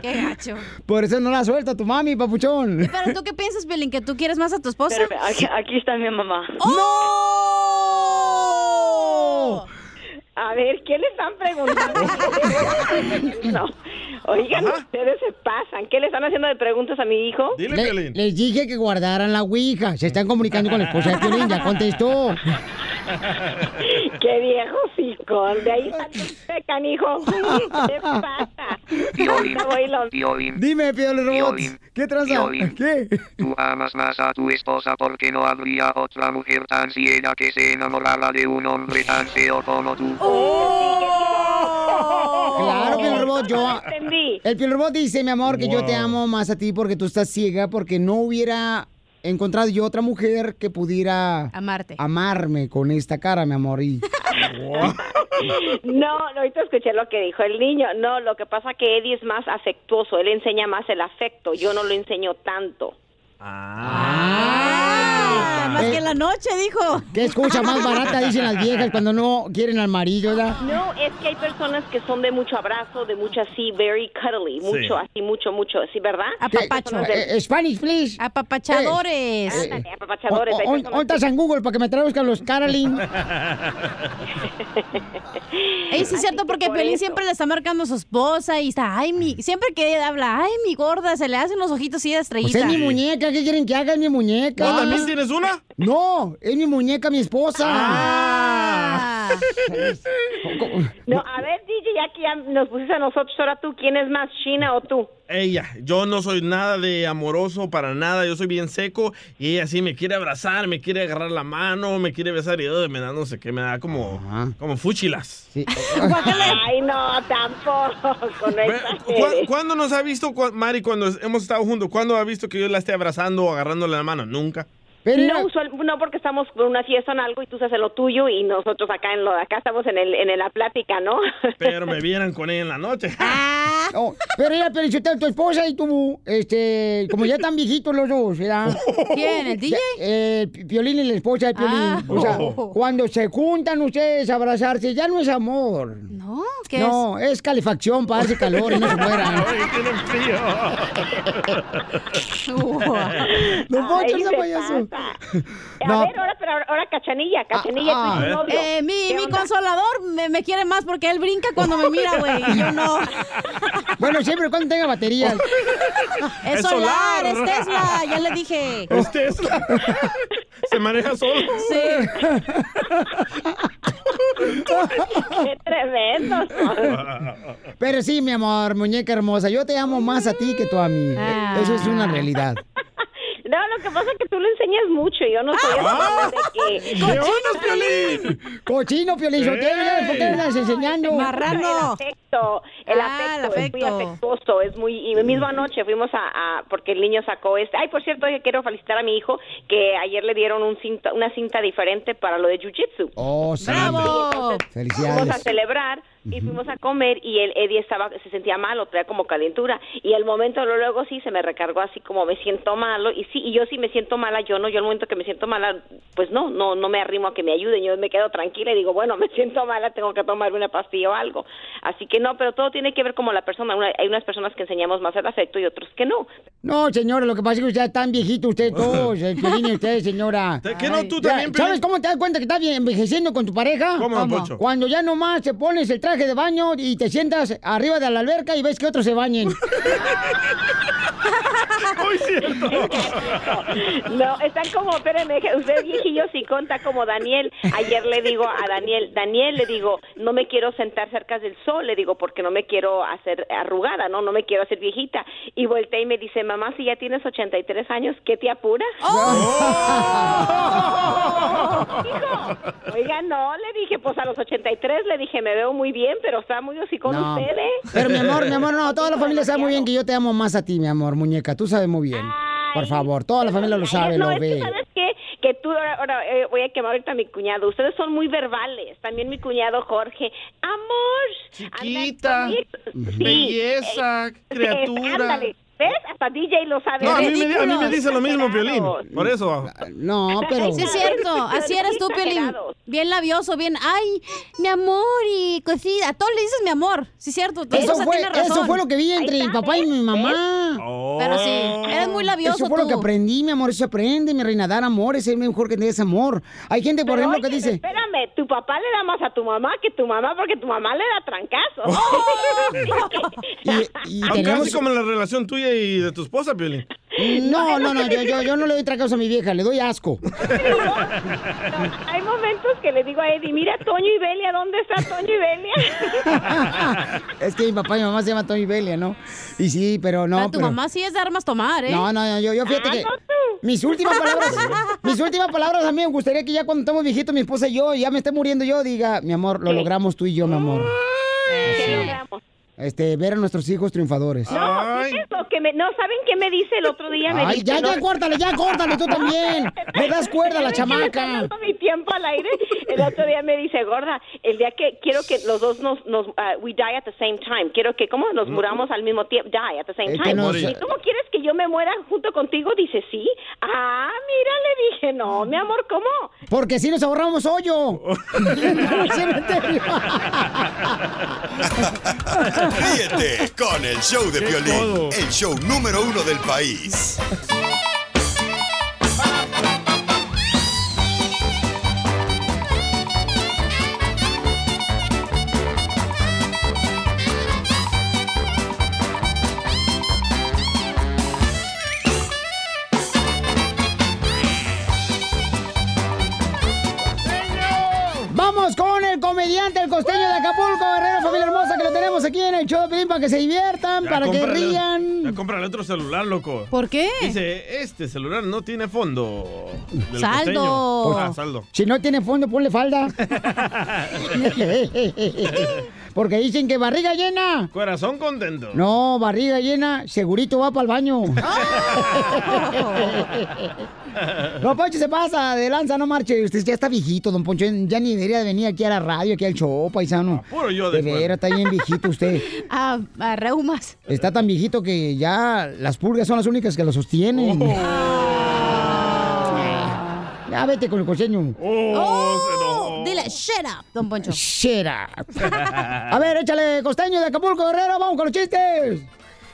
Speaker 6: Qué gacho.
Speaker 3: Por eso no la suelta tu mami, papuchón.
Speaker 6: Pero tú qué piensas, Pelín, que tú quieres más a tu esposa.
Speaker 19: Espérame, aquí, aquí está mi mamá.
Speaker 6: ¡Oh!
Speaker 3: ¡No!
Speaker 19: A ver, ¿qué le están preguntando? no. Oigan, ustedes se pasan. ¿Qué le están haciendo de preguntas a mi hijo?
Speaker 3: Le- les dije que guardaran la ouija. Se están comunicando con la esposa de Piolín, ya contestó.
Speaker 20: Qué viejo psicón. De ahí salió usted, canijo. ¿Qué pasa?
Speaker 3: Piolín.
Speaker 20: Ahorita voy y lo-
Speaker 21: Piolín.
Speaker 3: Dime, Piolín Robots.
Speaker 21: Piolín.
Speaker 3: ¿Qué tranza?
Speaker 21: Piolín.
Speaker 3: ¿Qué?
Speaker 21: Tú amas más a tu esposa porque no habría otra mujer tan ciega que se enamorara de un hombre tan feo como tú.
Speaker 3: Oh.
Speaker 6: Oh.
Speaker 3: Claro, Piolín Robot, yo...
Speaker 20: Entendí.
Speaker 3: El Piolín Robot dice, mi amor, que yo te
Speaker 20: Wow.
Speaker 3: amo más a ti porque tú estás ciega, porque no hubiera encontrado yo otra mujer que pudiera...
Speaker 6: Amarte.
Speaker 3: Amarme con esta cara, mi amor. Y...
Speaker 20: No, ahorita escuché lo que dijo el niño. No, lo que pasa que Eddie es más afectuoso. Él enseña más el afecto. Yo no lo enseño tanto.
Speaker 3: Ah.
Speaker 6: Ah, Más que la noche, dijo.
Speaker 3: ¿Qué excusa más barata dicen las viejas cuando no quieren al marido, ¿verdad?
Speaker 20: No, es que hay personas que son de mucho abrazo, de mucho así, very cuddly,
Speaker 3: Sí.
Speaker 20: mucho así, mucho, mucho así, ¿verdad?
Speaker 3: Apapacho. Eh, eh, Spanish, please.
Speaker 6: Apapachadores.
Speaker 3: Eh,
Speaker 20: Ándale, apapachadores,
Speaker 3: o- o-
Speaker 20: hay
Speaker 3: on-
Speaker 20: personas
Speaker 3: on estás en Google para que me traduzcan los Carolyn?
Speaker 6: Ey, sí, es cierto, porque
Speaker 20: por
Speaker 6: Piolín
Speaker 20: eso.
Speaker 6: siempre le está marcando a su esposa y está, ay, mi. Siempre que ella habla, ay, mi gorda, se le hacen los ojitos y de estrellita.
Speaker 3: Pues es mi muñeca, ¿qué quieren que haga? Es mi muñeca.
Speaker 6: ¿No, también tienes
Speaker 3: una? No, es mi muñeca, mi esposa.
Speaker 6: Ah.
Speaker 20: No, a ver, DJ, ya que ya nos pusiste a nosotros, ahora tú, ¿quién es más, China o tú?
Speaker 4: Ella, yo no soy nada de amoroso para nada, yo soy bien seco y ella sí me quiere abrazar, me quiere agarrar la mano, me quiere besar y ay, me da no sé qué, me da como, como fúchilas.
Speaker 20: Ay, no, tampoco, no
Speaker 4: ¿Cuá-
Speaker 20: exageres.
Speaker 4: ¿Cuándo nos ha visto, cua- Mari, cuando es- hemos estado juntos? ¿Cuándo ha visto que yo la esté abrazando o agarrándole la mano? Nunca.
Speaker 20: no, usual- no, porque estamos en una fiesta en algo y tú haces lo tuyo y nosotros acá en lo acá estamos en, el, en la plática, ¿no?
Speaker 4: Pero me vieran con ella en la noche.
Speaker 3: No, pero era pero yo tengo tu esposa y tu, este, como ya están viejitos los dos, ¿verdad?
Speaker 6: ¿Quién, el DJ?
Speaker 3: Eh, Pi- Piolín y la esposa de Piolín.
Speaker 6: Ah.
Speaker 3: O sea,
Speaker 6: Oh.
Speaker 3: cuando se juntan ustedes a abrazarse, ya no es amor.
Speaker 6: No, ¿qué
Speaker 3: no, es? calefacción para darse calor y no se ¿eh? mueran.
Speaker 4: Ay, tienen frío.
Speaker 3: No puedo
Speaker 20: Ay,
Speaker 3: echar esa
Speaker 20: se
Speaker 3: payaso.
Speaker 20: A
Speaker 3: No.
Speaker 20: ver, ahora, pero ahora, ahora cachanilla, cachanilla,
Speaker 6: Ah,
Speaker 20: tú y tu novio.
Speaker 6: eh, mi,
Speaker 20: ¿Qué
Speaker 6: mi
Speaker 20: onda?
Speaker 6: consolador me, me quiere más porque él brinca cuando me mira, güey. y Yo no.
Speaker 3: Bueno, siempre cuando tenga baterías.
Speaker 6: Es,
Speaker 3: Es
Speaker 6: solar,
Speaker 3: solar.
Speaker 6: es Tesla, ya le dije.
Speaker 4: Es Tesla. Se maneja solo.
Speaker 20: Qué tremendo.
Speaker 3: Pero sí, mi amor, muñeca hermosa, yo te amo más a ti que tú a mí.
Speaker 20: Ah.
Speaker 3: Eso es una realidad.
Speaker 20: No, lo que pasa es que tú le enseñas mucho, yo no soy
Speaker 3: Ah.
Speaker 20: de que...
Speaker 3: ¡Cochino, Piolín! ¡Cochino, Piolín! Sotelo, ya, ¿Por qué me las enseñando? Ah,
Speaker 20: El afecto, el afecto, es muy afectuoso, es muy... Y misma noche fuimos a, a- Porque el niño sacó este... Ay, por cierto, yo quiero felicitar a mi hijo que ayer le dieron un cinta, una cinta diferente para lo de Jiu-Jitsu.
Speaker 3: ¡Oh, sí!
Speaker 20: Fuimos a
Speaker 3: ¡Felicidades!
Speaker 20: celebrar y fuimos a comer y el Eddie estaba, se sentía malo, traía como calentura y al momento lo- luego sí se me recargó así como me siento malo y sí, y yo sí me siento mala, yo no, yo al momento que me siento mala, pues no, no, no me arrimo a que me ayuden, yo me quedo tranquila y digo, bueno, me siento mala, tengo que tomarme una pastilla o algo. Así que no, pero todo tiene que ver como la persona, una- hay unas personas que enseñamos más el afecto y otros que no.
Speaker 3: No, señora, lo que pasa es que ustedes están viejitos, ustedes todos, el Piolín y usted, señora.
Speaker 4: ¿Qué no tú
Speaker 3: Ya,
Speaker 4: también,
Speaker 3: ¿Sabes
Speaker 4: Piolín?
Speaker 3: cómo te das cuenta que estás bien envejeciendo con tu pareja?
Speaker 4: ¿Cómo, don ¿Cómo? Poncho?
Speaker 3: Cuando ya nomás te pones el traje de baño y te sientas arriba de la alberca y ves que otros se bañen.
Speaker 4: Muy cierto.
Speaker 20: No, están como, espérenme, que usted es viejillo si conta como Daniel. Ayer le digo a Daniel, Daniel le digo, no me quiero sentar cerca del sol, le digo, porque no me quiero hacer arrugada, no, no me quiero hacer viejita. Y volteé y me dice, mamá, si ya tienes 83 años, ¿qué te apura?
Speaker 3: ¡Oh!
Speaker 20: Hijo, oiga, no, le dije, pues a los 83 le dije, me veo muy bien, pero está muy hocicón
Speaker 3: No.
Speaker 20: usted, ¿eh?
Speaker 3: Pero mi amor, mi amor, no, toda la familia sabe muy bien que yo te amo más a ti, mi amor, muñeca. Tú sabes muy bien. Por favor, toda la familia lo sabe,
Speaker 20: No,
Speaker 3: lo
Speaker 20: es que
Speaker 3: ve.
Speaker 20: sabes qué? que tú ahora, ahora, eh, voy a quemar ahorita a mi cuñado. Ustedes son muy verbales. También mi cuñado Jorge. Amor. Chiquita.
Speaker 4: belleza, criatura.
Speaker 20: eh, ándale. ¿Ves? Hasta DJ lo sabe.
Speaker 4: No, a mí, me,
Speaker 20: Ridículos.
Speaker 4: a mí me dice lo mismo, Piolín. Por eso.
Speaker 3: No, pero...
Speaker 6: Sí, es cierto. Así eres tú, Piolín. Bien labioso, bien. Ay, mi amor y cosita. A todos le dices mi amor. Sí, es cierto. tu
Speaker 3: Eso
Speaker 6: esposa
Speaker 3: fue,
Speaker 6: Pues tiene razón. ¿eh?
Speaker 3: eso fue lo que vi entre mi papá y mi mamá.
Speaker 6: Pero sí, eres muy labioso
Speaker 3: Eso fue lo
Speaker 6: tú.
Speaker 3: que aprendí, mi amor. Eso se aprende, mi reina. Dar amor es el mejor que tienes amor. Hay gente, por
Speaker 20: Pero
Speaker 3: ejemplo, que
Speaker 20: oye,
Speaker 3: dice...
Speaker 20: Espérame, tu papá le da más a tu mamá que tu mamá porque tu mamá le da trancazo.
Speaker 3: Y
Speaker 4: Ah,
Speaker 3: tenemos-
Speaker 4: Casi como la relación tuya y de tu esposa, Piolín.
Speaker 3: Mm, No, no, no, yo, yo, yo no le doy tragos a mi vieja, le doy asco.
Speaker 22: Hay momentos que le digo a Eddie, mira Toño y Belia, ¿dónde está Toño y Belia?
Speaker 3: Es que mi papá y mi mamá se llaman Tony Belia, ¿no? Y sí, pero no.
Speaker 6: Ah, tu
Speaker 3: pero-
Speaker 6: mamá sí es de armas tomar, ¿eh?
Speaker 3: No, no, no, yo, yo fíjate
Speaker 6: Ah,
Speaker 3: que.
Speaker 6: no
Speaker 3: Mis últimas palabras. mis últimas palabras a mí me gustaría que ya cuando estamos viejitos, mi esposa y yo, ya me esté muriendo yo, diga, mi amor, lo logramos tú y yo, mi amor.
Speaker 22: ¿Qué
Speaker 3: Así.
Speaker 22: logramos?
Speaker 6: Mm.
Speaker 3: Este, ver a nuestros hijos triunfadores.
Speaker 22: No, ¿qué es lo que me- no, ¿saben qué me dice el otro día? Me
Speaker 3: Ay,
Speaker 22: dice,
Speaker 3: ya,
Speaker 22: ¿no?
Speaker 3: ya, córtale, ya, córtale, tú también. No das cuerda a la
Speaker 22: Es que me están
Speaker 3: chamaca.
Speaker 22: dando mi tiempo al aire. El otro día me dice, gorda, el día que quiero que los dos nos, nos ah, we die at the same time. Quiero que, ¿cómo? Nos muramos al mismo tiempo. Die at the same
Speaker 3: Es Mm. Eh, que
Speaker 22: time.
Speaker 3: nos-
Speaker 22: ¿Y cómo quieres que yo me muera junto contigo? Dice, sí. Ah, mira, le dije, no, mi amor, ¿cómo?
Speaker 3: Porque si nos ahorramos hoyo. En el cementerio.
Speaker 2: Ríete con el show de Piolín, el show número uno del país.
Speaker 3: Vamos con el comediante, el costeño de Acapulco, Guerrero, familia hermosa, que lo tenemos aquí en el show de Pelín para que se diviertan,
Speaker 4: Ya
Speaker 3: para que
Speaker 4: cómprale-
Speaker 3: rían.
Speaker 4: Ya cómprale otro celular, loco.
Speaker 6: ¿Por qué?
Speaker 4: Dice, este celular no tiene fondo. Del
Speaker 3: Saldo.
Speaker 4: costeño. Ah, saldo.
Speaker 3: Si no tiene fondo, ponle falda. Porque dicen que barriga llena.
Speaker 4: Corazón contento.
Speaker 3: No, barriga llena, segurito va para el baño. Don Poncho se pasa de lanza, no marche. Usted ya está viejito, don Poncho. Ya ni debería de venir aquí a la radio, aquí al show, paisano.
Speaker 4: Ah,
Speaker 6: puro yo
Speaker 4: pues,
Speaker 3: de
Speaker 6: después.
Speaker 3: veras, está bien viejito usted.
Speaker 6: A, a reumas.
Speaker 3: Está tan viejito que ya las pulgas son las únicas que lo sostienen. Ya vete con el coseño.
Speaker 6: Oh, Dile, shut up, don Poncho.
Speaker 3: Shut up. A ver, échale, costeño de Acapulco, Guerrero, vamos con los chistes.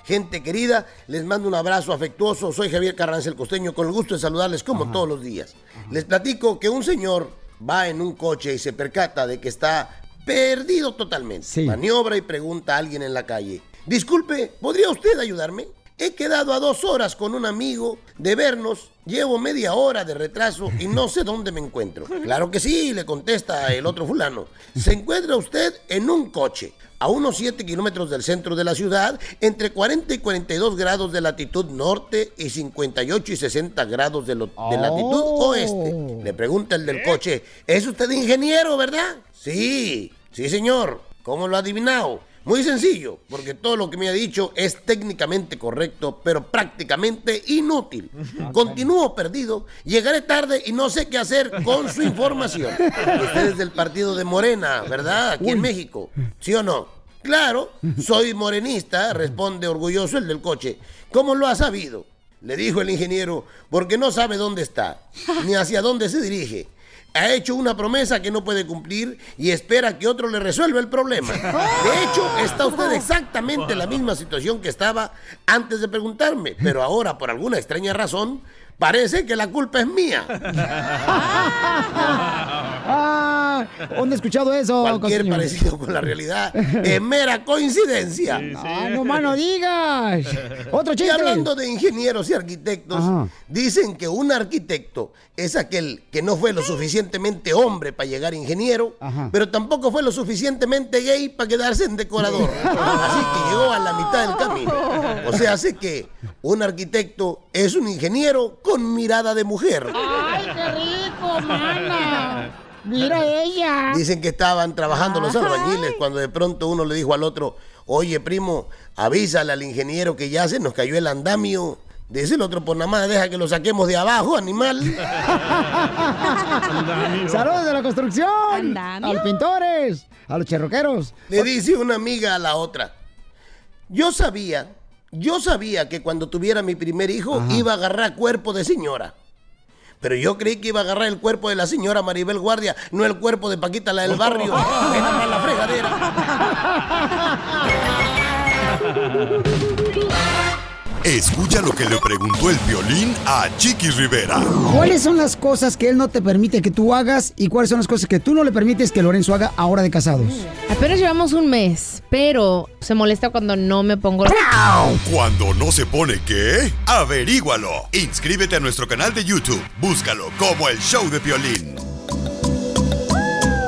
Speaker 23: Gente querida, les mando un abrazo afectuoso. Soy Javier Carranza el Costeño, con el gusto de saludarles como todos los días. Les platico que un señor va en un coche y se percata de que está perdido totalmente. Maniobra y pregunta a alguien en la calle. Disculpe, ¿podría usted ayudarme? He quedado a dos horas con un amigo de vernos, llevo media hora de retraso y no sé dónde me encuentro. Claro que sí, le contesta el otro fulano. Se encuentra usted en un coche, a unos 7 kilómetros del centro de la ciudad, entre 40 y 42 grados de latitud norte y 58 y 60 grados de, lo- de latitud oeste. Le pregunta el del coche, ¿es usted ingeniero, verdad? Sí, sí señor. ¿Cómo lo ha adivinado? Muy sencillo, porque todo lo que me ha dicho es técnicamente correcto, pero prácticamente inútil. Continúo perdido, llegaré tarde y no sé qué hacer con su información. Usted es del partido de Morena, ¿verdad? Aquí en México, ¿sí o no? Claro, soy morenista, responde orgulloso el del coche. ¿Cómo lo ha sabido? Le dijo el ingeniero, porque no sabe dónde está, ni hacia dónde se dirige. Ha hecho una promesa que no puede cumplir y espera que otro le resuelva el problema. De hecho, está usted exactamente en la misma situación que estaba antes de preguntarme, pero ahora, por alguna extraña razón, parece que la culpa es mía.
Speaker 3: Ah, ¿Dónde he escuchado eso?
Speaker 23: Cualquier
Speaker 3: costeño?
Speaker 23: parecido con la realidad es mera coincidencia.
Speaker 3: Ah, no más no digas. Otro
Speaker 23: Y
Speaker 3: chiste.
Speaker 23: hablando de ingenieros y arquitectos,
Speaker 3: Ajá.
Speaker 23: dicen que un arquitecto es aquel que no fue lo suficientemente hombre para llegar ingeniero, pero tampoco fue lo suficientemente gay para quedarse en decorador. Así que llegó a la mitad del camino. O sea, hace que un arquitecto es un ingeniero con mirada de mujer.
Speaker 3: ¡Ay, qué rico, mana! Mira ella.
Speaker 23: Dicen que estaban trabajando los albañiles cuando de pronto uno le dijo al otro, oye primo, avísale al ingeniero que ya se nos cayó el andamio. Dice el otro, por nada más deja que lo saquemos de abajo, animal.
Speaker 3: Saludos de la construcción. A los pintores, a los cherroqueros.
Speaker 23: Le dice una amiga a la otra. Yo sabía, yo sabía que cuando tuviera mi primer hijo iba a agarrar cuerpo de señora. Pero yo creí que iba a agarrar el cuerpo de la señora Maribel Guardia, no el cuerpo de Paquita, la del barrio. Era más la fregadera.
Speaker 2: Escucha lo que le preguntó el violín a Chiqui Rivera.
Speaker 3: ¿Cuáles son las cosas que él no te permite que tú hagas y cuáles son las cosas que tú no le permites que Lorenzo haga ahora de casados?
Speaker 1: Apenas llevamos un mes, pero se molesta cuando no me pongo...
Speaker 2: Cuando no se pone qué, averígualo. Inscríbete a nuestro canal de YouTube. Búscalo como el show de violín.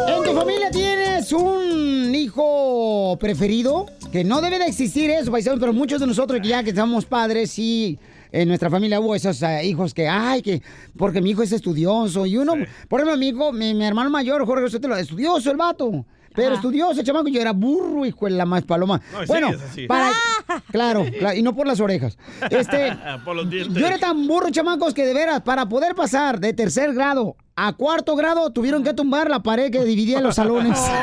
Speaker 3: ¿En tu familia tienes un hijo preferido? Que no debe de existir eso, paisanos, pero muchos de nosotros que ya que somos padres y en nuestra familia hubo esos eh, hijos que, ay, que porque mi hijo es estudioso. Y uno, por ejemplo, mi hijo, mi, mi hermano mayor, Jorge Sotelo, estudioso el vato. Pero
Speaker 14: Ajá.
Speaker 3: estudioso, chamaco, yo era burro, hijo de la más paloma.
Speaker 14: No, y
Speaker 3: bueno,
Speaker 14: sigues así.
Speaker 3: para... Claro, claro, y no por las orejas. Este,
Speaker 4: Por los dientes.
Speaker 3: yo era tan burro, chamacos, que de veras, para poder pasar de tercer grado a cuarto grado, tuvieron que tumbar la pared que dividía los salones.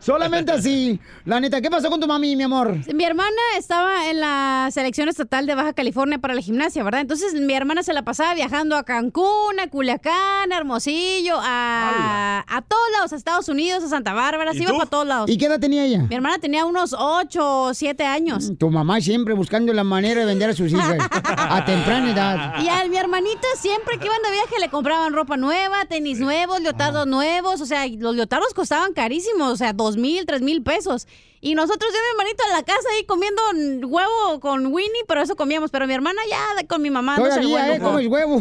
Speaker 3: Solamente así. La neta, ¿qué pasó con tu mami, mi amor?
Speaker 6: Mi hermana estaba en la selección estatal de Baja California para la gimnasia, ¿verdad? Entonces mi hermana se la pasaba viajando a Cancún, a Culiacán, a Hermosillo, a, a todos lados, a Estados Unidos, a Santa Bárbara, se iba para todos lados.
Speaker 3: ¿Y qué edad tenía ella?
Speaker 6: Mi hermana tenía unos 8 o 7 años.
Speaker 3: Tu mamá siempre buscando la manera de vender a sus hijas a temprana edad.
Speaker 6: Y a mi hermanita siempre que iban de viaje le compraban ropa nueva, tenis nuevos, leotardos nuevos. O sea, y los leotardos costaban carísimos, o sea, dos mil, tres mil pesos. Y nosotros yo y mi hermanito en la casa ahí comiendo mm, huevo con Winnie, pero eso comíamos. Pero mi hermana ya de- con mi mamá no se
Speaker 3: Todavía, ¿eh? Come el huevo.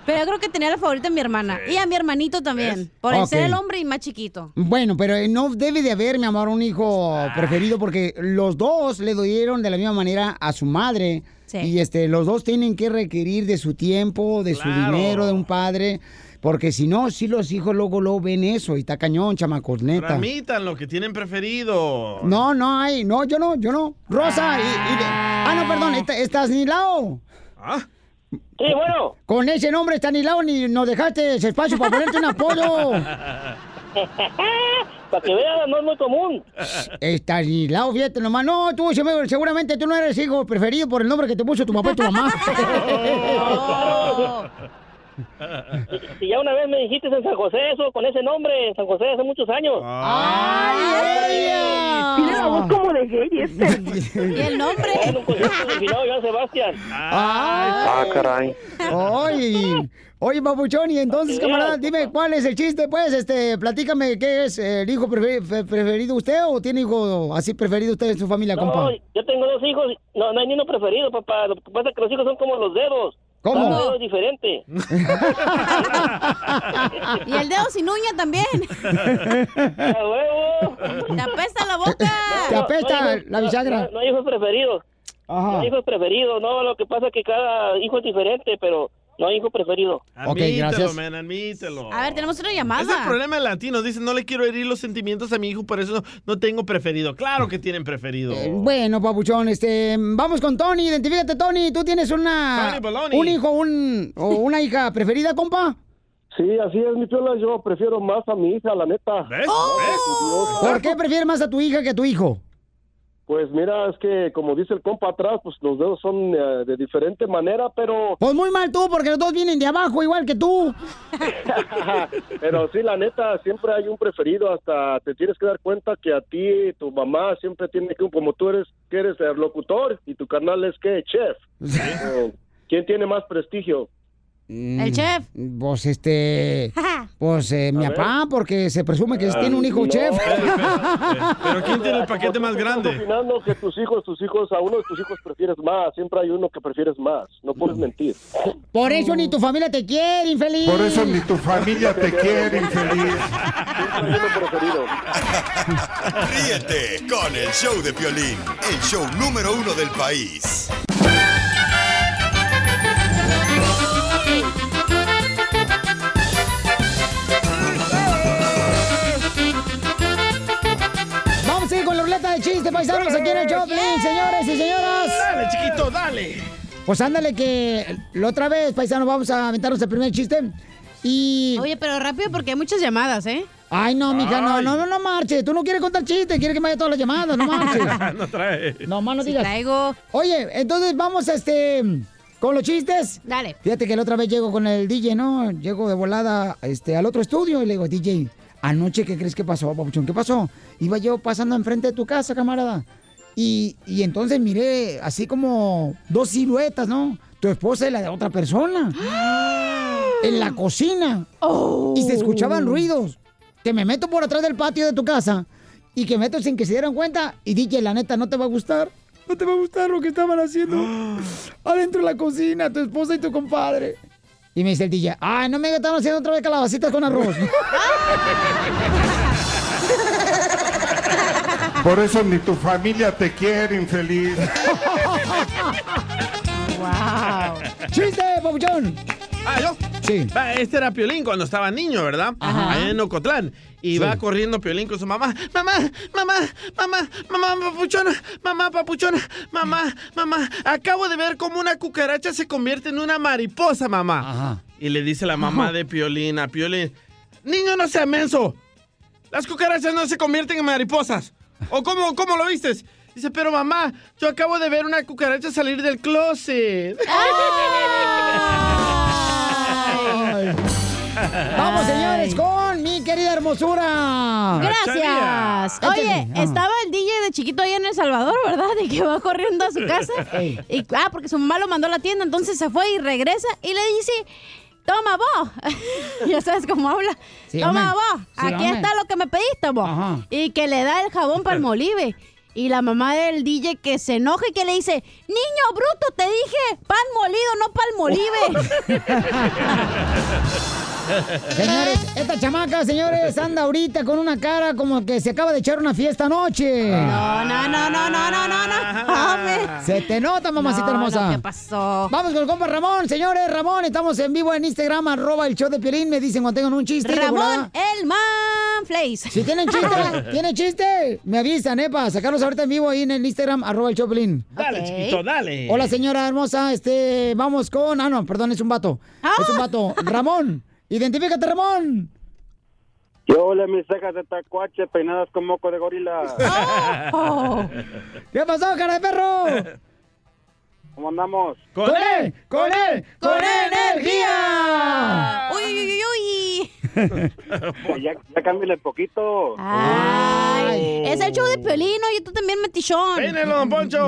Speaker 6: Pero yo creo que tenía la favorita de mi hermana. Y a mi hermanito también. Por el
Speaker 3: Ok.
Speaker 6: ser el hombre y más chiquito.
Speaker 3: Bueno, pero eh, no debe de haber, mi amor, un hijo preferido porque los dos le dieron de la misma manera a su madre.
Speaker 6: Sí.
Speaker 3: Y este, los dos tienen que requerir de su tiempo, de su
Speaker 14: Claro.
Speaker 3: dinero, de un padre. Porque si no, si los hijos luego lo ven eso y está cañón, chamacos, neta.
Speaker 4: Tramitan lo que tienen preferido.
Speaker 3: No, no hay, no, yo no, yo no. Rosa, y, y de- ah, no, perdón, esta- estás ni lao.
Speaker 9: Sí, bueno.
Speaker 3: Con ese nombre está ni lao, ni nos dejaste ese espacio para ponerte un apodo.
Speaker 9: Para que vean, no es muy común.
Speaker 3: Estás ni lao, fíjate nomás. No, tú se- seguramente tú no eres hijo preferido por el nombre que te puso tu papá y tu mamá.
Speaker 9: Si ya una vez me dijiste en San José eso, con ese nombre, en San José hace muchos años.
Speaker 3: ¡Ay! Tiene la voz
Speaker 9: como de gay este. pues,
Speaker 6: ¿Y el nombre?
Speaker 9: En un concierto del finado de Joan Sebastián.
Speaker 3: Ah,
Speaker 9: caray.
Speaker 3: Oye, oye, papuchón, y entonces, camarada, dime cuál es el chiste, pues, este, platícame qué es el hijo prefe- fe- preferido usted o tiene hijo así preferido usted en su familia,
Speaker 9: No,
Speaker 3: compa.
Speaker 9: yo tengo dos hijos. y- No, no hay ni uno preferido, papá. Lo que pasa es que los hijos son como los dedos.
Speaker 3: ¿Cómo?
Speaker 9: Cada dedo es diferente.
Speaker 6: Y el dedo sin uña también. Te apesta la boca.
Speaker 9: No, no hay hijos- no, No, no hay hijos preferidos.
Speaker 3: Ajá.
Speaker 9: No hay hijos preferidos. No, lo que pasa es que cada hijo es diferente, pero no hay hijo preferido.
Speaker 4: Admítelo, man, admítelo.
Speaker 6: A ver, tenemos una llamada.
Speaker 4: Es el problema de latinos. Dicen, no le quiero herir los sentimientos a mi hijo, por eso no, no tengo preferido. Claro que tienen preferido.
Speaker 3: Eh. Bueno, papuchón, este, vamos con Tony, identifícate, Tony, tú tienes una,
Speaker 4: Tony Baloney.
Speaker 3: un hijo, un, o una hija preferida, compa.
Speaker 9: Sí, así es, mi piola. Yo prefiero más a mi hija, la neta.
Speaker 4: ¿Ves?
Speaker 3: ¿Por qué prefieres más a tu hija que a tu hijo?
Speaker 9: Pues mira, es que como dice el compa atrás, pues los dedos son eh, de diferente manera, pero
Speaker 3: Pues muy mal tú, porque los dos vienen de abajo, igual que tú.
Speaker 9: pero sí, la neta, siempre hay un preferido. Hasta te tienes que dar cuenta que a ti, tu mamá, siempre tiene que, como tú eres, que eres el locutor y tu canal es que chef. Eh, ¿Quién tiene más prestigio?
Speaker 3: El
Speaker 6: chef.
Speaker 3: Mm, Pues este, pues eh, mi papá, porque se presume que tiene un
Speaker 9: Ah,
Speaker 3: hijo
Speaker 9: no.
Speaker 3: chef.
Speaker 4: Pero ¿quién tiene el paquete más grande?
Speaker 9: Opinando que tus hijos, tus hijos, a uno de tus hijos prefieres más. Siempre hay uno que prefieres más. No puedes mentir.
Speaker 3: Por eso ni tu familia te quiere, infeliz.
Speaker 9: Por eso
Speaker 3: ni
Speaker 9: tu familia te quiere, infeliz.
Speaker 2: Ríete con el show de violín, el show número uno del país.
Speaker 3: Vamos a ir con la ruleta de chistes, paisanos, aquí en el Choplin, señores y señoras.
Speaker 4: Dale, chiquito, dale.
Speaker 3: Pues ándale que la otra vez, paisanos, vamos a aventarnos el primer chiste. Y...
Speaker 6: Oye, pero rápido porque hay muchas llamadas, ¿eh?
Speaker 3: Ay, no, mija, no,
Speaker 6: Ay.
Speaker 3: no, no, no marches. Tú no quieres contar chistes, quieres que me haya todas las llamadas, no marches.
Speaker 4: no trae.
Speaker 3: No, más no
Speaker 6: Sí
Speaker 3: digas.
Speaker 6: traigo.
Speaker 3: Oye, entonces vamos este con los chistes.
Speaker 6: Dale.
Speaker 3: Fíjate que la otra vez llego con el DJ, ¿no? Llego de volada este, al otro estudio y le digo, DJ, Anoche, ¿qué crees que pasó, Papuchón? ¿Qué pasó? Iba yo pasando enfrente de tu casa, camarada. Y, y entonces miré así como dos siluetas, ¿no? Tu esposa y la de otra persona.
Speaker 6: ¡Ah!
Speaker 3: En la cocina. Y se escuchaban ruidos. Que me meto por atrás del patio de tu casa y que meto sin que se dieran cuenta. Y dije, la neta, no te va a gustar. No te va a gustar lo que estaban haciendo. Adentro de la cocina, tu esposa y tu compadre. Y me dice el DJ, ay, no me digas, estaban haciendo otra vez calabacitas con arroz.
Speaker 5: Por eso ni tu familia te quiere, infeliz.
Speaker 3: ¡Wow! Ah. ¡Chiste, papuchón!
Speaker 4: ¿Ah, yo?
Speaker 3: Sí.
Speaker 4: Este era Piolín cuando estaba niño, ¿verdad? Allá en Ocotlán. Y va corriendo Piolín con su mamá. Mamá, mamá, mamá, mamá, papuchona, mamá, papuchona, mamá, mamá. Acabo de ver cómo una cucaracha se convierte en una mariposa, mamá. Y le dice la mamá de Piolín a Piolín. Niño, no sea menso. Las cucarachas no se convierten en mariposas. ¿O cómo, cómo lo vistes? Dice, pero mamá, yo acabo de ver una cucaracha salir del closet.
Speaker 3: Vamos, señores, con mi querida hermosura.
Speaker 6: Gracias. Oye,
Speaker 3: Échale.
Speaker 6: estaba el DJ de chiquito ahí en El Salvador, ¿verdad? De que va corriendo a su casa.
Speaker 3: Ey.
Speaker 6: Y, ah, porque su mamá lo mandó a la tienda, entonces se fue y regresa y le dice, toma vos. ya sabes cómo habla.
Speaker 10: Sí,
Speaker 6: toma
Speaker 10: hombre.
Speaker 6: vos,
Speaker 10: Sí,
Speaker 6: aquí
Speaker 10: hombre.
Speaker 6: está lo que me pediste vos. Y que le da el jabón para el molive. Y la mamá del DJ que se enoja y que le dice, niño bruto, te dije pan molido, no pan molive.
Speaker 3: Señores, esta chamaca, señores, anda ahorita con una cara como que se acaba de echar una fiesta anoche.
Speaker 6: No, no, no, no, no, no, no, no. Hombre.
Speaker 3: Se te nota,
Speaker 6: Ah.
Speaker 3: mamacita
Speaker 6: No, no,
Speaker 3: hermosa.
Speaker 6: ¿qué pasó?
Speaker 3: Vamos con el compa Ramón, señores. Ramón, estamos en vivo en Instagram, arroba el show de Piolín. Me dicen cuando tengan un chiste. de
Speaker 6: Ramón
Speaker 3: volada.
Speaker 6: el Manflace.
Speaker 3: Si tienen chiste, tienen chiste, me avisan, eh, para sacarlos ahorita en vivo ahí en el Instagram, arroba el show de Piolín.
Speaker 4: Dale,
Speaker 3: Ok.
Speaker 4: chiquito, dale.
Speaker 3: Hola, señora hermosa, este, vamos con... Ah, no, perdón, es un vato.
Speaker 6: Ah.
Speaker 3: Es un vato. Ramón, identifícate, Ramón.
Speaker 24: Yo le mis cejas de tacuache peinadas con moco de gorila.
Speaker 3: Oh. ¿Qué pasó, cara de perro?
Speaker 24: ¿Cómo andamos?
Speaker 3: ¡Con él! ¡Con él! ¡Con energía!
Speaker 6: ¡Uy, uy, uy,
Speaker 24: ya ya cámbiale poquito.
Speaker 3: Ah.
Speaker 6: uy! Es el show de Piolino y tú también metichón.
Speaker 24: Pénelo, don Poncho.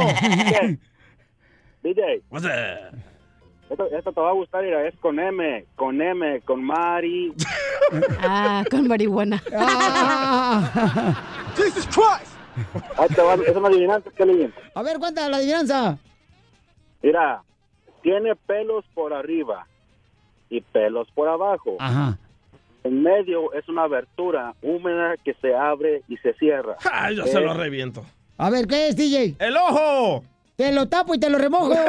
Speaker 24: DJ, esto, esto te va a gustar, mira, es con M, con M, con Mari.
Speaker 6: Ah, con marihuana.
Speaker 24: Jesus Christ. Ahí te va, es una adivinanza que le
Speaker 3: A ver, cuenta la adivinanza.
Speaker 24: Mira, tiene pelos por arriba y pelos por abajo.
Speaker 3: Ajá.
Speaker 24: En medio es una abertura húmeda que se abre y se cierra.
Speaker 4: Ah, yo se lo reviento.
Speaker 3: A ver, ¿qué es, DJ?
Speaker 4: ¡El ojo!
Speaker 3: Te lo tapo y te lo remojo.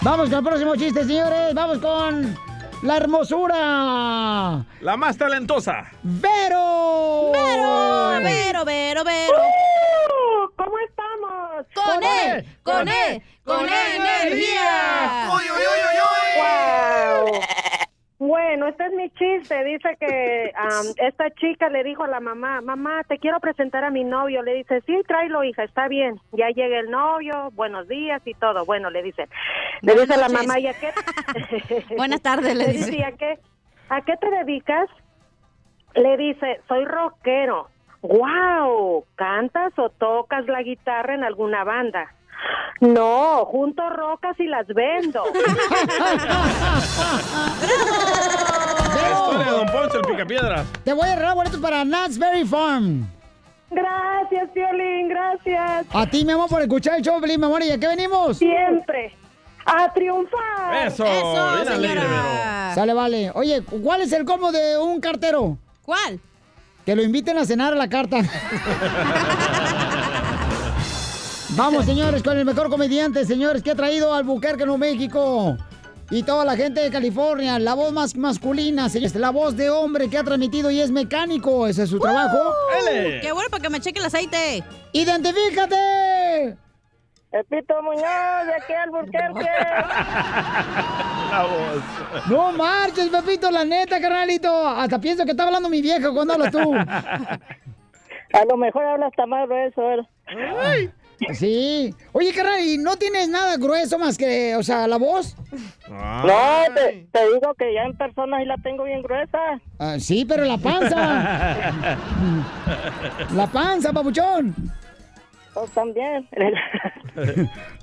Speaker 3: Vamos con el próximo chiste, señores. Vamos con la hermosura.
Speaker 4: La más talentosa.
Speaker 3: ¡Vero!
Speaker 6: ¡Vero! ¡Vero, vero, vero!
Speaker 10: ¿Cómo estamos? E,
Speaker 6: ¡Con él! ¡Con él! ¡Con E energía!
Speaker 10: ¡Uy, uy, uy, uy, uy!
Speaker 18: Bueno, este es mi chiste. Dice que am, esta chica le dijo a la mamá, mamá, te quiero presentar a mi novio. Le dice, sí, tráelo, hija, está bien. Ya llega el novio, buenos días y todo. Bueno, le dice, le
Speaker 6: Buenas
Speaker 18: dice a la
Speaker 6: noches.
Speaker 18: mamá, ¿y a qué?
Speaker 6: Buenas tardes, le dice.
Speaker 18: ¿y a qué, a qué te dedicas? Le dice, soy rockero. ¡Wow! ¿Cantas o tocas la guitarra en alguna banda? No, junto rocas y las vendo.
Speaker 4: La historia de Don Poncho, el picapiedra.
Speaker 3: Te voy a regalar boletos para Nutsberry Farm.
Speaker 18: Gracias, Piolín, gracias.
Speaker 3: A ti, mi amor, por escuchar el show, Piolín, mi amor. ¿Y a qué venimos?
Speaker 18: Siempre. A triunfar.
Speaker 4: Eso, Eso, bien alegre, señora.
Speaker 3: Sale, vale. Oye, ¿cuál es el combo de un cartero?
Speaker 6: ¿Cuál?
Speaker 3: Que lo inviten a cenar a la carta. Vamos, señores, con el mejor comediante, señores, que ha traído al Buquerque, Nuevo México. Y toda la gente de California, la voz más masculina, señores, la voz de hombre que ha transmitido y es mecánico, ese es su trabajo.
Speaker 6: ¡Qué bueno para que me cheque el aceite!
Speaker 3: ¡Identifícate!
Speaker 10: Pepito Muñoz, de aquí Alburquerque.
Speaker 4: La voz.
Speaker 3: No marches, Pepito, la neta, carnalito. Hasta pienso que está hablando mi vieja cuando hablas tú.
Speaker 10: A lo mejor hablas hasta más grueso.
Speaker 3: Sí. Oye, carnal, ¿y no tienes nada grueso más que, o sea, la voz?
Speaker 10: No, te, te digo que ya en persona sí la tengo bien gruesa.
Speaker 3: Ah, sí, pero la panza. la panza, papuchón.
Speaker 10: Pues también.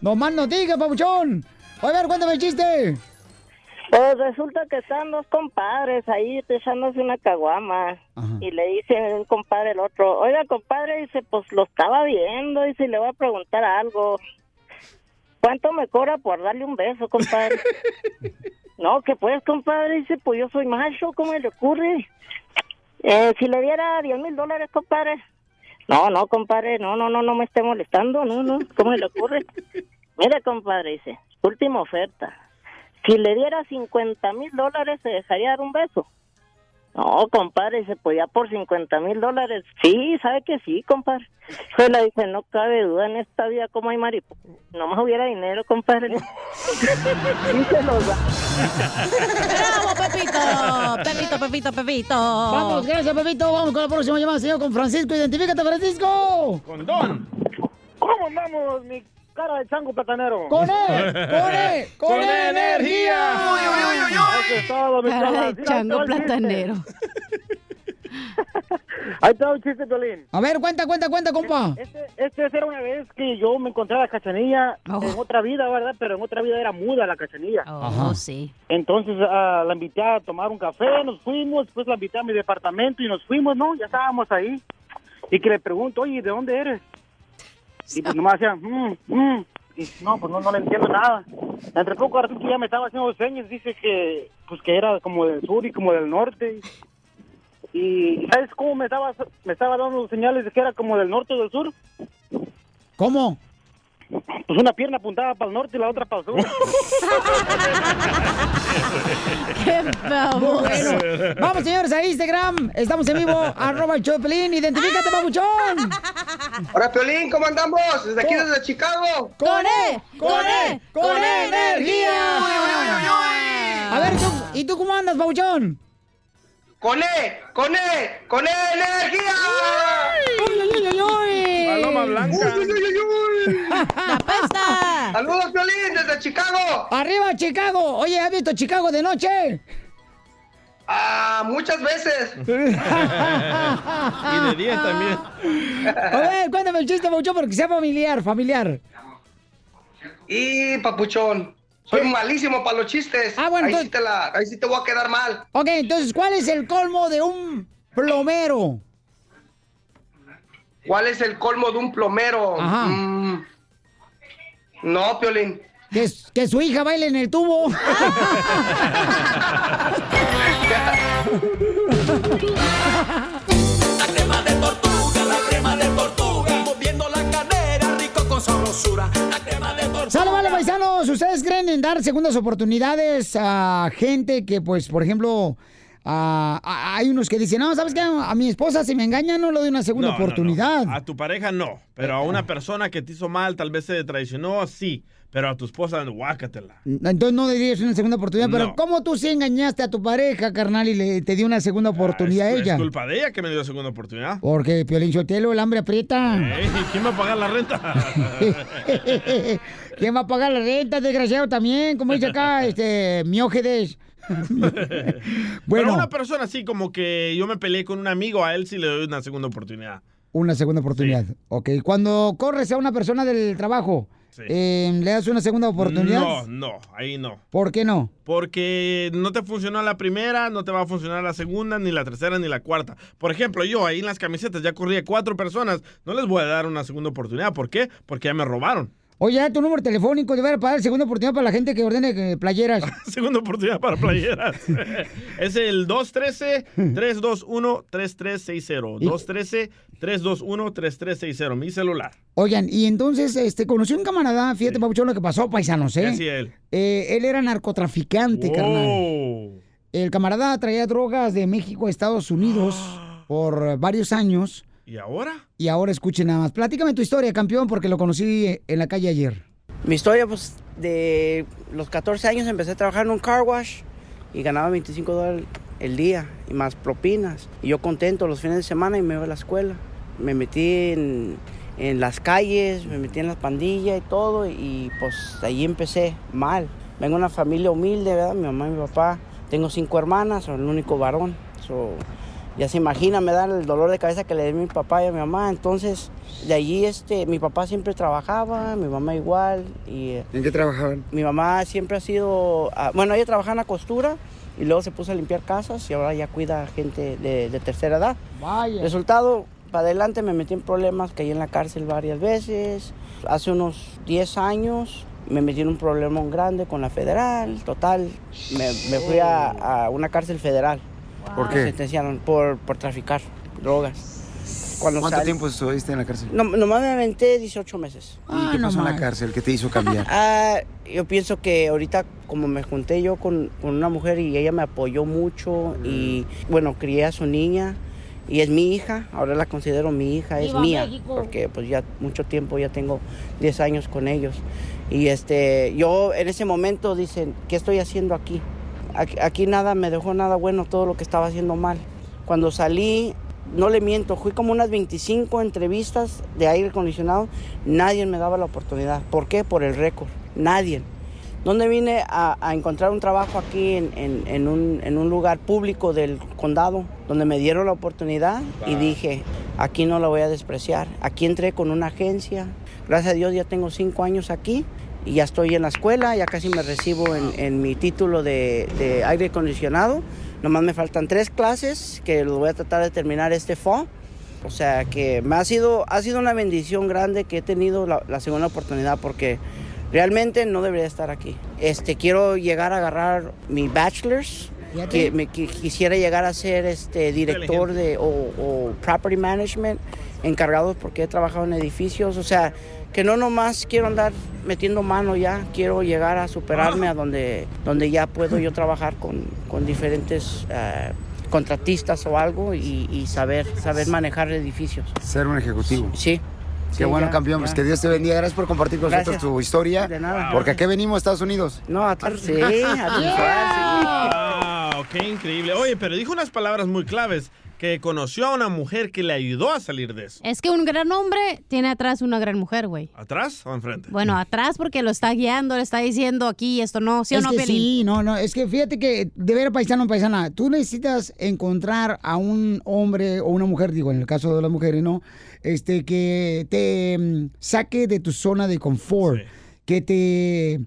Speaker 3: No más no digas, papuchón. Oye, a ver, cuéntame el chiste.
Speaker 10: Pues resulta que están dos compadres ahí echándose una caguama. Y le dice un compadre al otro, oiga compadre, dice, pues lo estaba viendo, dice, y le voy a preguntar algo. ¿Cuánto me cobra por darle un beso, compadre? no, que pues, compadre, dice, pues yo soy macho, ¿cómo le ocurre? Eh, si le diera 10 mil dólares, compadre. No, no, compadre, no, no, no, no me esté molestando, no, no, ¿cómo le ocurre? Mira, compadre, dice, última oferta. Si le diera 50 mil dólares, se dejaría dar un beso. No, compadre, se podía por 50 mil dólares. Sí, sabe que sí, compadre. Se le dice, no cabe duda en esta vida cómo hay maripo. Nomás hubiera dinero, compadre. Sí se los da.
Speaker 6: ¡Bravo, Pepito! Pepito, Pepito, Pepito.
Speaker 3: Vamos, gracias, Pepito. Vamos con la próxima llamada, señor, con Francisco. Identifícate, Francisco.
Speaker 4: Con Don.
Speaker 10: ¿Cómo andamos, mi cara de chango platanero?
Speaker 3: Con él, con él, con Con él, energía. energía. Uy, uy, uy, uy, uy.
Speaker 10: Eso es todo, mi
Speaker 6: Cara
Speaker 10: cara.
Speaker 6: de chango platanero.
Speaker 10: Ahí está un chiste, Violín.
Speaker 3: A ver, cuenta, cuenta, cuenta, compa.
Speaker 10: Este, este era una vez que yo me encontré a la cachanilla
Speaker 3: Oh.
Speaker 10: en otra vida, ¿verdad? Pero en otra vida era muda la cachanilla.
Speaker 6: Oh, sí.
Speaker 10: Entonces ah, la invité a tomar un café, nos fuimos, después la invité a mi departamento y nos fuimos, ¿no? Ya estábamos ahí. Y que le pregunto, oye, ¿de dónde eres? Y pues nomás decía, mm, mm. Y dice, no, pues no, no le entiendo nada. Entre poco ratito ya me estaba haciendo señas, dice que pues que era como del sur y como del norte. Y ¿sabes cómo me estaba, me estaba dando señales de que era como del norte o del sur?
Speaker 3: ¿Cómo?
Speaker 10: Pues una pierna apuntaba para el norte y la otra para el sur.
Speaker 6: ¡Qué
Speaker 3: Bueno, vamos, señores, a Instagram. Estamos en vivo. Arroba el show de Pelín. Identifícate, papuchón.
Speaker 8: Hola, Piolín, ¿cómo andamos? Desde aquí, desde Chicago.
Speaker 3: ¡Con E! ¡Con E! ¡Con E energía! A ver, ¿tú, ¿y tú cómo andas, papuchón?
Speaker 8: ¡Con E! ¡Con E! ¡Con E energía!
Speaker 3: ¡Uy, uy, uy, uy!
Speaker 8: Paloma blanca. ¡La pesta! ¡Saludos, Piolín, desde Chicago!
Speaker 3: ¡Arriba, Chicago! Oye, ¿has visto Chicago de noche?
Speaker 8: Ah, muchas veces.
Speaker 4: y de 10 también.
Speaker 3: A ver, cuéntame el chiste, papuchón, porque sea familiar, familiar.
Speaker 8: Y, papuchón, soy malísimo para los chistes.
Speaker 3: Ah, bueno,
Speaker 8: ahí,
Speaker 3: tú-
Speaker 8: sí te la- ahí sí te voy a quedar mal.
Speaker 3: Ok, entonces, ¿cuál es el colmo de un plomero?
Speaker 8: ¿Cuál es el colmo de un plomero?
Speaker 3: Ajá.
Speaker 8: Mm, no, Piolín.
Speaker 3: Que, que su hija baile en el tubo. Sale, vale, paisanos. ¿Ustedes creen en dar segundas oportunidades a gente que, pues, por ejemplo, a- a- hay unos que dicen, no, ¿sabes qué? A mi esposa, si me engaña, no le doy una segunda
Speaker 4: No, no, no.
Speaker 3: oportunidad.
Speaker 4: A tu pareja no, pero a una persona que te hizo mal, tal vez se traicionó, sí. Pero a tu esposa, guácatela.
Speaker 3: Entonces no dirías una segunda oportunidad, pero
Speaker 4: No.
Speaker 3: ¿cómo tú sí engañaste a tu pareja, carnal, y le, te dio una segunda oportunidad a
Speaker 4: Ah, Es
Speaker 3: ella?
Speaker 4: culpa de ella que me dio segunda oportunidad.
Speaker 3: Porque Piolín Sotelo, el hambre aprieta.
Speaker 4: Ey, ¿Quién va a pagar la renta?
Speaker 3: ¿Quién va a pagar la renta, desgraciado, también? Como dice acá, este, miógedes.
Speaker 4: Pero
Speaker 3: Bueno.
Speaker 4: una persona así como que yo me peleé con un amigo, a él sí le doy una segunda oportunidad.
Speaker 3: Una segunda oportunidad. Ok, cuando corres a una persona del trabajo,
Speaker 4: Sí.
Speaker 3: eh, ¿le das una segunda oportunidad?
Speaker 4: No, no, ahí no.
Speaker 3: ¿Por qué no?
Speaker 4: Porque no te funcionó la primera, no te va a funcionar la segunda, ni la tercera, ni la cuarta. Por ejemplo, yo ahí en las camisetas ya corrí a cuatro personas, no les voy a dar una segunda oportunidad. ¿Por qué? Porque ya me robaron.
Speaker 3: Oye, ya tu número telefónico, yo voy a pagar segunda oportunidad para la gente que ordene eh, playeras.
Speaker 4: Segunda oportunidad para playeras. es el 213-321-3360. 213-321-3360. Mi celular.
Speaker 3: Oigan, y entonces, este, conocí un camarada, fíjate, Pabuchón, lo que pasó, paisanos, ¿eh?
Speaker 4: ¿Qué hacía él?
Speaker 3: Eh, él era narcotraficante, carnal. El camarada traía drogas de México a Estados Unidos por eh, varios años.
Speaker 4: ¿Y ahora?
Speaker 3: Y ahora escuchen nada más. Platícame tu historia, campeón, porque lo conocí eh, en la calle ayer.
Speaker 25: Mi historia, pues, de los 14 años empecé a trabajar en un car wash y ganaba 25 dólares el día y más propinas. Y yo contento los fines de semana y me iba a la escuela. Me metí en, en las calles, me metí en las pandillas y todo, y pues ahí empecé mal. Vengo de una familia humilde, ¿verdad? Mi mamá y mi papá. Tengo cinco hermanas, soy el único varón. So, ya se imagina, me da el dolor de cabeza que le di a mi papá y a mi mamá. Entonces, de allí, este, mi papá siempre trabajaba, mi mamá igual. Y, eh,
Speaker 14: ¿En qué trabajaban?
Speaker 25: mi mamá siempre ha sido, ah, bueno, ella trabajaba en la costura y luego se puso a limpiar casas y ahora ya cuida gente de, de tercera edad.
Speaker 3: Vaya.
Speaker 25: Resultado, para adelante me metí en problemas, caí en la cárcel varias veces. Hace unos 10 años me metí en un problema grande con la federal, total, me, me fui a, a una cárcel federal.
Speaker 14: ¿Por
Speaker 25: Me
Speaker 14: qué?
Speaker 25: sentenciaron por, por traficar drogas. Cuando
Speaker 14: ¿Cuánto
Speaker 25: sal-
Speaker 14: tiempo estuviste en la cárcel?
Speaker 25: No, nomás me aventé 18 meses.
Speaker 3: Ah,
Speaker 14: ¿Y qué pasó en la cárcel? ¿Qué te hizo cambiar?
Speaker 25: Ah, yo pienso que ahorita como me junté yo con, con una mujer y ella me apoyó mucho y
Speaker 14: Mm.
Speaker 25: bueno, crié a su niña y es mi hija, ahora la considero mi hija, es
Speaker 6: ¡Viva
Speaker 25: mía,
Speaker 6: México!
Speaker 25: porque pues ya mucho tiempo, ya tengo 10 años con ellos. Y este, yo en ese momento dicen, ¿qué estoy haciendo aquí? Aquí, aquí nada me dejó nada bueno, todo lo que estaba haciendo mal. Cuando salí, no le miento, fui como unas 25 entrevistas de aire acondicionado, nadie me daba la oportunidad. ¿Por qué? Por el récord, nadie. ¿Dónde vine a, a encontrar un trabajo aquí en, en- en un, en un lugar público del condado, donde me dieron la oportunidad y
Speaker 26: Wow.
Speaker 25: dije, aquí no la voy a despreciar. Aquí entré con una agencia, gracias a Dios ya tengo cinco años aquí y ya estoy en la escuela, ya casi me recibo en, en mi título de, de aire acondicionado. Nomás me faltan tres clases que los voy a tratar de terminar este fall. O sea que me ha sido, ha sido una bendición grande que he tenido la, la segunda oportunidad porque realmente no debería estar aquí. Este, quiero llegar a agarrar mi bachelor's,
Speaker 23: Fíjate.
Speaker 25: que me qui- quisiera llegar a ser este director de o, o property management encargado porque he trabajado en edificios, o sea que no nomás quiero andar metiendo mano ya, quiero llegar a superarme a donde, donde ya puedo yo trabajar con, con diferentes eh, contratistas o algo y, y saber, saber manejar edificios.
Speaker 14: Ser un ejecutivo.
Speaker 25: Sí.
Speaker 14: Qué
Speaker 25: Sí,
Speaker 14: bueno,
Speaker 25: ya,
Speaker 14: campeón.
Speaker 25: ya.
Speaker 14: Pues que Dios te bendiga. Gracias por compartir con
Speaker 25: Gracias.
Speaker 14: nosotros tu historia.
Speaker 25: De nada.
Speaker 14: Porque aquí venimos, Estados Unidos.
Speaker 25: No, a sí, a
Speaker 4: Wow, qué increíble. Oye, pero dijo unas palabras muy claves que conoció a una mujer que le ayudó a salir de eso.
Speaker 6: Es que un gran hombre tiene atrás una gran mujer, güey.
Speaker 4: ¿Atrás o enfrente?
Speaker 6: Bueno, atrás porque lo está guiando, le está diciendo aquí esto no, ¿sí o
Speaker 3: es
Speaker 6: no,
Speaker 3: que
Speaker 6: Piolín?
Speaker 3: sí, no, no, es que fíjate que de ver paisano paisana, tú necesitas encontrar a un hombre o una mujer, digo, en el caso de las mujeres, ¿no? Este, que te mm, saque de tu zona de confort, que te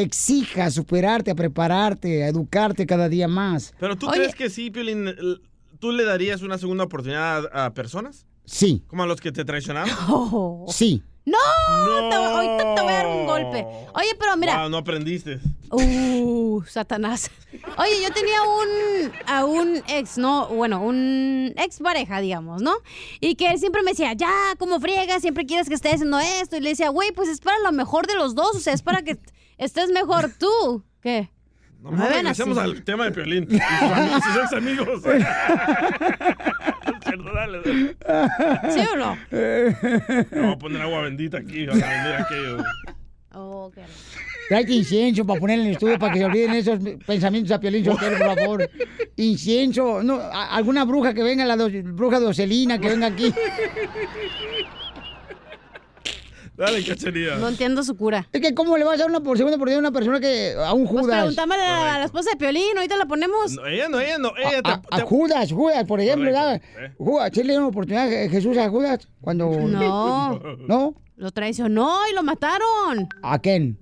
Speaker 3: exija superarte, a prepararte, a educarte cada día más.
Speaker 4: Pero tú
Speaker 3: Oye.
Speaker 4: crees que sí, Piolín, l- tú le darías una segunda oportunidad a personas?
Speaker 3: Sí,
Speaker 4: Como a los que te traicionaron.
Speaker 3: sí.
Speaker 6: ¡No! Te- ahorita te voy a dar un golpe. Oye, pero mira.
Speaker 4: Wow, no aprendiste.
Speaker 6: Uh, Satanás. Oye, yo tenía un a un ex, no, bueno, un ex pareja, digamos, ¿no? Y que él siempre me decía, ya, como friega, siempre quieres que esté haciendo esto. Y le decía, güey, pues es para lo mejor de los dos, o sea, es para que estés mejor tú. ¿Qué?
Speaker 4: Nomás
Speaker 6: Me ven
Speaker 4: regresemos
Speaker 6: así.
Speaker 4: al tema de Piolín. Y sus amigos, sus ex amigos. Perdónale.
Speaker 6: ¿Sí o no?
Speaker 4: Me voy a poner agua bendita aquí. Van a vender aquello.
Speaker 3: Trae incienso para poner en el estudio para que se olviden esos pensamientos a Piolín Sotelo, por favor. Incienso, no, a- alguna bruja que venga, la do- bruja de Ocelina que venga aquí.
Speaker 4: Dale, cachanilla.
Speaker 6: No entiendo su cura.
Speaker 3: Es que cómo le vas a dar una por segunda oportunidad a una persona que a un
Speaker 6: Pues
Speaker 3: Judas.
Speaker 6: preguntame a la, a la esposa de Piolín, ahorita la ponemos.
Speaker 4: No, ella no, ella no, ella
Speaker 3: a, a Judas, Judas, por ejemplo, ¿verdad?
Speaker 6: ¿Eh?
Speaker 3: Judas, ¿sí le dio una oportunidad a Jesús a Judas? Cuando...
Speaker 6: No.
Speaker 3: ¿No?
Speaker 6: Lo traicionó y lo mataron.
Speaker 3: ¿A quién?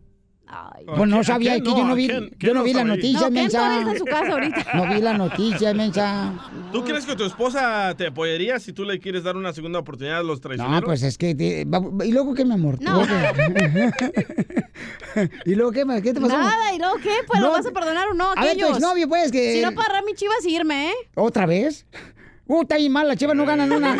Speaker 3: Pues
Speaker 6: ¿A
Speaker 3: no
Speaker 6: quién?
Speaker 3: sabía,
Speaker 6: ¿A
Speaker 3: es que
Speaker 6: quién
Speaker 3: yo
Speaker 6: no?
Speaker 3: no
Speaker 6: ¿A
Speaker 3: vi,
Speaker 6: quién?
Speaker 3: yo
Speaker 6: ¿Quién
Speaker 3: no
Speaker 6: no
Speaker 3: vi las
Speaker 6: sabía?
Speaker 3: noticias,
Speaker 6: No, ¿quién
Speaker 3: mensa.
Speaker 6: no está en su casa ahorita?
Speaker 3: No vi las noticias, mensa.
Speaker 4: ¿Tú crees que tu esposa te apoyaría si tú le quieres dar una segunda oportunidad a los traicioneros?
Speaker 3: No, pues es que... te- va- ¿Y luego qué, mi amor?
Speaker 4: No.
Speaker 3: ¿Y luego qué, ma- qué te pasó?
Speaker 6: Nada, ¿y luego qué? Pues
Speaker 3: No,
Speaker 6: lo vas a perdonar o no,
Speaker 3: a ver, tu
Speaker 6: aquellos.
Speaker 3: exnovio, pues, que-
Speaker 6: Si no para mi chiva, irme, ¿eh?
Speaker 3: ¿Otra vez? Uh, está bien mal, las chivas no ganan una.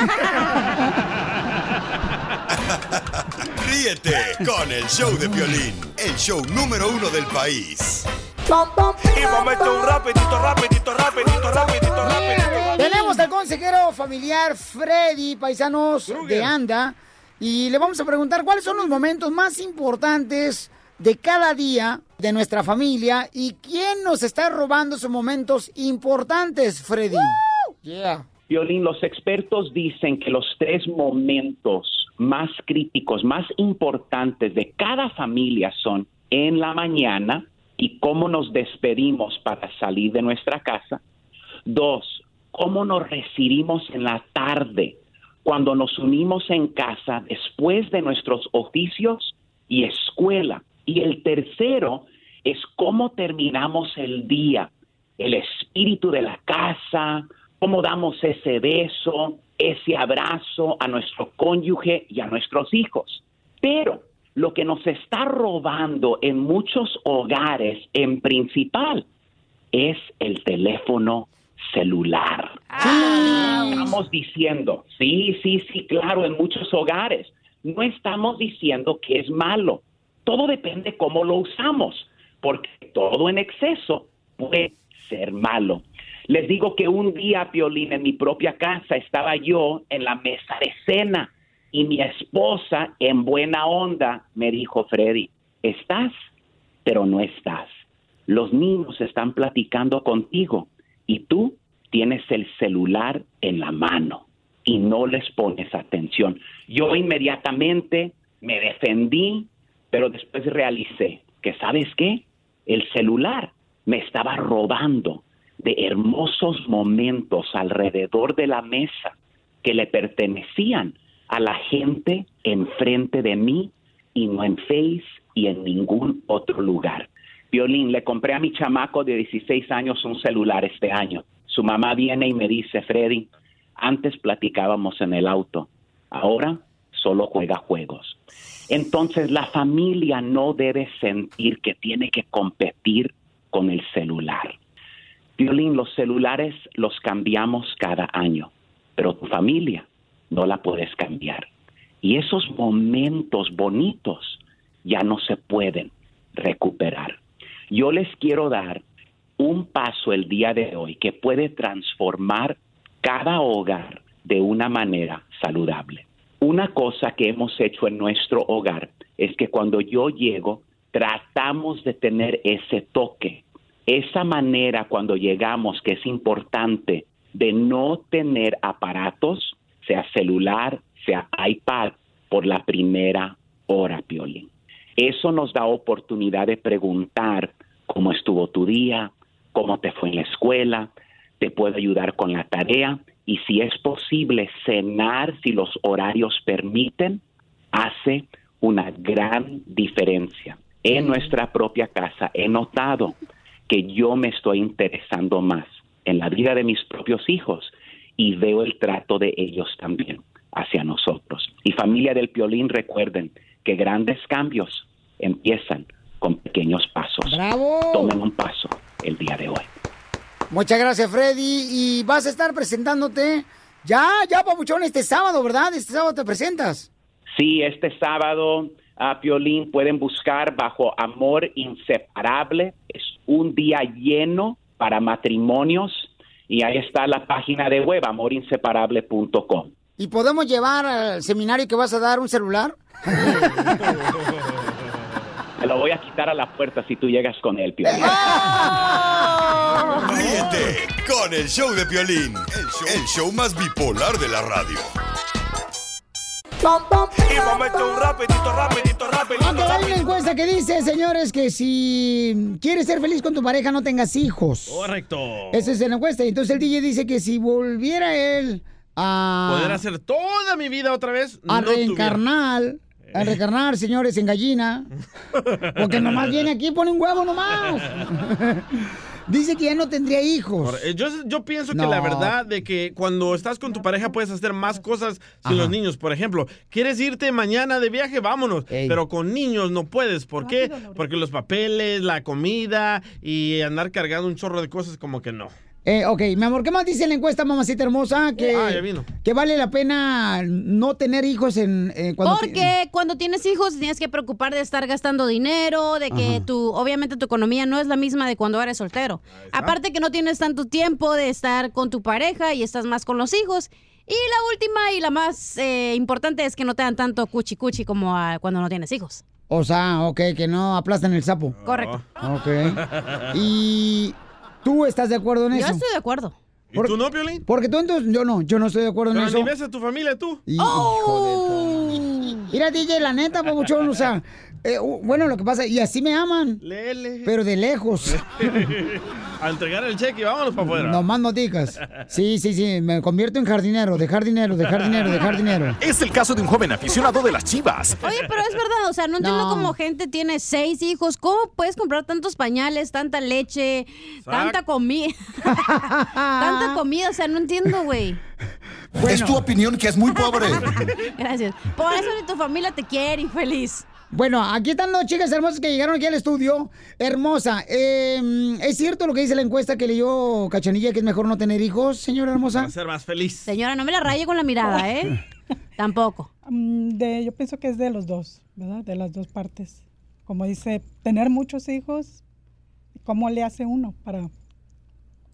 Speaker 2: Ríete con el show de Piolín, el show número uno del país.
Speaker 7: Y vamos a meter un rapidito, rapidito, rapidito, rapidito, rapidito.
Speaker 3: Tenemos al consejero familiar Freddy Paisanos de Anda y le vamos a preguntar cuáles son los momentos más importantes de cada día de nuestra familia y quién nos está robando esos momentos importantes, Freddy. Yeah.
Speaker 16: Violín, los expertos dicen que los tres momentos
Speaker 26: más críticos, más importantes de cada familia son en la mañana y cómo nos despedimos para salir de nuestra casa. Dos, cómo nos recibimos en la tarde cuando nos unimos en casa después de nuestros oficios y escuela. Y el tercero es cómo terminamos el día, el espíritu de la casa, cómo damos ese beso, ese abrazo a nuestro cónyuge y a nuestros hijos. Pero lo que nos está robando en muchos hogares, en principal, es el teléfono celular. Estamos diciendo, sí, sí, sí, claro, en muchos hogares. No estamos diciendo que es malo. Todo depende cómo lo usamos, porque todo en exceso puede ser malo. Les digo que un día, Piolín, en mi propia casa estaba yo en la mesa de cena y mi esposa, en buena onda, me dijo, Freddy, estás, pero no estás. Los niños están platicando contigo y tú tienes el celular en la mano y no les pones atención. Yo inmediatamente me defendí, pero después realicé que, ¿sabes qué? El celular me estaba robando de hermosos momentos alrededor de la mesa que le pertenecían a la gente enfrente de mí y no en Face y en ningún otro lugar. Violín, le compré a mi chamaco de 16 años un celular este año. Su mamá viene y me dice, Freddy, antes platicábamos en el auto, ahora solo juega juegos. Entonces la familia no debe sentir que tiene que competir con el celular. Violín, los celulares los cambiamos cada año, pero tu familia no la puedes cambiar. Y esos momentos bonitos ya no se pueden recuperar. Yo les quiero dar un paso el día de hoy que puede transformar cada hogar de una manera saludable. Una cosa que hemos hecho en nuestro hogar es que cuando yo llego, tratamos de tener ese toque, esa manera cuando llegamos que es importante de no tener aparatos, sea celular, sea iPad, por la primera hora, Piolín. Eso nos da oportunidad de preguntar cómo estuvo tu día, cómo te fue en la escuela, te puedo ayudar con la tarea y si es posible cenar, si los horarios permiten, hace una gran diferencia. En nuestra propia casa he notado que yo me estoy interesando más en la vida de mis propios hijos y veo el trato de ellos también hacia nosotros. Y familia del Piolín, recuerden que grandes cambios empiezan con pequeños pasos. Tomen un paso el día de hoy.
Speaker 14: Muchas gracias, Freddy. Y vas a estar presentándote ya, ya, papuchón, este sábado, ¿verdad? Este sábado te presentas.
Speaker 26: Sí, este sábado a Piolín pueden buscar bajo Amor Inseparable. Es un día lleno para matrimonios y ahí está la página de web amorinseparable.com.
Speaker 14: ¿Y podemos llevar al seminario que vas a dar un celular?
Speaker 26: Te lo voy a quitar a la puerta si tú llegas con él, Piolín.
Speaker 2: Ríete con el show de Piolín, el show, el show más bipolar de la radio.
Speaker 7: Y momento un rapidito, rapidito,
Speaker 3: Vamos
Speaker 7: rapidito,
Speaker 3: a darle una
Speaker 7: rapidito.
Speaker 3: encuesta que dice, señores, que si quieres ser feliz con tu pareja, no tengas hijos.
Speaker 4: Correcto.
Speaker 3: Esa es la encuesta. Entonces el DJ dice que si volviera él a...
Speaker 4: Poder hacer toda mi vida otra vez.
Speaker 3: a
Speaker 4: no tuviera- Eh.
Speaker 3: reencarnar, a reencarnar, señores, en gallina. Porque nomás viene pues. aquí y pone un huevo nomás. Dice que ya no tendría hijos.
Speaker 4: Eh, Yo, yo pienso que
Speaker 3: No.
Speaker 4: la verdad de que cuando estás con tu pareja puedes hacer más cosas sin los niños. Por ejemplo, ¿quieres irte mañana de viaje? Vámonos. Pero con niños no puedes. ¿Por qué? Porque los papeles, la comida y andar cargando un chorro de cosas como que no.
Speaker 3: Eh, ok, mi amor, ¿qué más dice la encuesta, mamacita hermosa? Que,
Speaker 4: Ah, ya vino.
Speaker 3: que vale la pena no tener hijos en eh, cuando...
Speaker 6: Porque cuando tienes hijos tienes que preocupar de estar gastando dinero, de que
Speaker 3: Ajá.
Speaker 6: tu, obviamente tu economía no es la misma de cuando eres soltero. Aparte que no tienes tanto tiempo de estar con tu pareja y estás más con los hijos. Y la última y la más eh, importante es que no te dan tanto cuchi cuchi como ah, cuando no tienes hijos.
Speaker 3: O sea, ok, que no aplastan el sapo.
Speaker 6: Correcto.
Speaker 3: Ok. Y tú estás de acuerdo
Speaker 6: Yo
Speaker 3: en eso.
Speaker 6: estoy de acuerdo.
Speaker 4: ¿Y tú no, Piolín?
Speaker 3: Porque tú entonces, yo no, yo no estoy de acuerdo
Speaker 4: Pero
Speaker 3: en eso.
Speaker 4: ni ves a tu familia tú.
Speaker 3: Y-
Speaker 4: ¡Oh!
Speaker 3: hijo de tu- Mira, DJ, la neta, papuchón, o sea, eh, u- bueno, lo que pasa, y así me aman,
Speaker 4: Lele.
Speaker 3: pero de lejos.
Speaker 4: A entregar el cheque, vámonos para afuera.
Speaker 3: No más no digas. Sí, sí, sí, me convierto en jardinero, de jardinero, de jardinero, de jardinero.
Speaker 16: Es el caso de un joven aficionado de las chivas.
Speaker 6: Oye, pero es verdad, o sea, no entiendo
Speaker 3: No.
Speaker 6: cómo gente tiene seis hijos. ¿Cómo puedes comprar tantos pañales, tanta leche, tanta comida? tanta comida, o sea, no entiendo, güey.
Speaker 3: Es tu opinión que es muy pobre.
Speaker 6: Gracias. Por eso ni tu familia te quiere, infeliz.
Speaker 3: Bueno, aquí están las chicas hermosas que llegaron aquí al estudio. Hermosa, eh, ¿es cierto lo que dice la encuesta que leyó Cachanilla que es mejor no tener hijos, señora hermosa?
Speaker 4: Para ser más feliz.
Speaker 6: Señora, no me la raye con la mirada, ¿eh? Tampoco.
Speaker 17: yo pienso que es Mm, de los dos, ¿verdad? De las dos partes. Como dice, tener muchos hijos, ¿cómo le hace uno para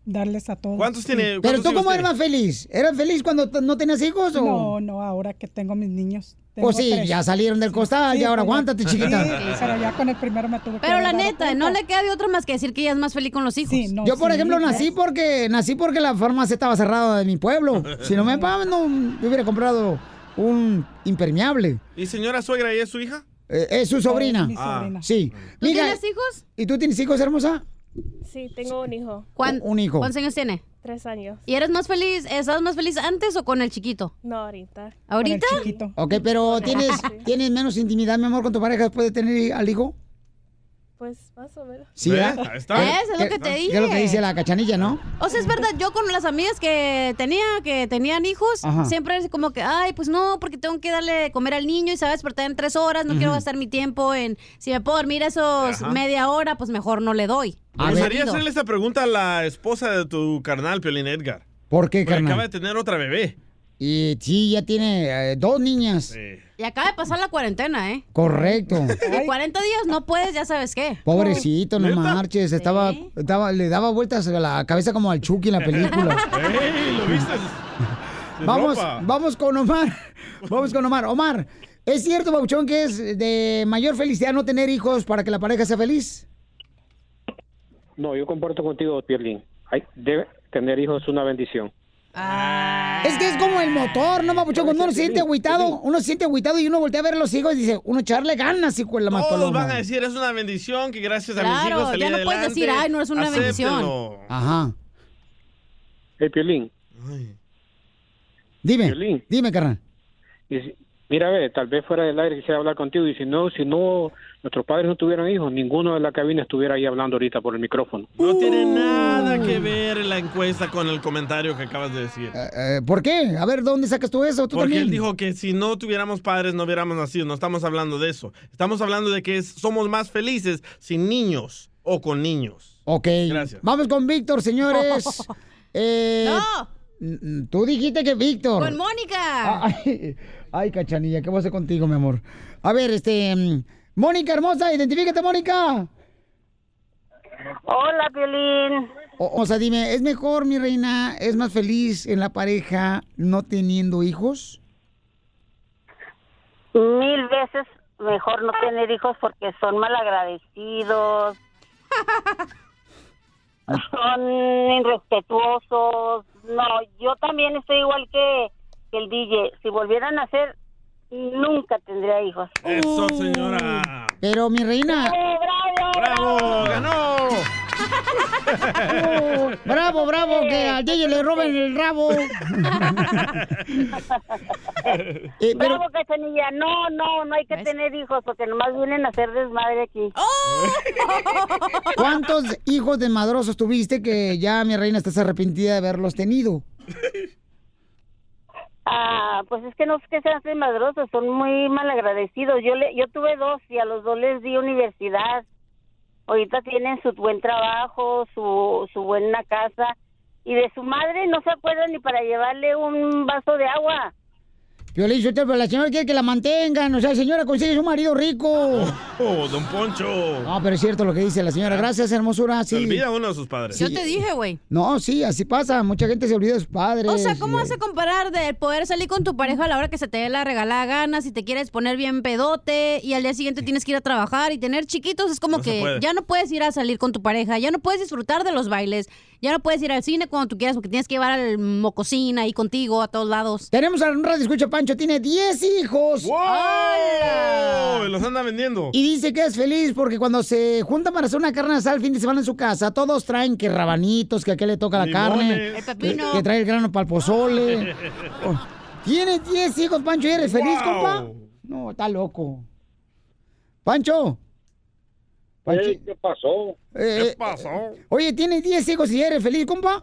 Speaker 17: darles a todos?
Speaker 4: ¿Cuántos tiene-
Speaker 17: Sí.
Speaker 3: Pero tú, ¿cómo eres más feliz? ¿Eras feliz cuando t- no tenías hijos o...?
Speaker 17: No, no, ahora que tengo mis niños.
Speaker 3: Pues sí, ya salieron del costal, ya ahora
Speaker 17: pues
Speaker 3: aguántate, chiquita.
Speaker 17: Sí, pero ya con el primero me tuve que
Speaker 6: Pero
Speaker 17: haber
Speaker 6: la
Speaker 17: dado
Speaker 6: neta,
Speaker 17: cuenta.
Speaker 6: no le queda de otra más que decir que ella es más feliz con los hijos.
Speaker 3: Yo, por ejemplo, nací porque nací porque la farmacia estaba cerrada de mi pueblo. Si no me pagaban, no, yo hubiera comprado un impermeable.
Speaker 4: ¿Y señora suegra, ella es su hija?
Speaker 3: Eh, es su sobrina.
Speaker 4: mi sobrina.
Speaker 3: Sí.
Speaker 4: ¿Tú
Speaker 17: tienes
Speaker 6: Ah. hijos?
Speaker 3: ¿Y tú tienes hijos, hermosa?
Speaker 6: Sí, tengo un hijo.
Speaker 3: Un hijo.
Speaker 6: ¿Cuántos años tiene? Tres años. ¿Y eres más feliz? ¿Estás más feliz antes o con el chiquito? No, ahorita. ¿Ahorita?
Speaker 3: Ok, pero
Speaker 6: Sí.
Speaker 3: ¿tienes, ¿tienes menos intimidad, mi amor, con tu pareja después de tener al hijo?
Speaker 6: Pues más o menos.
Speaker 3: Sí, ah? ¿verdad?
Speaker 6: Ahí está. ¿Ves? Ah, Es lo que te
Speaker 3: Es lo que
Speaker 6: dije.
Speaker 3: dice la cachanilla, ¿no?
Speaker 6: O sea, es verdad, yo con las amigas que tenía, que tenían hijos,
Speaker 3: Ajá.
Speaker 6: siempre es como que, ay, pues no, porque tengo que darle de comer al niño y se va a despertar en tres horas, no quiero
Speaker 4: Ujú.
Speaker 6: gastar mi tiempo en, si me puedo dormir esos
Speaker 4: Ajá.
Speaker 6: media hora, pues mejor no le doy.
Speaker 3: Ah,
Speaker 4: Me gustaría hacerle esta pregunta a la esposa de tu carnal, Piolín Edgar.
Speaker 3: ¿Por qué,
Speaker 4: Porque acaba
Speaker 3: carnal?
Speaker 4: de tener otra bebé.
Speaker 3: Y sí, ya tiene eh, dos niñas.
Speaker 6: Y acaba de pasar la cuarentena, ¿eh?
Speaker 3: Correcto.
Speaker 6: De 40 días no puedes, ya sabes qué.
Speaker 3: Pobrecito, no marches. Estaba, estaba, le daba vueltas a la cabeza como al Chucky en la película.
Speaker 4: ¡Ey! ¿Lo viste? Sin
Speaker 3: vamos,
Speaker 4: ropa.
Speaker 3: vamos con Omar. Vamos con Omar. Omar, ¿es cierto, Bauchón, que es de mayor felicidad no tener hijos para que la pareja sea feliz?
Speaker 11: No, yo comparto contigo, Pierlin. Hay, debe tener hijos es una bendición.
Speaker 3: Es que es como el motor, ¿no, Bauchón? Cuando uno se siente agüitado, uno se siente agüitado y uno voltea a ver a los hijos y dice, uno echarle ganas, hijo de la más
Speaker 4: Todos
Speaker 3: paloma.
Speaker 4: van a decir, es una bendición que gracias a mis
Speaker 6: Claro,
Speaker 4: hijos salí
Speaker 6: ya no puedes
Speaker 4: adelante".
Speaker 6: decir, "Ay, no, es una bendición".
Speaker 4: Acéptenlo.
Speaker 3: Ajá.
Speaker 11: Hey, Piolín.
Speaker 3: Dime, dime, carnal.
Speaker 11: Y si- mira, a ver, tal vez fuera del aire quisiera hablar contigo. Y si no, si no, nuestros padres no tuvieran hijos, ninguno de la cabina estuviera ahí hablando ahorita por el micrófono.
Speaker 4: No tiene nada
Speaker 3: Uh.
Speaker 4: que ver la encuesta con el comentario que acabas de decir.
Speaker 3: Eh, ¿Por qué? A ver, ¿dónde sacas tú eso? ¿Tú
Speaker 4: Porque
Speaker 3: también?
Speaker 4: él dijo que si no tuviéramos padres no hubiéramos nacido. No estamos hablando de eso. Estamos hablando de que es- somos más felices sin niños o con niños.
Speaker 3: Ok.
Speaker 4: Gracias.
Speaker 3: Vamos con Víctor, señores. Eh, n- Tú dijiste que Víctor.
Speaker 6: Con
Speaker 3: Ah,
Speaker 6: Mónica.
Speaker 3: Ay, ay, cachanilla, ¿qué voy a hacer contigo, mi amor? A ver, este. mm, Mónica hermosa, identifícate, Mónica.
Speaker 27: Hola, Violín.
Speaker 3: O, o sea, dime, ¿es mejor, mi reina, es más feliz en la pareja no teniendo hijos?
Speaker 27: Mil veces mejor no tener hijos porque son malagradecidos, son irrespetuosos. No, yo también estoy igual que, que el DJ. Si volvieran a hacer, nunca tendría hijos.
Speaker 4: Eso, señora.
Speaker 3: Pero, mi reina.
Speaker 4: ¡Bravo! ¡Ganó!
Speaker 3: ¡Bravo, bravo! Que al DJ le roben el rabo. Eh, pero-
Speaker 27: Bravo, Cachanilla. No, no, no hay que tener hijos porque nomás vienen a hacer desmadre aquí.
Speaker 3: ¿Cuántos hijos desmadrosos tuviste que ya, mi reina, estás arrepentida de haberlos tenido?
Speaker 27: Ah, pues es que no es que sean tan madrosos, son muy malagradecidos. Yo le, yo tuve dos y a los dos les di universidad. Ahorita tienen su buen trabajo, su, su buena casa y de su madre no se acuerdan ni para llevarle un vaso de agua.
Speaker 3: Violín, yo te- pero la señora quiere que la mantengan. O sea, señora, consigue un marido rico.
Speaker 4: ¡Oh, don Poncho!
Speaker 3: No, pero es cierto lo que dice la señora. Gracias, hermosura.
Speaker 4: Se
Speaker 3: Sí.
Speaker 4: olvida uno de sus padres.
Speaker 6: Yo te dije, güey.
Speaker 3: No, sí, así pasa. Mucha gente se olvida de sus padres.
Speaker 6: O sea, ¿cómo vas a comparar de poder salir con tu pareja a la hora que se te dé la regalada gana, si te quieres poner bien pedote y al día siguiente tienes que ir a trabajar y tener chiquitos? Es como
Speaker 27: No se
Speaker 6: que
Speaker 27: puede.
Speaker 6: ya no puedes ir a salir con tu pareja, ya no puedes disfrutar de los bailes, Ya no puedes ir al cine cuando tú quieras porque tienes que llevar al mocosina ahí contigo a todos lados.
Speaker 3: Tenemos a un radio escucha, Pancho, tiene 10 hijos.
Speaker 4: ¡Wow! Los anda vendiendo.
Speaker 3: Y dice que es feliz porque cuando se juntan para hacer una carne asada el fin de semana en su casa, todos traen que rabanitos, que a qué le toca la
Speaker 4: Limones.
Speaker 3: carne,
Speaker 4: El
Speaker 3: que,
Speaker 4: pepino.
Speaker 3: que trae el grano para el pozole. Oh, Tienes 10 hijos, Pancho, y eres feliz,
Speaker 4: Wow.
Speaker 3: compa. No, está loco. Pancho. Pancho.
Speaker 19: ¿Qué pasó?
Speaker 3: Eh, eh, Oye, tienes 10 hijos y eres feliz, compa.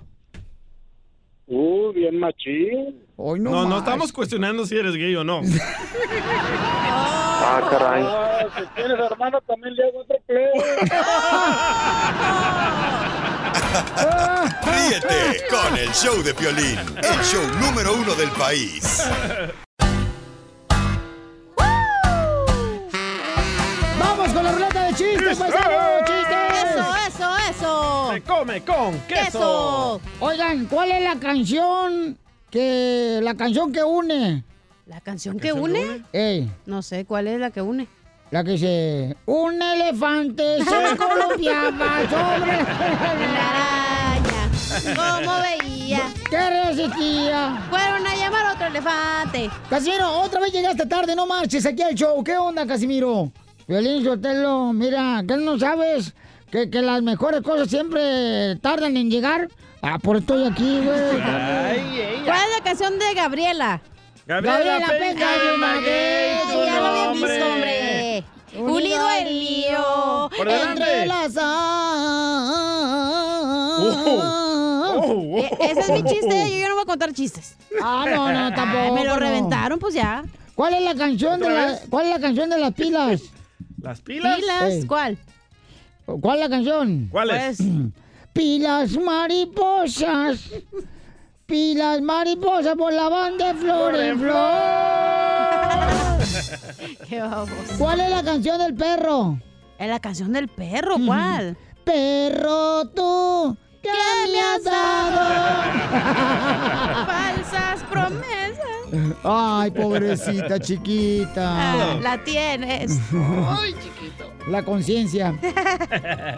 Speaker 19: Uh, bien machín.
Speaker 3: Hoy
Speaker 4: No, no, estamos cuestionando si eres gay o no.
Speaker 19: Ah,
Speaker 4: caray.
Speaker 19: si tienes hermano, también le hago otro
Speaker 2: Ríete con el show de Piolín, el show número uno del país.
Speaker 3: ¡Vamos con la ruleta de
Speaker 19: pues,
Speaker 3: chistes, paisanos! ¡Chistes!
Speaker 6: Eso, eso, eso.
Speaker 4: Se come con queso.
Speaker 3: Oigan, ¿cuál es la canción que. la canción que une?
Speaker 6: ¿La canción que une?
Speaker 3: Ey,
Speaker 6: No sé cuál es la que une.
Speaker 3: la que dice. Un elefante se columpiaba sobre la
Speaker 6: araña. ¿Cómo veía?
Speaker 3: ¿Qué resistía?
Speaker 6: Fueron a llamar a otro elefante.
Speaker 3: Casimiro, otra vez llegaste tarde, no marches aquí al show. ¿Qué onda, Casimiro? Violín Sotelo, mira, ¿qué no sabes? Que, que las mejores cosas siempre tardan en llegar. Ah, por estoy aquí, güey.
Speaker 6: ¿Cuál es la canción de Gabriela?
Speaker 3: Gabriela Gabriela Penca y Vilma Vilma Gay, Gay, tu
Speaker 6: Ya lo había
Speaker 3: nombre.
Speaker 6: visto, hombre.
Speaker 3: Unido
Speaker 6: Unido
Speaker 3: al
Speaker 6: el
Speaker 3: lío,
Speaker 6: lío.
Speaker 3: Por delante.
Speaker 6: E- Ese es mi chiste, yo ya no voy a contar chistes.
Speaker 3: Ah, no, no, tampoco,
Speaker 6: Ay, me lo
Speaker 3: no.
Speaker 6: reventaron, pues ya.
Speaker 3: ¿Cuál es la canción de
Speaker 6: ¿Otra
Speaker 3: la,
Speaker 6: vez?
Speaker 3: ¿Cuál es la canción de las pilas?
Speaker 4: ¿Las pilas?
Speaker 3: Ey.
Speaker 6: ¿Cuál?
Speaker 3: ¿Cuál es la canción?
Speaker 4: ¿Cuál es?
Speaker 3: Pues, Pilas mariposas. Pilas mariposas por la banda de flor en flor.
Speaker 6: Qué babos.
Speaker 3: ¿Cuál es la canción del perro?
Speaker 6: Es la canción del perro, ¿cuál?
Speaker 3: Perro tú, ¿qué me has dado?
Speaker 6: Falsas promesas. Ah,
Speaker 3: Ay, pobrecita chiquita.
Speaker 6: La tienes.
Speaker 3: Ah, Ay,
Speaker 6: chiquito.
Speaker 3: La conciencia.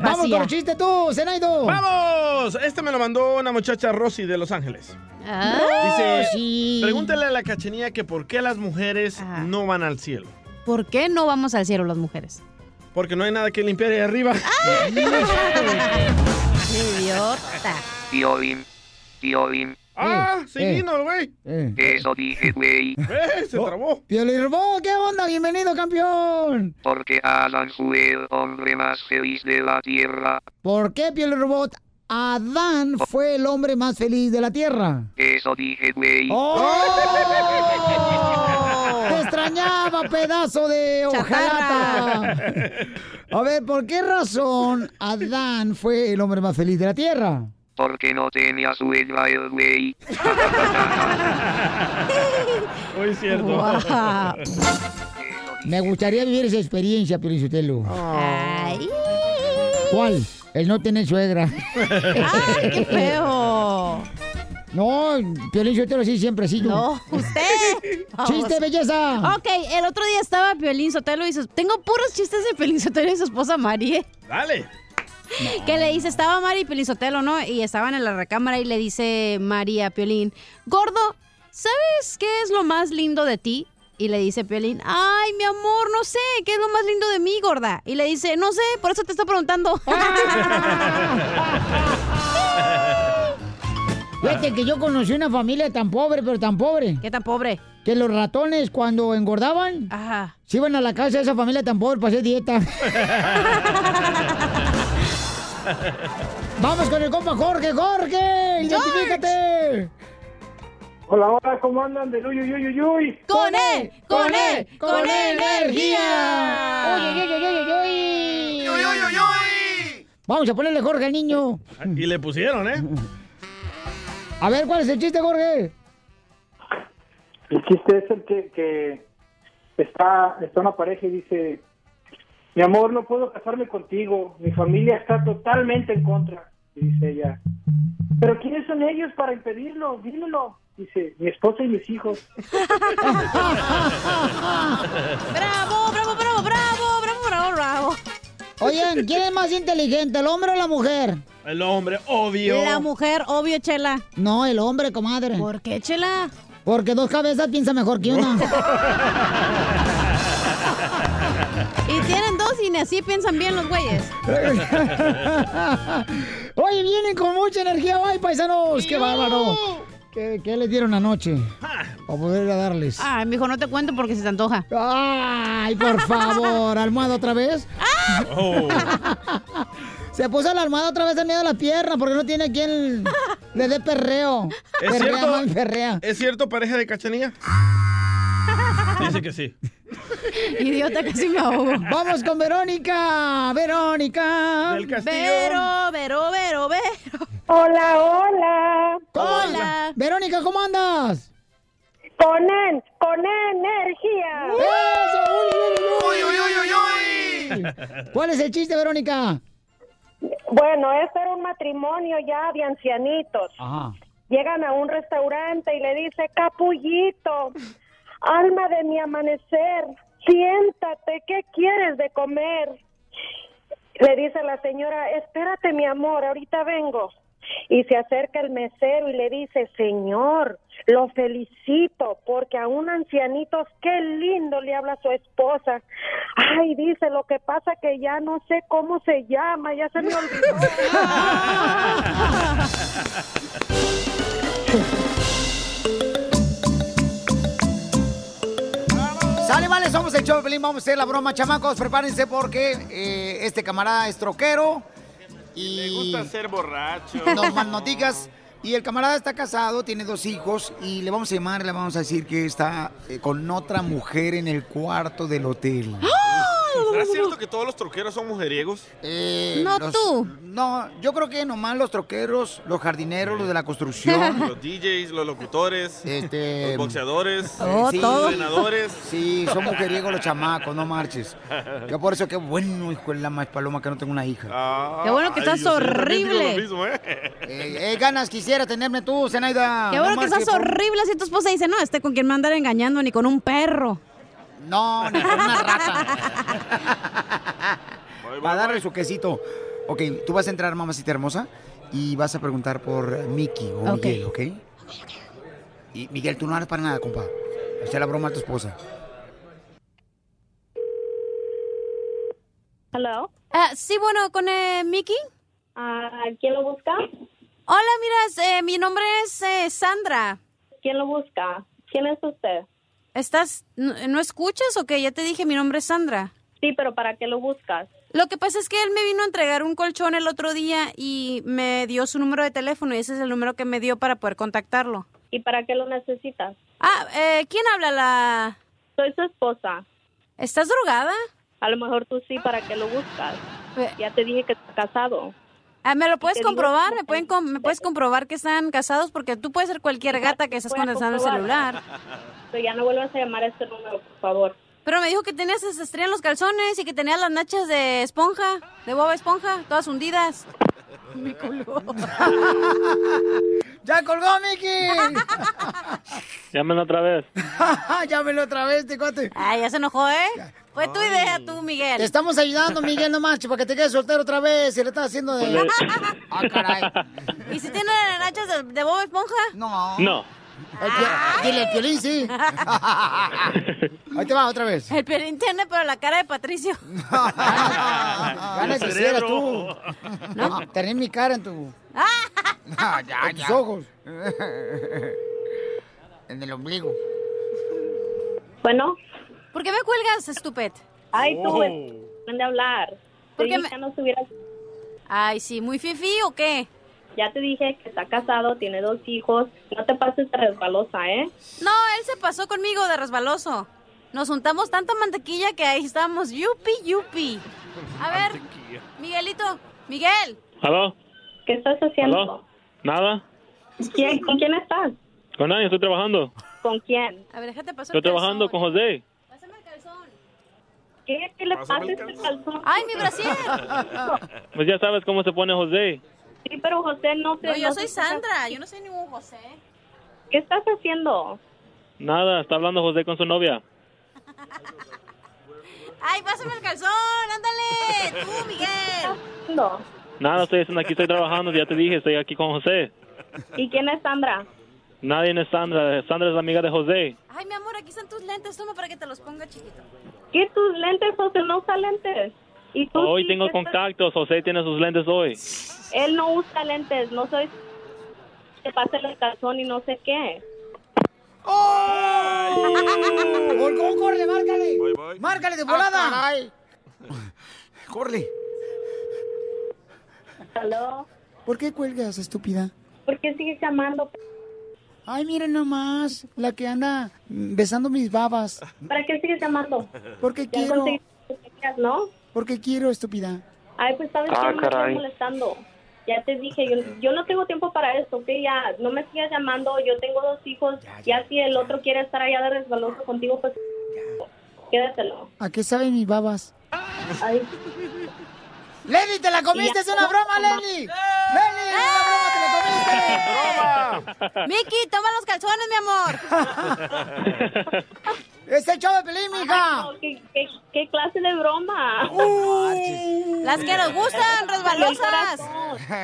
Speaker 3: Vamos con los chistes tú, Zenaido.
Speaker 4: ¡Vamos! Este me lo mandó una muchacha Rosy de Los Ángeles.
Speaker 3: Ah,
Speaker 4: Dice, pregúntale a la cachenía que por qué las mujeres
Speaker 3: Ah.
Speaker 4: no van al cielo.
Speaker 6: ¿Por qué no vamos al cielo las mujeres?
Speaker 4: Porque no hay nada que limpiar ahí arriba.
Speaker 6: Idiota.
Speaker 20: Tío Bim. Tío Bim.
Speaker 3: Eh,
Speaker 4: ¡Ah! sí vino el güey!
Speaker 20: Eso dije, güey.
Speaker 4: ¡Eh! Se trabó.
Speaker 3: Piolín Robó, Oh, ¿qué onda? Bienvenido, campeón.
Speaker 20: Porque Adán fue el hombre más feliz de la tierra.
Speaker 3: ¿Por qué Piolín Robot Adán fue el hombre más feliz de la tierra?
Speaker 20: Eso dije, güey.
Speaker 3: Oh.
Speaker 19: Oh.
Speaker 3: ¡Te extrañaba, pedazo de hojalata! A ver, ¿por qué razón Adán fue el hombre más feliz de la tierra?
Speaker 20: Porque no tenía suegra el güey.
Speaker 4: Muy cierto.
Speaker 3: Guau. Me gustaría vivir esa experiencia, Piolinsotelo. ¿Cuál? El no tener suegra.
Speaker 6: ¡Ay, qué feo!
Speaker 3: No, Piolinsotelo sí, siempre sí. yo.
Speaker 6: No, usted. Vamos.
Speaker 3: ¡Chiste, belleza!
Speaker 6: Ok, el otro día estaba Piolín Sotelo y su... Tengo puros chistes de Piolín Sotelo y su esposa Marie.
Speaker 4: Dale.
Speaker 6: Que le dice, estaba Mari y Piolín Sotelo, ¿no? Y estaban en la recámara y le dice María a Piolín, Gordo, ¿sabes qué es lo más lindo de ti? Y le dice Piolín, ay, mi amor, no sé, ¿qué es lo más lindo de mí, gorda? Y le dice, no sé, por eso te estoy preguntando.
Speaker 3: Fíjate que yo conocí una familia tan pobre, pero tan pobre.
Speaker 6: ¿Qué tan pobre?
Speaker 3: Que los ratones cuando engordaban, se iban a la casa de esa familia tan pobre para hacer dieta. Vamos con el compa Jorge, Jorge, identifícate.
Speaker 19: Hola, hola, ¿cómo andan? De uy, uy, uy, uy.
Speaker 6: Con él,
Speaker 19: con
Speaker 7: E!
Speaker 19: él, con E
Speaker 3: energía. Oye, oye, oye, oye, oye. Vamos a ponerle Jorge al niño.
Speaker 4: Y le pusieron, ¿eh?
Speaker 3: A ver, ¿cuál es el chiste, Jorge?
Speaker 19: El chiste es el que, que está, está una pareja y dice, mi amor, no puedo casarme contigo, mi familia está totalmente en contra, Y dice ella. Pero ¿quiénes son ellos para impedirlo? Dímelo. Dice, mi esposa y mis hijos.
Speaker 6: ¡Bravo, bravo, bravo, bravo, bravo, bravo, bravo!
Speaker 3: Oigan, ¿quién es más inteligente, el hombre o la mujer?
Speaker 4: El hombre, obvio.
Speaker 6: La mujer, obvio, Chela.
Speaker 3: No, el hombre, comadre.
Speaker 6: ¿Por qué, Chela?
Speaker 3: Porque dos cabezas piensa mejor que una.
Speaker 6: Y tienen dos y ni así piensan bien los güeyes.
Speaker 3: Oye, vienen con mucha energía hoy, paisanos. ¡Qué bárbaro! ¿Qué, qué les dieron anoche? Para poder ir a darles.
Speaker 6: Ah. Ay, mijo, no te cuento porque se te antoja.
Speaker 3: Ay, por favor, almohada otra vez.
Speaker 6: Ah.
Speaker 3: Se puso la almohada otra vez en medio de la pierna porque no tiene quien le dé perreo.
Speaker 4: ¿Es
Speaker 3: perrea,
Speaker 4: cierto?
Speaker 3: mami, perrea.
Speaker 4: ¿Es cierto, pareja de cachanilla? Dice que sí.
Speaker 6: Idiota, casi me ahogo.
Speaker 3: Vamos con Verónica. Verónica.
Speaker 4: Del
Speaker 6: Vero, Vero, Vero, Vero.
Speaker 3: Hola, hola. Hola. Verónica, ¿cómo andas? Con, con energía. ¡Eso! ¡Uy, uy, uy! ¿Cuál es el chiste, Verónica?
Speaker 18: Bueno, eso era un matrimonio ya de ancianitos.
Speaker 3: Ajá.
Speaker 18: Llegan a un restaurante y le dice, capullito, alma de mi amanecer, siéntate, ¿qué quieres de comer? Le dice la señora, espérate mi amor, ahorita vengo. Y se acerca el mesero y le dice, señor, lo felicito porque a un ancianito, qué lindo le habla su esposa. Ay, dice, lo que pasa que ya no sé cómo se llama, ya se me olvidó.
Speaker 14: Sale, vale, somos el show de Pelín, vamos a hacer la broma, chamacos, prepárense porque eh, este camarada es troquero y...
Speaker 4: Le gusta ser borracho.
Speaker 14: No más noticas. Y el camarada está casado, tiene dos hijos y le vamos a llamar, le vamos a decir que está eh, con otra mujer en el cuarto del hotel.
Speaker 4: ¿Será cierto que todos los troqueros son mujeriegos?
Speaker 14: Eh, los- No, yo creo que nomás los troqueros, los jardineros, los de la construcción.
Speaker 4: Los DJs, los locutores,
Speaker 14: Este-
Speaker 4: los
Speaker 3: eh,
Speaker 4: boxeadores,
Speaker 14: Oh,
Speaker 4: los
Speaker 14: todo.
Speaker 4: Eh, entrenadores.
Speaker 14: Sí, son mujeriegos los chamacos, no marches. Yo por eso qué bueno, hijo de la más paloma, que no tengo una hija.
Speaker 6: Qué bueno que estás horrible.
Speaker 14: Eh, ganas quisiera tenerme tú, Zenaida.
Speaker 6: Qué
Speaker 14: No
Speaker 6: bueno que
Speaker 14: marches,
Speaker 6: estás
Speaker 14: por-
Speaker 6: horrible si tu esposa dice, no, este con quien me andar engañando, ni con un perro.
Speaker 14: No, ni con una Va a darle su quesito. Ok, tú vas a entrar, mamacita hermosa, y vas a preguntar por Mickey o
Speaker 6: Ok.
Speaker 14: Miguel, ¿ok? Y Miguel, tú no harás para nada, compa. Hacer la broma a tu esposa.
Speaker 6: Hello. Ah, sí, bueno, con eh, Mickey. ¿Quién lo busca? Hola, mira, es, eh, mi nombre es eh, Sandra. ¿Quién lo busca? ¿Quién es usted? ¿Estás, no, no escuchas o qué? Ya te dije, mi nombre es Sandra. Sí, pero ¿para qué lo buscas? Lo que pasa es que él me vino a entregar un colchón el otro día y me dio su número de teléfono y ese es el número que me dio para poder contactarlo.
Speaker 18: ¿Y para qué lo necesitas?
Speaker 6: Ah, eh, ¿quién habla la...?
Speaker 18: Soy su esposa.
Speaker 6: ¿Estás drogada?
Speaker 18: A lo mejor tú sí, ¿para qué lo buscas? Ya te dije que está casado.
Speaker 6: Ah, ¿Me lo puedes
Speaker 18: te digo
Speaker 6: comprobar? ¿Me, pueden com- ¿Me puedes comprobar que están casados? Porque tú puedes ser cualquier gata que estás
Speaker 18: Voy a
Speaker 6: contestando el
Speaker 18: comprobar.
Speaker 6: celular.
Speaker 18: Pero ya no vuelvas a llamar a este número, por favor.
Speaker 6: Pero me dijo que tenías estrella en los calzones y que tenías las nachas de esponja, de boba esponja, todas hundidas. Me colgó.
Speaker 14: ¡Ya colgó, Mickey!
Speaker 11: Llamen otra vez.
Speaker 14: Llámelo otra vez, te cuate.
Speaker 6: Ah, ya se enojó, ¿eh? Fue tu idea, tú, Miguel.
Speaker 14: Te estamos ayudando, Miguel, no marches, para que te quedes soltero otra vez. Y le estás haciendo de... Ah, caray.
Speaker 6: ¿Y si tiene las nachas de, de boba esponja?
Speaker 14: No.
Speaker 11: No.
Speaker 14: El Pio- Dile, el Piolín sí. Ahí te va otra vez.
Speaker 6: El Piolín tiene, pero la cara de Patricio.
Speaker 14: Ganas
Speaker 6: El
Speaker 14: quisieras tú.
Speaker 6: cerebro.
Speaker 14: ¿No? Ah. Tener mi cara en tu... en tus ojos. en el ombligo.
Speaker 18: Bueno.
Speaker 6: ¿Por qué me cuelgas, estupet?
Speaker 18: Ay,
Speaker 14: Oh.
Speaker 18: tú, de hablar.
Speaker 6: ¿Por
Speaker 18: Te
Speaker 6: qué
Speaker 18: dije
Speaker 6: me-
Speaker 18: que no estuvieras-
Speaker 6: Ay, sí, muy fifi o qué?
Speaker 18: Ya te dije que está casado, tiene dos hijos. No te pases de resbalosa, ¿eh?
Speaker 6: No, él se pasó conmigo de resbaloso. Nos juntamos tanta mantequilla que ahí estábamos yupi, yupi. A ver, Miguelito, Miguel,
Speaker 11: ¿Aló?
Speaker 18: ¿Qué estás haciendo?
Speaker 11: ¿Aló? ¿Nada?
Speaker 18: ¿Quién- ¿Con quién estás?
Speaker 11: Con nadie, estoy trabajando.
Speaker 18: ¿Con quién?
Speaker 6: A ver, déjate pasar.
Speaker 11: Estoy trabajando con José.
Speaker 18: ¿Qué? ¿Qué le pasa
Speaker 11: Pásame
Speaker 18: a
Speaker 11: el
Speaker 18: este calzón?
Speaker 6: ¡Ay, mi brasier!
Speaker 11: Pues ya sabes cómo se pone José.
Speaker 18: Sí, pero José no te...
Speaker 6: No, yo
Speaker 18: no
Speaker 6: soy
Speaker 18: te-
Speaker 6: Sandra, yo no soy ningún José.
Speaker 18: ¿Qué estás haciendo?
Speaker 11: Nada, está hablando José con su novia.
Speaker 6: ¡Ay, pásame el calzón! ¡Ándale! ¡Tú, Miguel!
Speaker 1: No.
Speaker 9: Nada, estoy haciendo aquí, estoy trabajando, ya te dije, estoy aquí con José.
Speaker 1: ¿Y quién es Sandra?
Speaker 9: Nadie no es Sandra, Sandra es la amiga de José.
Speaker 6: Ay, mi amor, aquí están tus lentes. Toma para que te los ponga chiquito.
Speaker 1: ¿Qué tus lentes, José? No usa lentes. ¿Y
Speaker 18: Oh,
Speaker 1: tú
Speaker 9: Hoy
Speaker 1: sí
Speaker 9: tengo
Speaker 1: que
Speaker 9: contactos, José tiene sus lentes hoy.
Speaker 1: estás- Él no usa lentes, no soy... Te pasa el calzón y no sé qué.
Speaker 3: ¡Gol, córrele, márcale! ¡Márcale de volada!
Speaker 14: Ah, caray. ¡Corre!
Speaker 1: ¿Aló?
Speaker 14: ¿Por qué cuelgas, estúpida?
Speaker 1: ¿Por qué sigues llamando?
Speaker 14: Ay, miren nomás, la que anda mm, besando mis babas.
Speaker 1: ¿Para qué sigues llamando?
Speaker 14: Porque
Speaker 1: Ya
Speaker 14: quiero.
Speaker 1: conseguiste lo que querías, ¿no?
Speaker 14: Porque quiero, estúpida.
Speaker 1: Ay, pues sabes
Speaker 14: Ah,
Speaker 1: que no me estoy
Speaker 14: caray.
Speaker 1: molestando. Ya te dije, yo, yo no tengo tiempo para esto, ¿ok? Ya, no me sigas llamando, yo tengo dos hijos. Ya, si el otro quiere estar allá de resbaloso contigo, pues quédatelo.
Speaker 14: ¿A qué saben mis babas?
Speaker 1: Ay.
Speaker 14: ¡Lenny, te la comiste!
Speaker 1: Y
Speaker 14: ¡Es
Speaker 1: ya-
Speaker 14: una broma, Lenny!
Speaker 6: ¡Miki, toma los calzones, mi amor!
Speaker 14: ¡Es el show de Pelín, mija!
Speaker 1: ¿qué, qué, qué clase de broma?
Speaker 6: Las que nos gustan, resbalosas.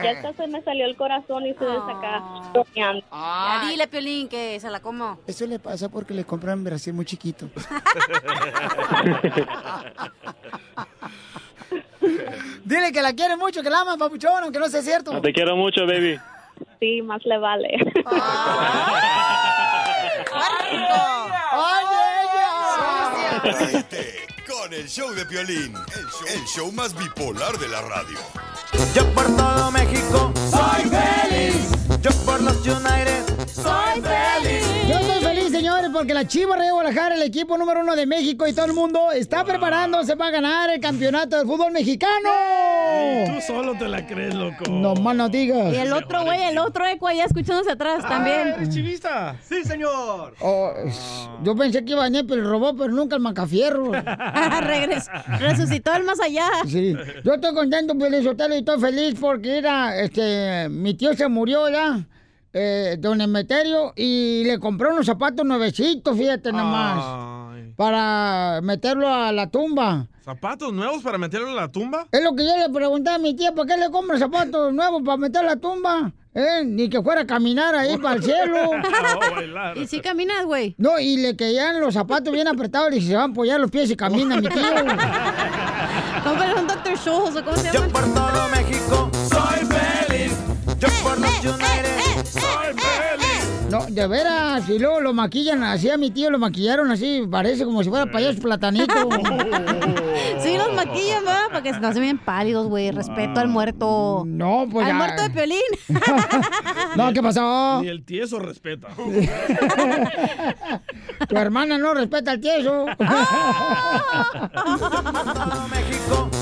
Speaker 1: Ya hasta se me salió el corazón y se acá bromeando.
Speaker 6: Ya dile, Piolín, que se la como.
Speaker 14: Eso le pasa porque le compraron Brasil muy chiquito. Dile que la quiere mucho, que la ama, papuchón, aunque no sea cierto.
Speaker 9: Te quiero mucho, baby.
Speaker 1: Sí, más le vale.
Speaker 14: ¡Ay, ella!
Speaker 2: Ríete con el show de Piolín, el show, el show más bipolar de la radio.
Speaker 7: Yo por todo México soy feliz. Yo por los United soy feliz.
Speaker 3: Yo estoy feliz, señores, porque la Chivas de Guadalajara, el equipo número uno de México y todo el mundo, está preparándose para ganar el campeonato del fútbol mexicano.
Speaker 4: Tú solo te la crees, loco.
Speaker 3: No más no digas. Ah,
Speaker 6: Y el otro, güey, el otro eco allá escuchándose atrás también.
Speaker 4: Ah, ¿Eres chivista? Sí, señor.
Speaker 3: Oh, yo pensé que iba a Nepe el robot, pero nunca el macafierro.
Speaker 6: Regres- resucitó el más allá.
Speaker 3: Sí. Yo estoy contento, Piolín Sotelo, y estoy feliz porque era, este, mi tío se murió, ¿verdad? Eh, don Emeterio, y le compró unos zapatos nuevecitos, fíjate nomás. Para meterlo a la tumba.
Speaker 4: ¿Zapatos nuevos para meterlo en la tumba?
Speaker 3: Es lo que yo le preguntaba a mi tía, ¿para qué le compra zapatos nuevos para meter a la tumba? ¿Eh? Ni que fuera a caminar ahí para el cielo.
Speaker 6: Y si caminas, güey.
Speaker 3: No, y le quedan los zapatos bien apretados y se van a apoyar los pies y camina mi tío.
Speaker 6: Cómprale un Dr. Shoes o cómo se
Speaker 7: Yo
Speaker 6: llama.
Speaker 7: por todo México soy feliz. Yo por
Speaker 3: Eh,
Speaker 7: los United soy feliz.
Speaker 3: No, de veras, y luego lo maquillan así a mi tío, lo maquillaron así, parece como si fuera payaso platanito.
Speaker 6: Sí, los maquillan, ¿verdad? Para que no se vean pálidos, güey. Respeto al muerto.
Speaker 3: No, pues
Speaker 6: Al
Speaker 3: ya.
Speaker 6: muerto de Piolín.
Speaker 3: No, ¿qué pasó?
Speaker 4: Ni el tieso respeta.
Speaker 3: Tu hermana no respeta al tieso.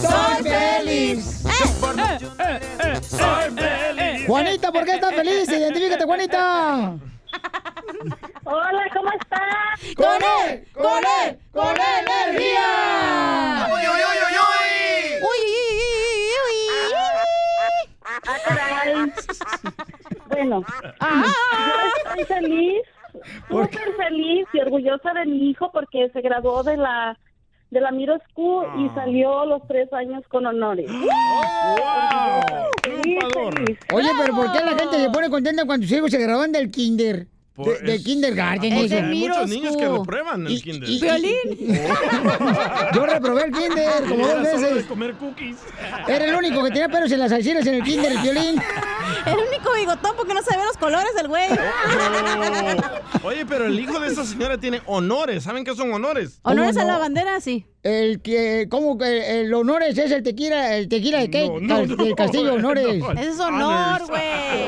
Speaker 7: Soy
Speaker 3: eh. feliz. Eh,
Speaker 7: Soy feliz.
Speaker 3: Juanita, ¿por qué estás feliz? Identifícate, Juanita.
Speaker 1: Hola, ¿cómo estás?
Speaker 3: ¡Con él! ¡Con él! ¡Con él
Speaker 1: energía!
Speaker 7: ¡Uy, uy, uy, uy, uy!
Speaker 1: Ah,
Speaker 3: Eh,
Speaker 1: caray. Bueno, yo estoy feliz, súper feliz y orgullosa de mi hijo porque se graduó de la Ah, de la Miro School y
Speaker 8: Ah.
Speaker 1: salió a los tres años con honores.
Speaker 3: Oye, pero ¿por qué la gente se pone contenta cuando sus hijos se gradúan del kinder? De,
Speaker 4: Por-
Speaker 3: del
Speaker 4: es-
Speaker 3: kindergarten.
Speaker 4: Ah, pues,
Speaker 3: dicen.
Speaker 4: hay muchos niños que reprueban el kinder. Oh.
Speaker 3: Violín. Yo reprobé el kinder como dos
Speaker 4: Era solo de
Speaker 3: veces.
Speaker 4: comer cookies.
Speaker 3: Era el único que tenía pelos en las alcinas en el kinder, el violín.
Speaker 6: El único bigotón porque no se ven los colores del güey.
Speaker 4: Oh. Oye, pero el hijo de esa señora tiene honores. ¿Saben qué son honores?
Speaker 6: Honores a la bandera, sí.
Speaker 3: El que, ¿cómo que el honores es el tequila, el tequila de qué?
Speaker 6: no,
Speaker 3: Cal- del
Speaker 6: no,
Speaker 3: Castillo
Speaker 6: no.
Speaker 3: Honores.
Speaker 6: Ese es honor, güey.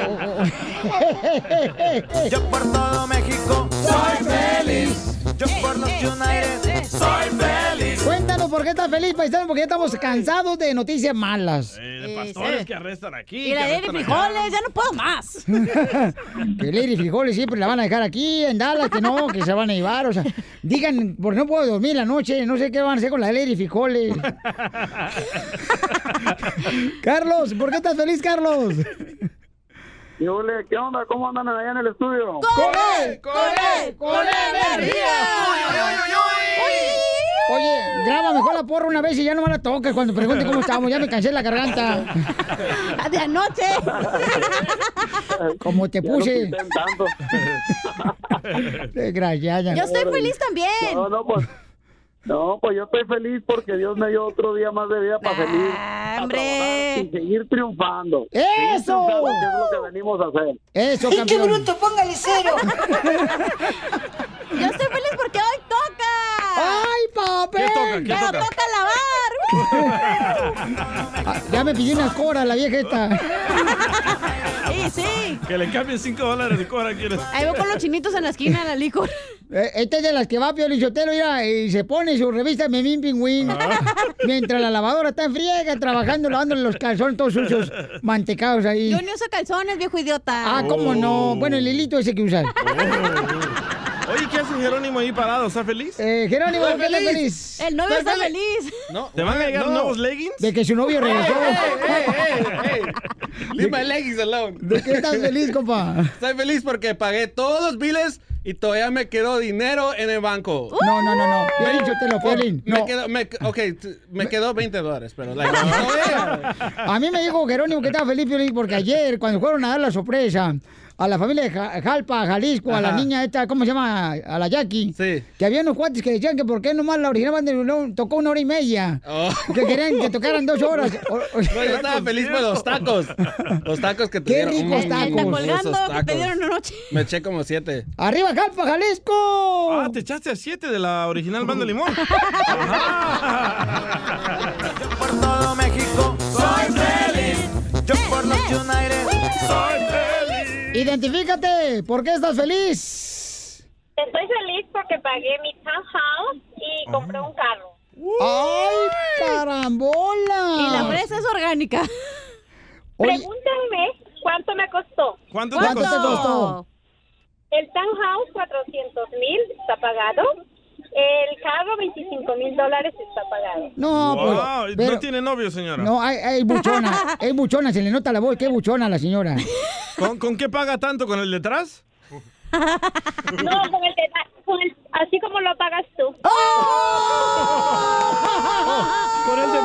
Speaker 7: Yo por todo México soy feliz. Yo por los United soy feliz.
Speaker 3: Cuéntanos por qué estás feliz, paisano, porque ya estamos cansados de noticias malas.
Speaker 4: Eh, de pastores que arrestan aquí.
Speaker 6: Y la
Speaker 4: que
Speaker 6: de
Speaker 4: arrestan
Speaker 6: frijoles, ya no puedo más.
Speaker 3: que Lady Frijoles siempre la van a dejar aquí en Dallas, que no, que se van a llevar, o sea, digan, porque no puedo dormir la noche, no sé qué van a hacer con la Lady Frijoles. Carlos, ¿por qué estás feliz, Carlos?
Speaker 21: Yule, ¿qué onda? ¿Cómo andan allá en el
Speaker 3: eh,
Speaker 21: estudio?
Speaker 3: él! ¡Con él! ¡Con él!
Speaker 7: energía!
Speaker 3: Oye, Graba mejor la porra una vez y ya no me la toques cuando pregunte cómo estamos. Ya me cansé la garganta. De anoche. Como te
Speaker 26: Ya no
Speaker 3: puse.
Speaker 26: estoy
Speaker 3: Desgraciada.
Speaker 6: Yo estoy feliz también.
Speaker 7: No, no, pues. No, pues yo estoy feliz porque Dios me dio otro día más de vida para feliz. ¡Hombre! Y seguir triunfando. Seguir
Speaker 3: Ah, ¡Eso!
Speaker 7: triunfando, que es lo que venimos a hacer.
Speaker 3: Eso,
Speaker 7: ¡Y qué
Speaker 3: campeón.
Speaker 7: bruto!
Speaker 3: ¡Póngale cero!
Speaker 6: Yo estoy feliz porque hoy toca.
Speaker 3: ¡Ay, papel!
Speaker 26: ¿Qué toca? ¿Qué
Speaker 6: Pero
Speaker 26: toca?
Speaker 6: toca, lavar.
Speaker 3: Ah, Ya me pidió una cora la vieja esta.
Speaker 6: Sí, sí.
Speaker 4: Que le cambien 5 dólares de cora, ¿quieres?
Speaker 6: Ahí voy con los chinitos en la esquina de la licor.
Speaker 3: Eh, Esta es de las que va Pio Lichotero, mira, y se pone su revista Memín Pingüín. Mientras la lavadora está en friega, trabajando, lavándole los calzones todos sucios, mantecados ahí.
Speaker 6: Yo ni uso calzones, viejo idiota.
Speaker 3: Ah, cómo no.
Speaker 4: Oh.
Speaker 3: Bueno, el hilito ese que usas.
Speaker 4: Oye, ¿qué hace Jerónimo ahí parado? ¿Está feliz?
Speaker 3: Eh, Jerónimo, ¿qué tal feliz?
Speaker 6: El novio
Speaker 3: Estoy
Speaker 6: está feliz.
Speaker 4: No, ¿Te van a llegar
Speaker 3: no.
Speaker 4: nuevos leggings?
Speaker 3: De que su novio regresó.
Speaker 16: Leave my leggings alone.
Speaker 3: ¿De qué estás feliz, compa?
Speaker 16: Estoy feliz porque pagué todos los biles y todavía me quedó dinero en el banco.
Speaker 9: ¡Uh!
Speaker 3: No, no, no, no. Yo he dicho, te lo Piolín,
Speaker 16: Oh, Me
Speaker 3: No.
Speaker 16: quedó, me, ok, t- me quedó 20 dólares, pero like,
Speaker 3: A mí me dijo Jerónimo que estaba feliz, Piolín, porque ayer, cuando fueron a dar la sorpresa a la familia de Ja- Jalpa, Jalisco, a la
Speaker 26: Ajá.
Speaker 3: niña esta, ¿cómo se llama? A la Jackie. Que había unos cuates que decían que por qué nomás la original banda de León tocó una hora y media. Que querían que tocaran dos horas. O- o-
Speaker 16: No, yo estaba feliz por los tacos. Los tacos que te
Speaker 3: Qué
Speaker 16: dieron.
Speaker 3: ricos
Speaker 16: Mm,
Speaker 3: tacos. Está colgando
Speaker 16: esos
Speaker 3: que te dieron
Speaker 6: anoche.
Speaker 16: Me eché como siete.
Speaker 3: ¡Arriba, Jalpa, Jalisco!
Speaker 4: Ah, te echaste a 7 de la original banda limón.
Speaker 26: Por todo México soy feliz. Yo por los United soy feliz.
Speaker 3: Identifícate, ¿por qué estás feliz?
Speaker 8: Estoy feliz porque pagué mi townhouse y compré un carro.
Speaker 6: Oh,
Speaker 3: ¡Ay, carambola!
Speaker 6: Y la fresa es orgánica.
Speaker 8: Pregúntame cuánto me costó.
Speaker 4: ¿Cuánto te ¿Cuánto te costó? costó?
Speaker 8: El townhouse 400 mil está pagado. El carro 25 mil dólares está pagado.
Speaker 3: No, pues,
Speaker 4: Wow,
Speaker 3: pero-
Speaker 4: No tiene novio, señora.
Speaker 3: No, hay, hay buchona, hay buchona, se le nota la voz, qué buchona la señora.
Speaker 4: ¿Con, con qué paga tanto? ¿Con el detrás?
Speaker 8: No, con el de- con
Speaker 5: Pues,
Speaker 8: el- así como lo pagas tú.
Speaker 23: ¡Oh!
Speaker 4: Con el de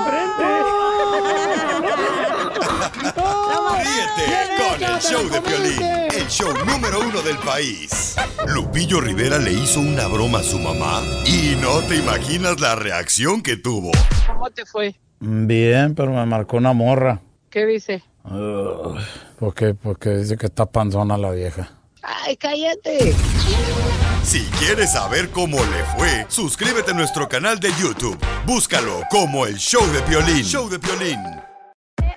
Speaker 23: ¡Oh!
Speaker 2: Ríete con el show de Piolín, el show número uno del país. Lupillo Rivera le hizo una broma a su mamá y no te imaginas la reacción que tuvo.
Speaker 23: ¿Cómo te fue?
Speaker 24: Bien, pero me marcó una morra.
Speaker 23: ¿Qué dice?
Speaker 24: Ugh. ¿Por qué? Porque dice que está panzona la vieja.
Speaker 23: Ay, cállate.
Speaker 2: Si quieres saber cómo le fue, suscríbete a nuestro canal de YouTube. Búscalo como el show de Piolín. Show de Piolín.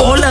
Speaker 25: Hola